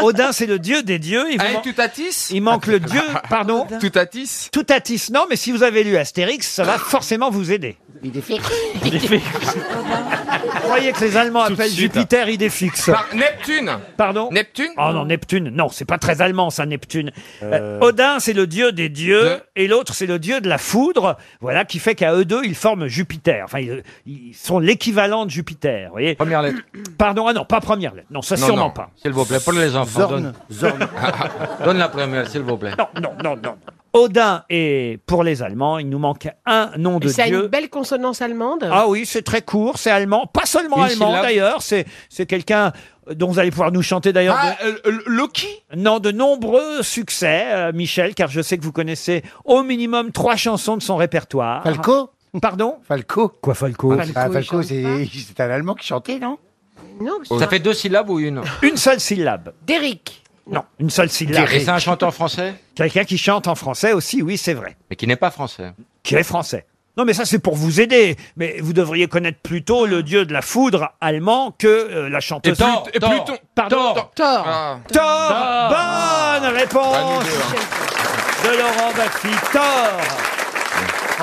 Speaker 1: Odin, c'est le dieu des dieux. Il vous man- Il manque le dieu, pardon
Speaker 13: Toutatis
Speaker 1: Toutatis, non, mais si vous avez lu Astérix, ça va forcément vous aider. Vous croyez que les Allemands appellent
Speaker 13: suite.
Speaker 1: Jupiter idéfixe
Speaker 13: Neptune.
Speaker 1: Pardon
Speaker 13: Neptune
Speaker 1: Oh non, Neptune, non, c'est pas très allemand ça, Neptune. Euh, Odin, c'est le dieu des dieux, et l'autre, c'est le dieu de la foudre, voilà, qui fait qu'à eux deux, ils forment Jupiter. Enfin, ils, ils sont l'équivalent de Jupiter, vous voyez
Speaker 13: Première lettre.
Speaker 1: Pardon, ah non, pas première lettre, non, ça
Speaker 12: Non,
Speaker 1: sûrement
Speaker 12: non.
Speaker 1: pas.
Speaker 12: S'il vous plaît, pour les enfants.
Speaker 1: Zorn.
Speaker 12: Donne. Ah, donne la première, s'il vous plaît.
Speaker 1: Non, non, non, non. Odin, et pour les Allemands, il nous manque un nom de
Speaker 5: Et ça a
Speaker 1: dieu.
Speaker 5: une belle consonance allemande.
Speaker 1: Ah oui, c'est très court, c'est allemand. pas seulement
Speaker 13: Michel
Speaker 1: allemand
Speaker 13: Lab-
Speaker 1: d'ailleurs, c'est c'est quelqu'un dont vous allez pouvoir nous chanter d'ailleurs.
Speaker 13: Ah,
Speaker 1: euh, Loki Non, de nombreux succès, euh, Michel, car je sais que vous connaissez au minimum trois chansons de son répertoire.
Speaker 16: Falco
Speaker 1: Pardon
Speaker 16: Falco
Speaker 1: Oh, Quoi Falco
Speaker 16: Ah, Falco, c'est c'est un Allemand qui chantait, non
Speaker 5: Non,
Speaker 1: Ça fait
Speaker 13: deux syllabes ou une
Speaker 1: Une seule syllabe.
Speaker 5: Derrick.
Speaker 1: Non, une seule syllabe.
Speaker 13: Et c'est un chanteur français
Speaker 1: Quelqu'un qui chante en français aussi, oui, c'est vrai.
Speaker 13: Mais qui n'est pas français.
Speaker 1: Qui est français. Non, mais ça, c'est pour vous aider. Mais vous devriez connaître plutôt le dieu de la foudre allemand que euh, la chanteuse.
Speaker 13: Thor, Et Thor, Ah. Pluton.
Speaker 1: Pardon Thor. Thor.
Speaker 20: Ah.
Speaker 1: Bonne réponse de Laurent Baffy. Thor.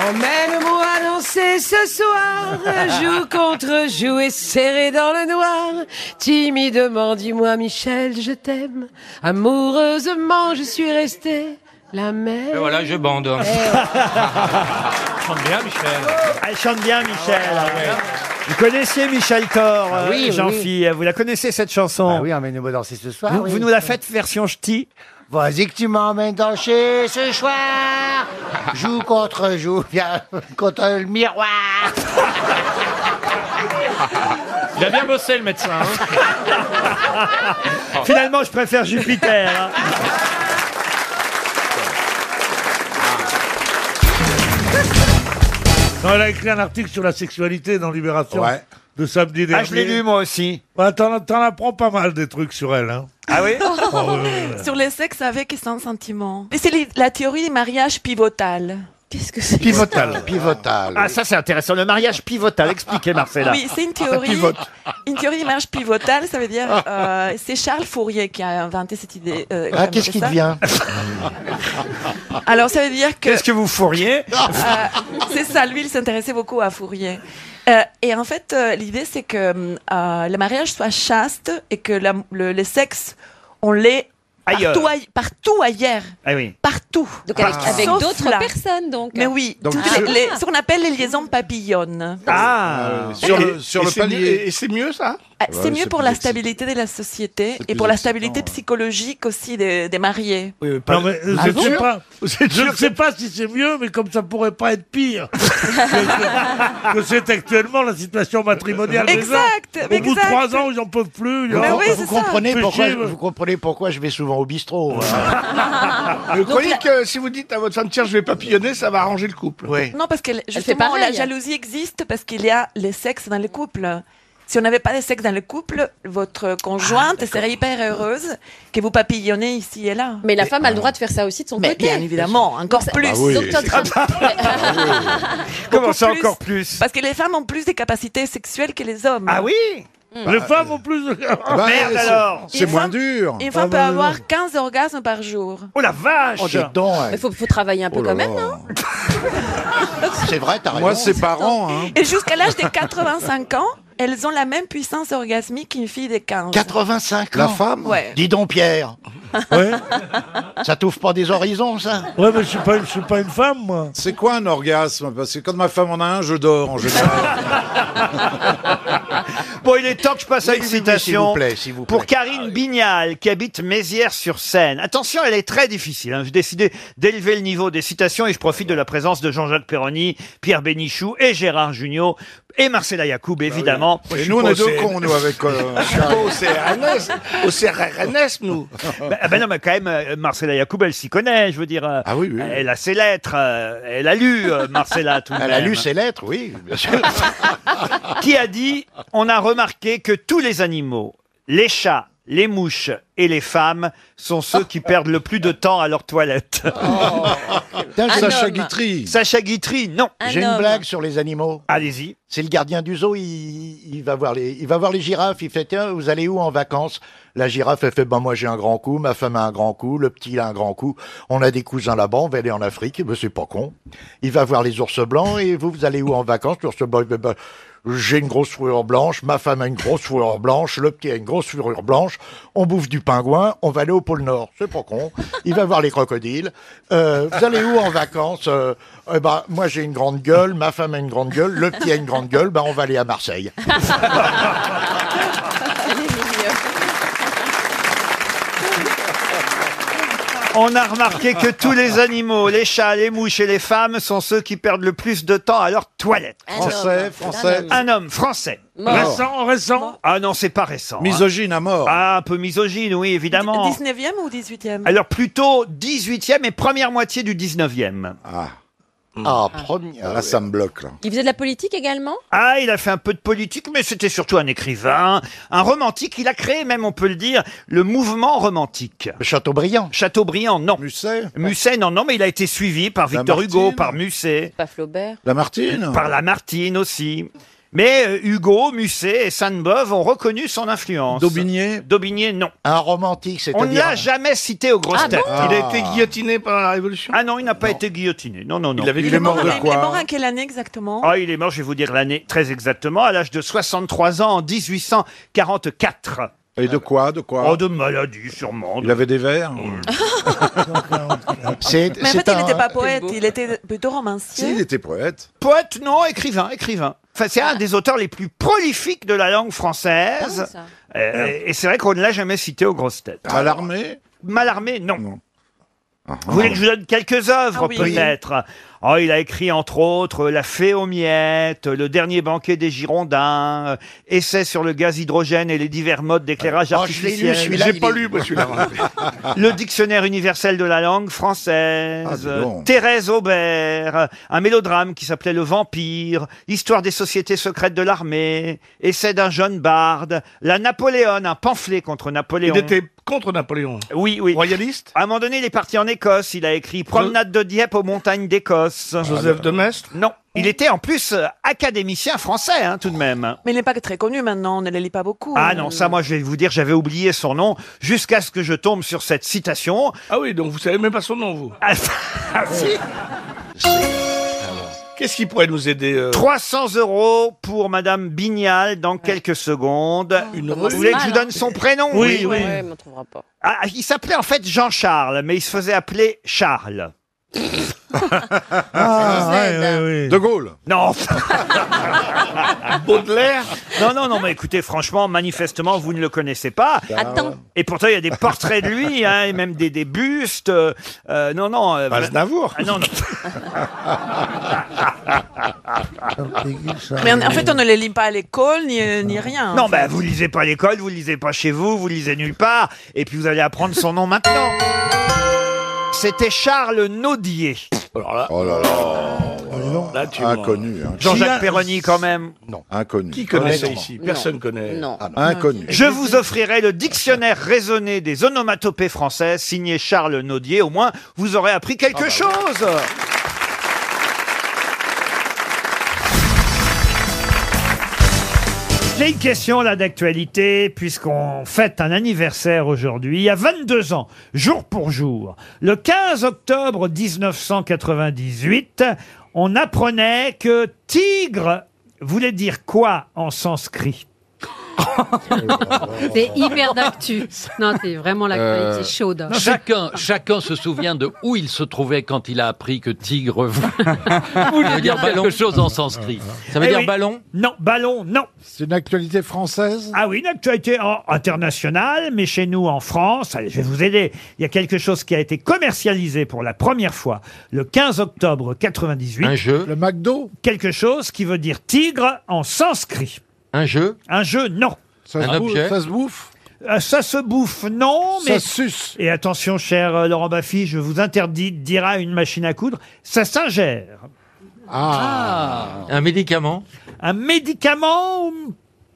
Speaker 7: Emmène-moi danser ce soir, joue contre joue et serré dans le noir. Timidement, dis-moi Michel, je t'aime. Amoureusement, je suis restée la
Speaker 19: Et
Speaker 7: même.
Speaker 19: voilà, je bande.
Speaker 20: Eh,
Speaker 19: Chante bien,
Speaker 13: hein.
Speaker 19: Michel.
Speaker 1: Elle chante bien, Michel. Vous connaissiez Michel Thor,
Speaker 16: Ah
Speaker 1: euh,
Speaker 16: oui, oui,
Speaker 1: Jean-Phil. Vous la connaissez, cette chanson
Speaker 16: Ah oui, emmène-moi danser ce soir.
Speaker 1: Vous-
Speaker 16: oui.
Speaker 1: vous nous la faites version ch'ti
Speaker 16: Vas-y que tu m'emmènes danser ce soir. Joue contre joue, viens contre le miroir.
Speaker 24: Il a bien bossé le médecin. hein.
Speaker 13: Ah
Speaker 1: Finalement, je préfère Jupiter. hein.
Speaker 3: Non, elle a écrit un article sur la sexualité dans Libération
Speaker 1: Ouais.
Speaker 3: de samedi dernier.
Speaker 1: Ah, je l'ai lu, moi aussi.
Speaker 3: Bah, t'en, t'en apprends pas mal des trucs sur elle. Hein.
Speaker 1: Ah oui
Speaker 20: Sur les sexes avec et sans sentiment. Et c'est li- la théorie du mariage pivotal. Qu'est-ce que c'est
Speaker 1: Pivotal. Pivotal. Ah, ça, c'est intéressant. Le mariage pivotal. Expliquez, Marcella.
Speaker 20: Oui, c'est une
Speaker 16: Ah, bah,
Speaker 20: théorie. Une théorie du mariage pivotal, ça veut dire. euh, c'est Charles Fourier qui a inventé cette idée. euh, qui a
Speaker 16: Ah,
Speaker 20: inventé
Speaker 16: qu'est-ce qui
Speaker 20: ça.
Speaker 16: devient
Speaker 20: Alors, ça veut dire que.
Speaker 1: Qu'est-ce que vous fourriez
Speaker 20: Euh, c'est ça, lui, il s'intéressait beaucoup à Fourier. Euh, et en fait, euh, l'idée, c'est que euh, le mariage soit chaste et que la- le, le sexe, on l'est
Speaker 1: Ailleurs.
Speaker 20: partout, ai- partout ailleurs.
Speaker 1: Ah oui.
Speaker 20: Partout.
Speaker 18: Donc avec-
Speaker 20: Partout.
Speaker 18: avec
Speaker 20: Ah. Sauf
Speaker 18: d'autres
Speaker 20: là.
Speaker 18: personnes, donc.
Speaker 20: Mais oui,
Speaker 18: Donc
Speaker 20: toutes
Speaker 18: tu-
Speaker 20: les- les- ce qu'on appelle les liaisons papillonnes.
Speaker 1: Ah
Speaker 8: Euh,
Speaker 20: sur le- sur
Speaker 9: et
Speaker 20: le
Speaker 9: c'est mieux-
Speaker 20: palier.
Speaker 9: et- Et c'est mieux, ça
Speaker 20: Ah, C'est mieux pour la stabilité de la société et pour la stabilité psychologique aussi des, des mariés.
Speaker 3: Non, mais, euh,
Speaker 20: Ah
Speaker 3: je
Speaker 20: bon
Speaker 3: ne sais pas, je ne
Speaker 20: sûr
Speaker 3: sais pas si c'est mieux, mais comme ça pourrait pas être pire que, que c'est actuellement la situation matrimoniale des gens.
Speaker 20: Exact,
Speaker 3: Au bout de
Speaker 20: exact.
Speaker 3: trois ans, ils n'en peuvent plus.
Speaker 20: Mais oui,
Speaker 3: vous
Speaker 20: c'est ça.
Speaker 16: comprenez
Speaker 3: Fait
Speaker 16: pourquoi,
Speaker 3: chier,
Speaker 16: vous comprenez pourquoi je vais souvent au bistrot. hein.
Speaker 9: Vous croyez que si vous dites à votre femme, tiens, je vais papillonner, ça va arranger le couple
Speaker 20: Oui. Non, parce que
Speaker 18: fait
Speaker 20: justement,
Speaker 18: pareil.
Speaker 20: la jalousie existe parce qu'il y a les sexes dans le couple. Si on n'avait pas de sexe dans le couple, votre
Speaker 1: Ah,
Speaker 20: conjointe serait hyper heureuse que vous papillonnez ici et là.
Speaker 18: Mais la femme a le droit de faire ça aussi de son
Speaker 20: Mais
Speaker 18: côté.
Speaker 20: bien évidemment, encore plus.
Speaker 1: Ah
Speaker 18: Donc, t'es en train de-
Speaker 1: Comment ça, encore plus
Speaker 20: Parce que les femmes ont plus de capacités sexuelles que les hommes.
Speaker 1: Ah oui
Speaker 18: Hmm.
Speaker 20: Mm.
Speaker 3: Les femmes
Speaker 18: euh,
Speaker 3: ont plus de...
Speaker 18: Ah,
Speaker 1: bah, Merde, c'est- Ah, alors
Speaker 20: Une femme-
Speaker 3: dur
Speaker 20: Une femme peut avoir 15 orgasmes par jour.
Speaker 1: Oh la vache
Speaker 20: Oh, dis donc, ouais.
Speaker 18: Il faut, faut travailler un peu
Speaker 20: Oh là
Speaker 18: quand même,
Speaker 20: là.
Speaker 18: non
Speaker 16: C'est vrai, t'as
Speaker 7: Moi, c'est par an, hein.
Speaker 20: Et jusqu'à l'âge de 85 ans, elles ont la même puissance orgasmique qu'une fille de 15.
Speaker 16: 85 ans.
Speaker 20: La femme Ouais.
Speaker 16: Dis donc, Pierre. Ça t'ouvre pas des horizons, ça
Speaker 3: Ouais, mais je suis pas, je suis pas une femme, moi.
Speaker 21: C'est quoi un orgasme Parce que quand ma femme en a un, je dors en général.
Speaker 1: Bon, il est temps que je passe à
Speaker 21: Oui,
Speaker 1: une
Speaker 21: oui, oui,
Speaker 1: citation
Speaker 21: s'il vous plaît, s'il vous plaît.
Speaker 1: pour Karine Bignal, qui habite Mézières-sur-Seine. Attention, elle est très difficile. hein. J'ai décidé d'élever le niveau des citations et je profite de la présence de Jean-Jacques Perroni, Pierre Bénichou et Gérard Jugnot et Marcella Yacoub, évidemment.
Speaker 21: Et nous, on est deux cons, nous, avec. euh,
Speaker 9: Au CRNS, au CRNS, nous.
Speaker 1: Ben ben non, mais quand même, euh, Marcella Yacoub, elle s'y connaît, je veux dire. ah oui, oui. Elle a ses lettres, euh, elle a lu euh, Marcella tout de
Speaker 16: Elle a
Speaker 1: même.
Speaker 16: lu ses lettres, oui, bien sûr.
Speaker 1: qui a dit On a remarqué que tous les animaux, les chats, les mouches et les femmes sont ceux qui perdent le plus de temps à leur toilette.
Speaker 16: Putain, j'ai- Sacha Guitry.
Speaker 1: Sacha Guitry, non.
Speaker 16: J'ai une blague sur les animaux.
Speaker 1: Allez-y.
Speaker 16: C'est le gardien du zoo, il, il va voir les, il va voir les girafes, il fait Tiens, vous allez où en vacances La girafe, elle fait Ben moi j'ai un grand coup, ma femme a un grand coup, le petit il a un grand coup, on a des cousins là-bas, on va aller en Afrique, ben c'est pas con. Il va voir les ours blancs et vous, vous allez où en vacances L'ours blanc, il fait, Ben, j'ai une grosse fourrure blanche, ma femme a une grosse fourrure blanche, le petit a une grosse fourrure blanche, on bouffe du pingouin, on va aller au pôle Nord, c'est pas con, il va voir les crocodiles. Euh, vous allez où en vacances Euh, eh ben, Moi j'ai une grande gueule, ma femme a une grande gueule, le petit a une grande gueule, ben, on va aller à Marseille.
Speaker 1: On a remarqué que tous les animaux, les chats, les mouches et les femmes sont ceux qui perdent le plus de temps à leur toilette.
Speaker 21: Un Français, homme. français.
Speaker 1: Un homme, français.
Speaker 21: Mort. Récent,
Speaker 1: récent. Ah non, c'est pas récent. hein.
Speaker 21: Misogyne à mort.
Speaker 1: Ah, un peu misogyne, oui, évidemment.
Speaker 20: 19e ou 18e
Speaker 1: Alors plutôt 18e et première moitié du 19e.
Speaker 21: Ah. Ah, première. Là, ça me bloque, là.
Speaker 18: Il faisait de la politique également
Speaker 1: Ah, il a fait un peu de politique, mais c'était surtout un écrivain, un romantique. Il a créé même, on peut le dire, le mouvement romantique.
Speaker 16: Chateaubriand.
Speaker 1: Chateaubriand, non. Musset. Musset, non, non, mais il a été suivi par Victor
Speaker 21: Lamartine.
Speaker 1: Hugo, par Musset.
Speaker 18: Pas Flaubert.
Speaker 21: Lamartine.
Speaker 1: Par Lamartine aussi. Mais euh, Hugo, Musset et Sainte-Beuve ont reconnu son influence. Daubigné Daubigné, non.
Speaker 16: Un romantique,
Speaker 1: On ne
Speaker 16: c'est-à-dire.
Speaker 1: l'a jamais cité aux grosses
Speaker 16: Ah
Speaker 1: têtes.
Speaker 16: bon Il a été
Speaker 1: guillotiné par la Révolution Ah non, il n'a pas été guillotiné. Non, non, non.
Speaker 21: Il avait- Il il est est mort mort de de-
Speaker 20: Il est mort à quelle année exactement
Speaker 1: Ah, il est mort, je vais vous dire l'année très exactement, à l'âge de 63 ans, en 1844.
Speaker 21: Et de quoi De quoi
Speaker 1: Oh, de maladie, sûrement.
Speaker 21: Il avait des verres
Speaker 16: C'est.
Speaker 20: Mais en fait,
Speaker 1: C'est
Speaker 20: il n'était
Speaker 1: un-
Speaker 20: pas poète, il était plutôt romancier.
Speaker 1: il était poète. Poète, non, écrivain, écrivain. Enfin, c'est un des auteurs les plus prolifiques de la langue française.
Speaker 20: Ah,
Speaker 1: Euh, et c'est vrai qu'on ne l'a jamais cité aux grosses têtes.
Speaker 21: Mallarmé
Speaker 1: Mallarmé, non. Vous voulez que je vous donne quelques œuvres,
Speaker 21: Ah oui.
Speaker 1: peut-être Oh, il a écrit, entre autres, La fée aux miettes, Le dernier banquet des Girondins, euh, Essai sur le gaz hydrogène et les divers modes d'éclairage
Speaker 16: Oh, je
Speaker 1: artificiel.
Speaker 16: l'ai lu, celui-là. il est- Ah,
Speaker 1: Le dictionnaire universel de la langue française,
Speaker 16: Ah, dis donc.
Speaker 1: Thérèse Aubert, un mélodrame qui s'appelait Le Vampire, Histoire des sociétés secrètes de l'armée, Essai d'un jeune barde, La Napoléon, un pamphlet contre Napoléon.
Speaker 9: Il était
Speaker 1: contre Napoléon. Oui, oui. Royaliste. À un moment donné, il est parti en Écosse. Il a écrit Promenade de Dieppe aux montagnes d'Écosse.
Speaker 9: Joseph de
Speaker 1: Maistre. Non. Il était en plus euh, académicien français, hein, tout de même.
Speaker 20: Mais il n'est pas très connu maintenant, on ne le lit pas beaucoup.
Speaker 1: Ah non, ça, moi, je vais vous dire, j'avais oublié son nom jusqu'à ce que je tombe sur cette citation.
Speaker 9: Ah oui, donc vous savez même pas son nom, vous.
Speaker 1: Ah,
Speaker 9: si. Qu'est-ce qui pourrait nous aider euh
Speaker 1: 300 euros pour Madame Bignal dans quelques secondes. Vous
Speaker 9: rose.
Speaker 1: voulez que je vous
Speaker 9: Mal,
Speaker 1: donne
Speaker 9: hein.
Speaker 1: son prénom
Speaker 9: Oui, oui. Ouais, mais
Speaker 1: on trouvera pas. Ah, il s'appelait en fait Jean-Charles, mais il se faisait appeler Charles. De Gaulle. Non. Baudelaire. Non, non, non, mais écoutez, franchement, manifestement, vous ne le connaissez pas.
Speaker 18: Attends.
Speaker 1: Et pourtant, il y a des portraits de lui, hein, et même des, des bustes. euh, euh, non, non. euh, Ah, non, non.
Speaker 20: Mais en, en fait, on ne les lit pas à l'école ni, euh, ni rien.
Speaker 1: Ah, Non,
Speaker 20: en fait.
Speaker 1: ben vous lisez pas à l'école, vous lisez pas chez vous, vous lisez nulle part, et puis vous allez apprendre son nom maintenant. C'était Charles Naudier.
Speaker 21: Oh là là.
Speaker 1: Ah,
Speaker 9: Là, Ah, tu
Speaker 21: Inconnu. hein.
Speaker 1: Jean-Jacques Perroni quand même.
Speaker 21: Non. Inconnu.
Speaker 9: Qui connaît ça
Speaker 21: Honnêtement.
Speaker 9: ici Personne connaît.
Speaker 21: Ah, inconnu.
Speaker 1: Je vous offrirai le dictionnaire raisonné des onomatopées françaises signé Charles Naudier. Au moins, vous aurez appris
Speaker 9: Ah,
Speaker 1: quelque
Speaker 9: bah
Speaker 1: chose. J'ai une question là d'actualité, puisqu'on fête un anniversaire aujourd'hui. Il y a 22 ans, jour pour jour, le 15 octobre 1998, on apprenait que tigre voulait dire quoi en sanskrit
Speaker 2: C'est hyper d'actu. Non, c'est vraiment l'actualité
Speaker 22: Euh,
Speaker 2: chaude.
Speaker 22: Chacun, chacun se souvient de où il se trouvait quand il a appris que tigre voulait dire quelque chose en sanskrit.
Speaker 1: Ça veut Eh dire oui. ballon Non, ballon, non.
Speaker 8: C'est une actualité française
Speaker 1: Ah oui, une actualité en- internationale, mais chez nous en France, allez, je vais vous aider. Il y a quelque chose qui a été commercialisé pour la première fois le 15 octobre 98. Un jeu Le McDo Quelque chose qui veut dire tigre en sanskrit. Un jeu Un jeu, non.
Speaker 8: Ça se Un bou- objet ça se
Speaker 1: bouffe Ah, ça se bouffe, non,
Speaker 8: Ça
Speaker 1: mais...
Speaker 8: se
Speaker 1: suce. Et attention, cher euh, Laurent Baffy, je vous interdis de dire à une machine à coudre, ça s'ingère. Ah. Un médicament Un médicament hum,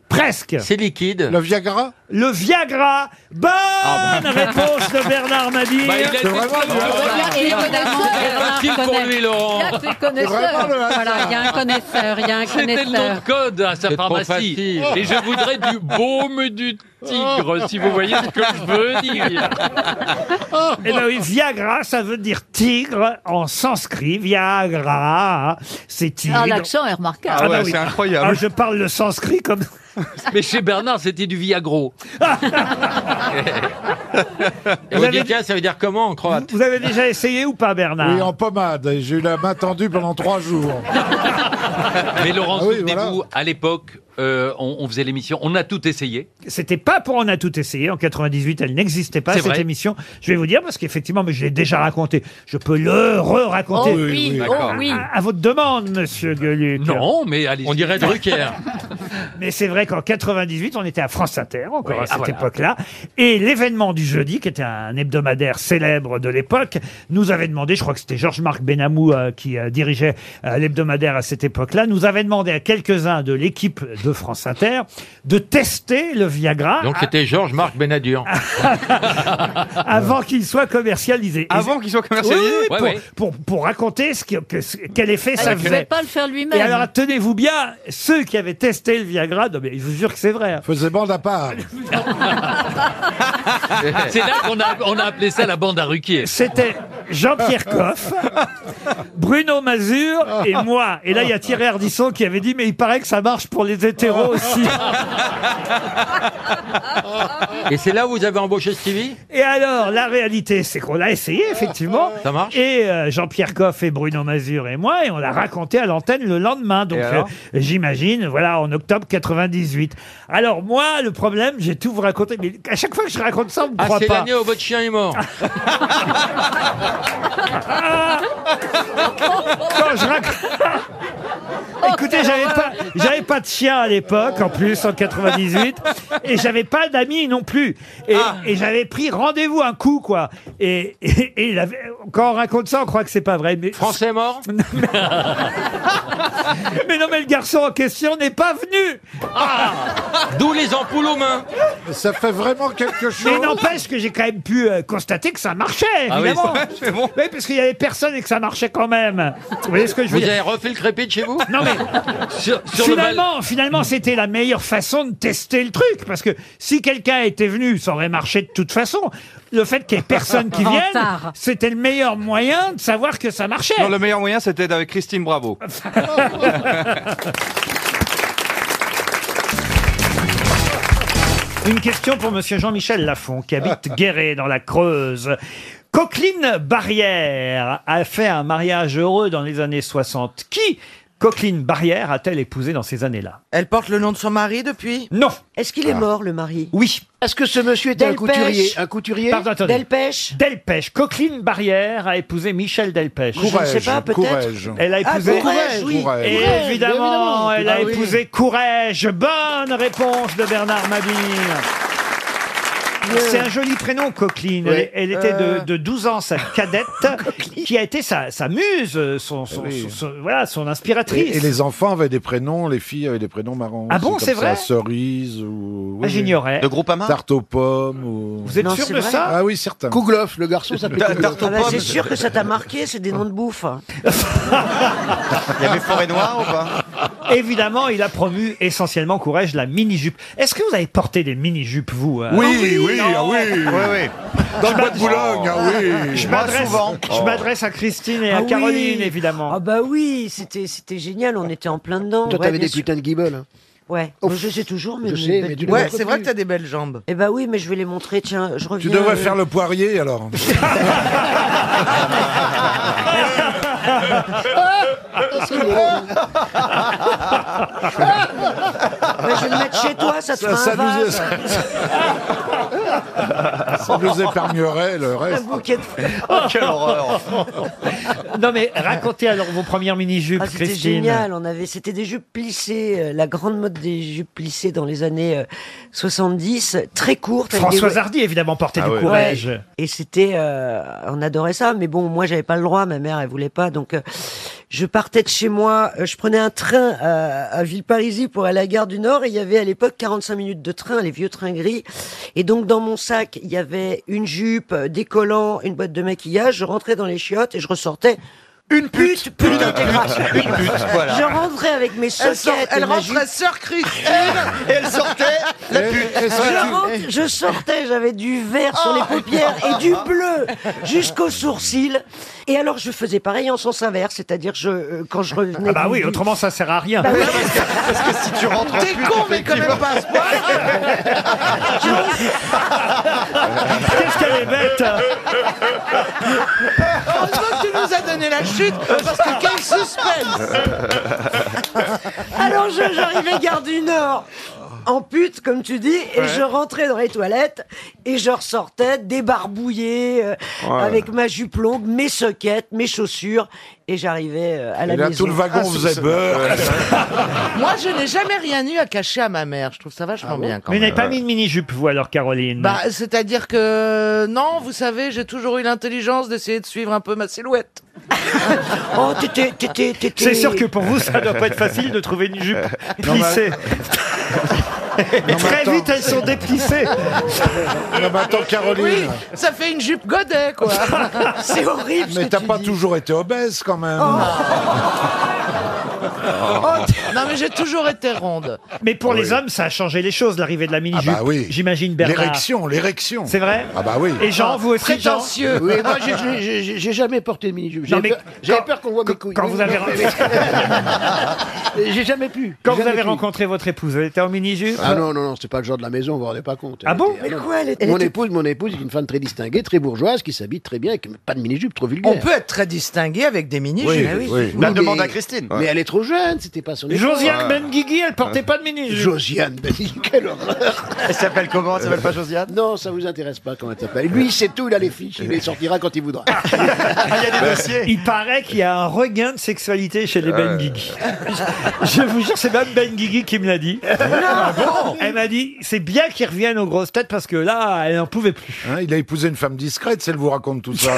Speaker 1: Presque. C'est liquide. Le Viagra Le Viagra. Bonne
Speaker 8: bah.
Speaker 1: réponse de Bernard Mabille.
Speaker 8: Bah, il a C'est été vraiment très dur.
Speaker 2: Il y a un connaisseur.
Speaker 22: Facile pour lui, Laurent.
Speaker 2: Il y a un connaisseur. Voilà, il y a un connaisseur. Il y a un
Speaker 22: C'était le nom de
Speaker 2: connaisseur.
Speaker 22: code à sa
Speaker 2: C'est trop
Speaker 22: pharmacie.
Speaker 2: facile.
Speaker 22: Et je voudrais du baume du tigre, si vous voyez ce que je veux dire.
Speaker 1: Eh ben oui, Viagra, ça veut dire tigre en sanskrit. Viagra, c'est tigre.
Speaker 2: Ah, l'accent
Speaker 1: est
Speaker 2: remarquable.
Speaker 22: Ah ouais, c'est incroyable.
Speaker 1: je parle le sanskrit comme...
Speaker 22: Mais chez Bernard, c'était du Viagro.
Speaker 8: Vous avez
Speaker 22: Vodka, ça veut dire comment en croate
Speaker 1: Vous avez déjà essayé ou pas, Bernard
Speaker 8: Oui, en pommade. et J'ai eu la main tendue pendant trois jours.
Speaker 22: Mais Laurent,
Speaker 8: Ah oui,
Speaker 22: souvenez-vous, à l'époque, euh, on, on faisait l'émission. On a tout essayé.
Speaker 1: C'était pas pour On a tout essayé. En 98, elle n'existait pas,
Speaker 22: C'est
Speaker 1: cette
Speaker 22: vrai.
Speaker 1: émission. Je vais vous dire, parce qu'effectivement, mais je l'ai déjà raconté. Je peux le re-raconter.
Speaker 22: Oh oui, Oui, oui, oh d'accord. oui.
Speaker 1: À, à votre demande, monsieur Gueuluc.
Speaker 22: Non, mais allez. On dirait Drucker.
Speaker 1: mais c'est vrai qu'en 98, on était à France Inter,
Speaker 22: Oui,
Speaker 1: encore
Speaker 22: ah,
Speaker 1: à cette
Speaker 22: voilà.
Speaker 1: époque-là. Et l'événement du jeudi, qui était un hebdomadaire célèbre de l'époque, nous avait demandé, je crois que c'était Georges-Marc Benamou euh, qui euh, dirigeait euh, l'hebdomadaire à cette époque-là, nous avait demandé à quelques-uns de l'équipe de France Inter de tester le Viagra
Speaker 4: Donc c'était Georges Marc Benadur.
Speaker 1: avant qu'il soit commercialisé.
Speaker 4: Avant qu'il soit commercialisé
Speaker 1: Oui, oui,
Speaker 4: Ouais,
Speaker 1: pour,
Speaker 4: ouais.
Speaker 1: Pour, pour raconter ce qui- que- ce- Ah, quel effet
Speaker 6: Il
Speaker 1: ça
Speaker 6: ne pouvait
Speaker 1: faisait.
Speaker 6: pas le faire
Speaker 1: Et
Speaker 6: lui-même.
Speaker 1: alors, tenez-vous bien, ceux qui avaient testé le Viagra, non, mais je vous jure que c'est vrai. hein. Faisait bande à part.
Speaker 22: C'est là qu'on a, on a appelé ça la bande à Ruquier.
Speaker 1: C'était Jean-Pierre Coff, Bruno Mazur et moi. Et là, il y a Thierry Ardisson qui avait dit, mais il paraît que ça marche pour les hétéros aussi.
Speaker 4: Et c'est là où vous avez embauché Stevie
Speaker 1: Et alors, la réalité, c'est qu'on l'a essayé, effectivement. Ça marche. Et euh, Jean-Pierre Coff et Bruno Mazur et moi, et on l'a raconté à l'antenne le lendemain. Donc,
Speaker 4: Et alors
Speaker 1: euh, j'imagine, voilà, en octobre 98. Alors, moi, le problème, j'ai tout vous raconté, mais à chaque fois que je raconte ça, on me
Speaker 4: Ah,
Speaker 1: croit
Speaker 4: c'est
Speaker 1: pas.
Speaker 4: l'année où votre chien est mort.
Speaker 1: Quand je raconte. Écoutez, j'avais pas, j'avais pas de chien à l'époque, en plus, en 98. Et j'avais pas d'amis non plus. Et, et j'avais pris rendez-vous un coup, quoi. Et, et- et il avait- quand on raconte ça, on croit que c'est pas vrai. Mais... Français mort? mais non, mais le garçon en question n'est pas venu! Ah. D'où les ampoules aux mains! Ça fait vraiment quelque chose. Mais n'empêche que j'ai quand même pu euh, constater que ça marchait,
Speaker 4: Ah oui,
Speaker 1: évidemment.
Speaker 4: ça- c'est bon.
Speaker 1: Oui, parce qu'il y avait personne et que ça marchait quand même. Vous voyez ce que je veux
Speaker 4: Vous
Speaker 1: dire?
Speaker 4: avez refait le crépi de chez vous
Speaker 1: Non mais
Speaker 4: sur, sur le bal-
Speaker 1: finalement, finalement, c'était la meilleure façon de tester le truc. Parce que si quelqu'un était venu, ça aurait marché de toute façon. Le fait qu'il y ait personne qui
Speaker 14: En
Speaker 1: vienne,
Speaker 14: retard.
Speaker 1: c'était le meilleur moyen de savoir que ça marchait.
Speaker 14: Non, le meilleur moyen, c'était avec Christine Bravo.
Speaker 1: Une question pour Monsieur Jean-Michel Lafont, qui habite Guéret, dans la Creuse. Coqueline Barrière a fait un mariage heureux dans les années 60. Qui Coqueline Barrière a-t-elle épousé dans ces années-là
Speaker 17: Elle porte le nom de son mari depuis
Speaker 1: Non.
Speaker 17: Est-ce
Speaker 1: qu'il est Ah. mort,
Speaker 17: le mari
Speaker 1: Oui.
Speaker 17: Est-ce que ce monsieur
Speaker 1: couturier Pardon, attendez. Delpech Delpech. Coqueline Barrière a épousé Michel Delpech.
Speaker 17: Je ne sais pas, peut-être. Courrèges.
Speaker 1: Elle a
Speaker 17: Ah,
Speaker 1: épousé...
Speaker 17: Courrèges, oui. Courrèges.
Speaker 1: Et
Speaker 17: Courrèges, évidemment.
Speaker 1: évidemment, elle a
Speaker 17: Ah oui.
Speaker 1: épousé Courrèges. Bonne réponse de Bernard Mabille. C'est un joli prénom, Coqueline.
Speaker 4: Ouais.
Speaker 1: Elle, elle était de,
Speaker 4: Euh.
Speaker 1: de 12 ans, sa cadette, qui a été sa, sa muse, son, son- son- son- voilà, son inspiratrice.
Speaker 8: Et, et les enfants avaient des prénoms, les filles avaient des prénoms marrants.
Speaker 1: Ah bon,
Speaker 8: aussi,
Speaker 1: c'est
Speaker 8: comme ça,
Speaker 1: vrai
Speaker 8: Cerise ou.
Speaker 1: Ah, j'ignorais. De
Speaker 8: groupe
Speaker 1: Groupama
Speaker 8: Tarte aux pommes ou.
Speaker 1: Vous êtes Non, sûr c'est de vrai ça
Speaker 8: Ah oui, certain.
Speaker 17: Kougloff, le garçon s'appelle
Speaker 8: Ta- tarte aux
Speaker 17: Ah bah,
Speaker 8: pommes.
Speaker 17: C'est sûr que ça t'a marqué, c'est des noms de bouffe.
Speaker 13: hein.
Speaker 1: Il y avait Forêt Noire ou pas Évidemment, il a promu essentiellement, courage, la mini-jupe. Est-ce que vous avez porté des mini-jupes, vous euh
Speaker 8: Oui, oui, ah oui.
Speaker 1: oui.
Speaker 8: Dans le bois de Boulogne, ah oui.
Speaker 1: Oh. Je
Speaker 8: Moi,
Speaker 1: m'adresse-
Speaker 8: souvent.
Speaker 1: je m'adresse à Christine et à Caroline, évidemment.
Speaker 17: Ah bah oui, c'était c'était génial, on était en plein dedans.
Speaker 23: Toi,
Speaker 17: Ouais,
Speaker 23: t'avais
Speaker 17: bien
Speaker 23: des
Speaker 17: sûr.
Speaker 23: putains de guibolles. hein.
Speaker 17: Ouais, je sais toujours, mais
Speaker 23: Je sais, mais tu les montres plus.
Speaker 17: t'as des belles jambes. Eh bah oui, mais je vais les montrer. Tiens, je
Speaker 8: Tu
Speaker 17: reviens.
Speaker 8: devrais
Speaker 17: euh,
Speaker 8: faire le poirier alors.
Speaker 17: Ouais, je vais le mettre chez toi, ça te
Speaker 8: Ça-
Speaker 17: fera
Speaker 8: ça
Speaker 17: un
Speaker 8: nous
Speaker 17: vase.
Speaker 8: Ça nous épargnerait
Speaker 1: Ah,
Speaker 8: le reste.
Speaker 17: Un bouquet de
Speaker 1: Oh, quelle horreur. non, mais racontez alors vos premières mini-jupes,
Speaker 17: Ah, c'était
Speaker 1: Christine.
Speaker 17: génial, on avait, c'était des jupes plissées, euh, la grande mode des jupes plissées dans les années euh, 70, très courtes. avec des-
Speaker 1: Françoise Hardy, évidemment, portait
Speaker 10: Ah
Speaker 1: du courage.
Speaker 17: Ouais. Et c'était, euh, on adorait ça. Mais bon, moi, j'avais pas le droit. Ma mère, elle voulait pas. Donc, euh, je partais de chez moi. euh, je prenais un train euh, à, à Villeparisis pour aller à la gare du Nord. Et il y avait à l'époque 45 minutes de train, les vieux trains gris. Et donc, dans mon sac, il y avait une jupe, euh, des collants, une boîte de maquillage. Je rentrais dans les chiottes et je ressortais. Une pute, pute, intégrale.
Speaker 10: Une pute, voilà.
Speaker 17: Je rentrais avec mes
Speaker 10: Elle
Speaker 17: soquettes.
Speaker 10: sort- elle
Speaker 17: et ma
Speaker 10: rentre
Speaker 17: jupe.
Speaker 10: la sœur Christine et elle sortait la pute.
Speaker 17: Je, rentre, je sortais, j'avais du vert sur les paupières et du bleu jusqu'aux sourcils. Et alors je faisais pareil en sens inverse, c'est-à-dire je euh, quand je revenais.
Speaker 1: Ah bah
Speaker 17: du- Bah
Speaker 1: oui,
Speaker 17: du-
Speaker 1: autrement ça sert à rien.
Speaker 17: Parce que si tu rentres en T'es pute, con, mais quand même effectivement. pas à ce
Speaker 1: Qu'est-ce qu'elle est bête hein.
Speaker 10: Heureusement que tu nous as donné la chute parce que quel suspense
Speaker 17: Alors quand je- j'arrivais gare du Nord en pute, comme tu dis, et
Speaker 15: Ouais.
Speaker 17: je rentrais dans les toilettes et je ressortais débarbouillée euh,
Speaker 15: Ouais.
Speaker 17: avec ma jupe longue, mes soquettes, mes chaussures, et j'arrivais euh, à la
Speaker 25: Et là,
Speaker 17: maison.
Speaker 25: tout le wagon faisait beurre.
Speaker 13: Moi, je n'ai jamais rien eu à cacher à ma mère. Je trouve ça vachement bien. Quand
Speaker 1: Mais vous
Speaker 13: même.
Speaker 1: n'avez pas mis de mini-jupe, vous, alors, Caroline
Speaker 13: Bah, c'est-à-dire que non, vous savez, j'ai toujours eu l'intelligence d'essayer de suivre un peu ma silhouette.
Speaker 17: oh, t'étais, t'étais, t'étais.
Speaker 1: C'est sûr que pour vous, ça doit pas être facile de trouver une jupe
Speaker 25: Non, mais-
Speaker 1: plissée. Et très vite, elles sont déplissées.
Speaker 8: Ah,
Speaker 25: Non, mais attends, Caroline.
Speaker 13: Oui, ça fait une jupe godet, quoi.
Speaker 1: Ah,
Speaker 25: Mais t'as pas toujours été obèse quand même.
Speaker 1: Oh.
Speaker 10: Oh.
Speaker 13: Non, mais j'ai toujours été ronde.
Speaker 1: Mais pour
Speaker 13: Oui.
Speaker 1: les hommes, ça a changé les choses, l'arrivée de la mini-jupe.
Speaker 25: Ah bah oui.
Speaker 1: J'imagine Bernard.
Speaker 25: L'érection, l'érection.
Speaker 1: C'est vrai
Speaker 25: Ah bah oui.
Speaker 1: Et Jean, vous aussi, Jean
Speaker 16: Oui, moi, j'ai- j'ai- j'ai- j'ai- j'ai jamais porté de mini-jupe.
Speaker 1: Non,
Speaker 16: J'avais
Speaker 1: mais
Speaker 16: peur- j'avais peur qu'on voit mes couilles.
Speaker 1: quand
Speaker 16: Oui,
Speaker 1: vous avez-
Speaker 16: mais- mais- J'ai jamais pu.
Speaker 1: Quand vous
Speaker 16: Jamais
Speaker 1: avez
Speaker 16: pu.
Speaker 1: rencontré votre épouse, elle était en mini-jupe
Speaker 16: Ah non, non, non, c'est pas le genre de la maison, vous vous rendez pas compte.
Speaker 1: Ah bon
Speaker 16: était-
Speaker 1: Mais
Speaker 16: non, non.
Speaker 1: quoi, elle était-
Speaker 16: Mon
Speaker 1: elle était-
Speaker 16: épouse, mon épouse est une femme très distinguée, très bourgeoise, qui s'habille très bien, et qui pas de mini-jupe, trop vulgaire.
Speaker 13: On peut être très distingué avec des mini-jupes.
Speaker 8: Eh
Speaker 16: Oui, Eh oui.
Speaker 13: La
Speaker 16: Oui,
Speaker 13: demande
Speaker 16: mais-
Speaker 13: à Christine.
Speaker 16: Mais elle est trop jeune, c'était pas son époque.
Speaker 1: Josiane Benguigui, elle portait pas de mini-jupe.
Speaker 16: Josiane Benguigui, quelle horreur Elle s'appelle comment Elle s'appelle pas Josiane Non, ça vous intéresse pas comment elle s'appelle. Lui, c'est tout, il a les fiches, il les sortira quand il voudra.
Speaker 1: Ah, Il paraît qu'il y a un regain de sexualité chez les
Speaker 16: Ouais.
Speaker 1: Ben Guigui. Je vous jure, c'est même Ben Guigui qui me l'a dit. Ah bon Elle m'a dit, c'est bien qu'ils reviennent aux grosses têtes parce que là, elle n'en pouvait plus.
Speaker 8: Hein,
Speaker 25: il a épousé une femme discrète, si elle vous raconte tout ça.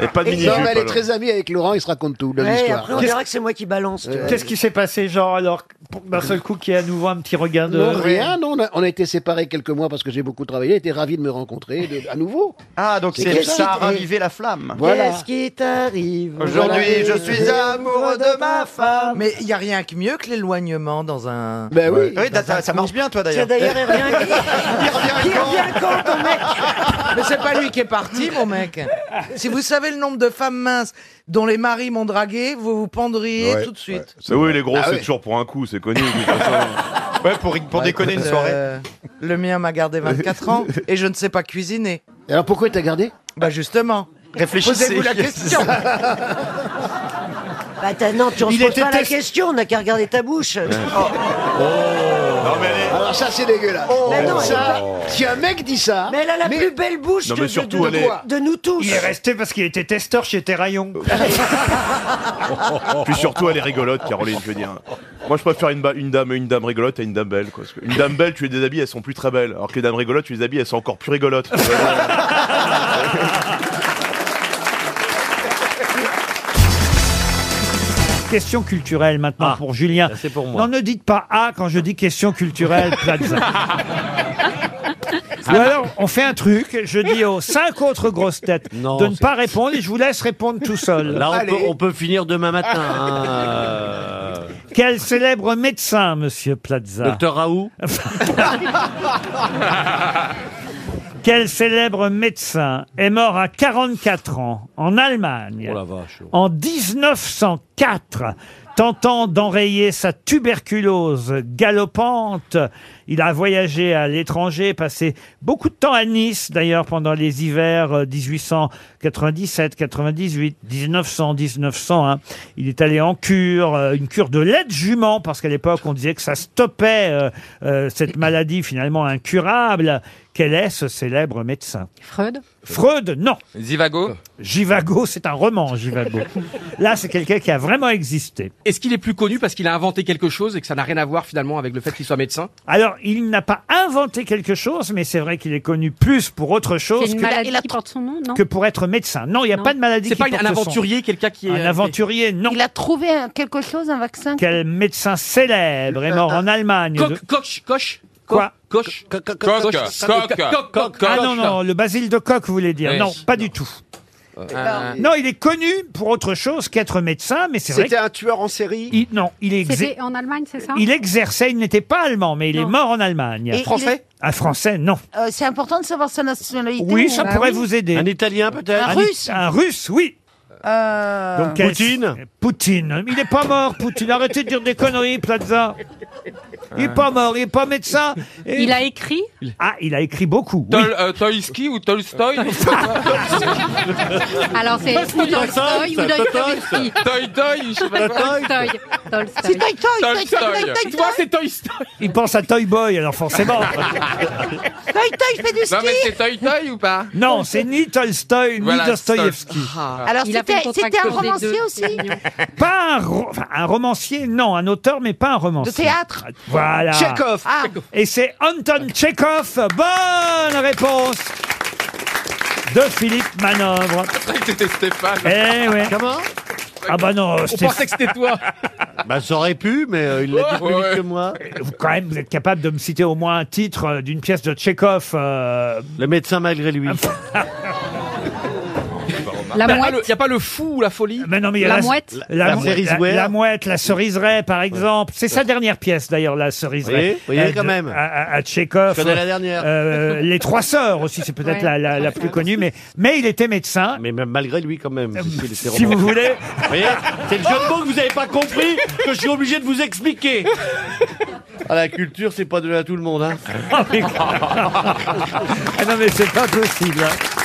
Speaker 25: Et pas
Speaker 16: Et non, mais elle est très amie avec Laurent, il se raconte tout, leur
Speaker 17: Ouais, et
Speaker 16: histoire.
Speaker 17: après, Bah, on dirait que c'est moi qui balance. tu vois.
Speaker 1: Qu'est-ce qui s'est passé, genre, alors, pour- d'un seul coup, qu'il y a à nouveau un petit regain de.
Speaker 16: Non, rien, non, on a, on a été séparés quelques mois parce que j'ai beaucoup travaillé, il était ravi de me rencontrer de- à nouveau. Ah, donc
Speaker 2: c'est- ça a ravivé la flamme.
Speaker 16: Voilà.
Speaker 2: Qu'est-ce qui t'arrive
Speaker 16: Aujourd'hui, je suis
Speaker 13: amoureux de ma femme. Mais il n'y a rien que mieux que l'éloignement dans un.
Speaker 16: Ben
Speaker 2: oui. Oui, ça- ça marche bien, toi, d'ailleurs. Tiens, d'ailleurs, il revient-
Speaker 13: il revient quand, ton mec Mais c'est pas lui qui est parti, mon mec. Si vous savez le nombre de femmes minces dont les maris m'ont dragué, vous vous pendriez
Speaker 8: Ouais,
Speaker 13: tout de suite.
Speaker 8: Mais oui, les gros,
Speaker 13: Ah
Speaker 8: c'est
Speaker 13: ouais.
Speaker 8: toujours pour un coup, c'est connu. de toute façon. Ouais, pour, pour
Speaker 13: Bah,
Speaker 8: déconner
Speaker 13: écoute,
Speaker 8: une soirée.
Speaker 13: euh, le mien m'a gardé 24 ans et je ne sais pas cuisiner.
Speaker 16: alors pourquoi t'as gardé
Speaker 13: Bah justement.
Speaker 17: Réfléchissez.
Speaker 13: Posez-vous la question.
Speaker 17: Bah, t'as- non, tu ne
Speaker 13: Il
Speaker 17: poses
Speaker 13: était
Speaker 17: pas la
Speaker 13: test-
Speaker 17: question, on n'a qu'à regarder ta bouche.
Speaker 9: Oh.
Speaker 17: Oh.
Speaker 8: Non, mais elle est-
Speaker 16: Alors ça, c'est dégueulasse.
Speaker 17: Mais non, elle
Speaker 16: ça,
Speaker 17: est pas-
Speaker 16: si un mec dit ça...
Speaker 17: Mais elle a la plus belle bouche
Speaker 8: Non,
Speaker 17: de,
Speaker 8: mais
Speaker 17: de-
Speaker 8: surtout,
Speaker 17: de-
Speaker 8: elle est-
Speaker 17: de nous tous.
Speaker 1: Il est resté parce qu'il était testeur chez Terraillon.
Speaker 26: Ah.
Speaker 8: Puis surtout, elle est rigolote, Caroline, je veux dire. Moi, je préfère une, ba- une dame une dame rigolote à une dame belle. Quoi. Parce que Une dame belle, tu les déshabilles, elles sont plus très belles. Alors que les dames rigolotes, tu les habilles, elles sont encore plus rigolotes.
Speaker 1: Question culturelle
Speaker 26: Ah.
Speaker 1: maintenant pour Julien. Non, ne dites pas ah quand je dis question culturelle, Plaza.
Speaker 26: Ah.
Speaker 1: Ou alors, on fait un truc, je dis aux cinq autres grosses têtes de ne pas répondre et je vous laisse répondre tout seul.
Speaker 26: Là, on peut, on peut finir demain matin. hein, euh.
Speaker 1: Quel célèbre médecin, monsieur Plaza
Speaker 26: Docteur Raoult
Speaker 1: Quel célèbre médecin est mort à 44 ans en Allemagne
Speaker 26: Oh la vache.
Speaker 1: en 1904 Tentant d'enrayer sa tuberculose galopante, il a voyagé à l'étranger, passé beaucoup de temps à Nice, d'ailleurs, pendant les hivers euh, 1897, 98, 1900, 1901. Il est allé en cure, euh, une cure de lait de jument, parce qu'à l'époque, on disait que ça stoppait euh, euh, cette maladie finalement incurable. Quel est ce célèbre médecin Freud Freud, non.
Speaker 27: Zivago
Speaker 1: Givago, c'est un roman, Givago. Là, c'est quelqu'un qui a vraiment existé.
Speaker 27: Est-ce qu'il est plus connu parce qu'il a inventé quelque chose et que ça n'a rien à voir finalement avec le fait qu'il soit médecin
Speaker 1: Alors, il n'a pas inventé quelque chose, mais c'est vrai qu'il est connu plus pour autre chose
Speaker 4: C'est une
Speaker 1: que,
Speaker 4: maladie qui porte son nom, non
Speaker 1: que pour être médecin. Non, il n'y a
Speaker 4: Non.
Speaker 1: pas de maladie.
Speaker 4: C'est
Speaker 1: qui
Speaker 4: pas un
Speaker 1: porte son nom.
Speaker 4: aventurier,
Speaker 27: quelqu'un qui
Speaker 1: Un aventurier, non.
Speaker 4: Il a trouvé un- quelque chose, un vaccin
Speaker 1: Quel médecin célèbre est mort en Allemagne de-
Speaker 27: Coche, coche, coche.
Speaker 1: Quoi
Speaker 27: Coche.
Speaker 1: Coq. Ah non, non, le Basile de Coq, vous voulez dire.
Speaker 27: Oui.
Speaker 1: Non, Euh, pas du tout. Non, il est connu pour autre chose qu'être médecin, mais c'est vrai.
Speaker 26: C'était
Speaker 1: un tueur en série Non, il existe.
Speaker 4: C'était en Allemagne, c'est ça
Speaker 1: Il exerçait, il n'était pas allemand, mais il est
Speaker 4: Non.
Speaker 1: mort en Allemagne.
Speaker 4: Et il Français est-
Speaker 1: Un français, non.
Speaker 10: Euh, c'est important de savoir sa nationalité.
Speaker 1: Oui,
Speaker 10: ou-
Speaker 1: ça
Speaker 10: Bah
Speaker 1: pourrait
Speaker 10: oui.
Speaker 1: vous aider. Un Italien peut-être
Speaker 10: Un Russe
Speaker 1: Un Russe, oui.
Speaker 10: Euh,
Speaker 1: Poutine Poutine. Il n'est pas mort, Poutine. Arrêtez de dire des conneries, Plaza. Il est pas mort, il est pas médecin. Et-
Speaker 2: Il a écrit
Speaker 1: Ah, il a écrit beaucoup. oui.
Speaker 13: Tol- euh, Tolsky ou Tolstoy
Speaker 2: Alors c'est
Speaker 13: Parce que
Speaker 2: ou Tolstoy
Speaker 13: Tolstoy,
Speaker 2: ou
Speaker 13: ça,
Speaker 2: Dostoïevski.
Speaker 13: Toy, je sais pas quoi.
Speaker 2: Tolstoy. Tolstoy.
Speaker 13: Tolstoy. Tu vois, c'est Tolstoy.
Speaker 1: Il pense à Toy Boy, alors forcément.
Speaker 13: Tolstoy fait du ski. Non, mais c'est Tolstoy ou pas
Speaker 1: non, c'est ni Tolstoy, ni
Speaker 13: Voilà,
Speaker 1: Dostoïevski.
Speaker 13: Tolstoy. Ah.
Speaker 6: Alors
Speaker 2: Il a fait
Speaker 6: c'était
Speaker 2: une
Speaker 6: c'était un
Speaker 2: contraction des
Speaker 6: romancier
Speaker 2: deux.
Speaker 6: aussi
Speaker 1: Pas un, ro- enfin, un romancier, non, un auteur, mais pas un romancier. Ah,
Speaker 6: De théâtre
Speaker 1: Voilà.
Speaker 6: Tchekhov. Ah.
Speaker 1: Et c'est Anton Tchekhov. Bonne réponse de Philippe Manœuvre.
Speaker 13: C'était Stéphane.
Speaker 1: Eh ouais.
Speaker 28: Comment
Speaker 1: Ah bah non, Stéphane-
Speaker 13: toi.
Speaker 28: Bah ça aurait pu, mais euh, il l'a dit plus
Speaker 13: Ouais.
Speaker 28: vite que moi.
Speaker 1: Vous, quand même, vous êtes capable de me citer au moins un titre euh, d'une pièce de euh. Tchekhov.
Speaker 28: Le médecin malgré lui. Bah,
Speaker 2: La
Speaker 13: Il
Speaker 2: mouette.
Speaker 13: n'y Bah, a pas le fou ou la folie
Speaker 1: Mais non, mais il y a
Speaker 2: La mouette.
Speaker 1: La,
Speaker 28: La
Speaker 1: mou-
Speaker 28: cerise
Speaker 1: la-
Speaker 28: ware.
Speaker 1: la mouette, la ceriseraie, par exemple. C'est sa dernière pièce, d'ailleurs, la ceriseraie.
Speaker 28: Voyez, voyez,
Speaker 1: Euh,
Speaker 28: quand
Speaker 1: de-
Speaker 28: même.
Speaker 1: À, à- à Tchekhov.
Speaker 28: Je connais la dernière.
Speaker 1: Euh, les Trois Sœurs aussi, c'est peut-être
Speaker 28: Ouais.
Speaker 1: la, la- la plus connue. Mais, mais il était médecin. Euh,
Speaker 28: Mais même malgré lui quand même. puisqu'il était
Speaker 1: Si vous
Speaker 28: romancier.
Speaker 1: voulez.
Speaker 28: Vous voyez, c'est le jeu de mots que vous n'avez pas compris, que je suis obligé de vous expliquer. Ah, la
Speaker 26: Ah,
Speaker 28: culture, c'est pas donné à tout le monde. Hein.
Speaker 1: Ah non, mais c'est pas possible. hein.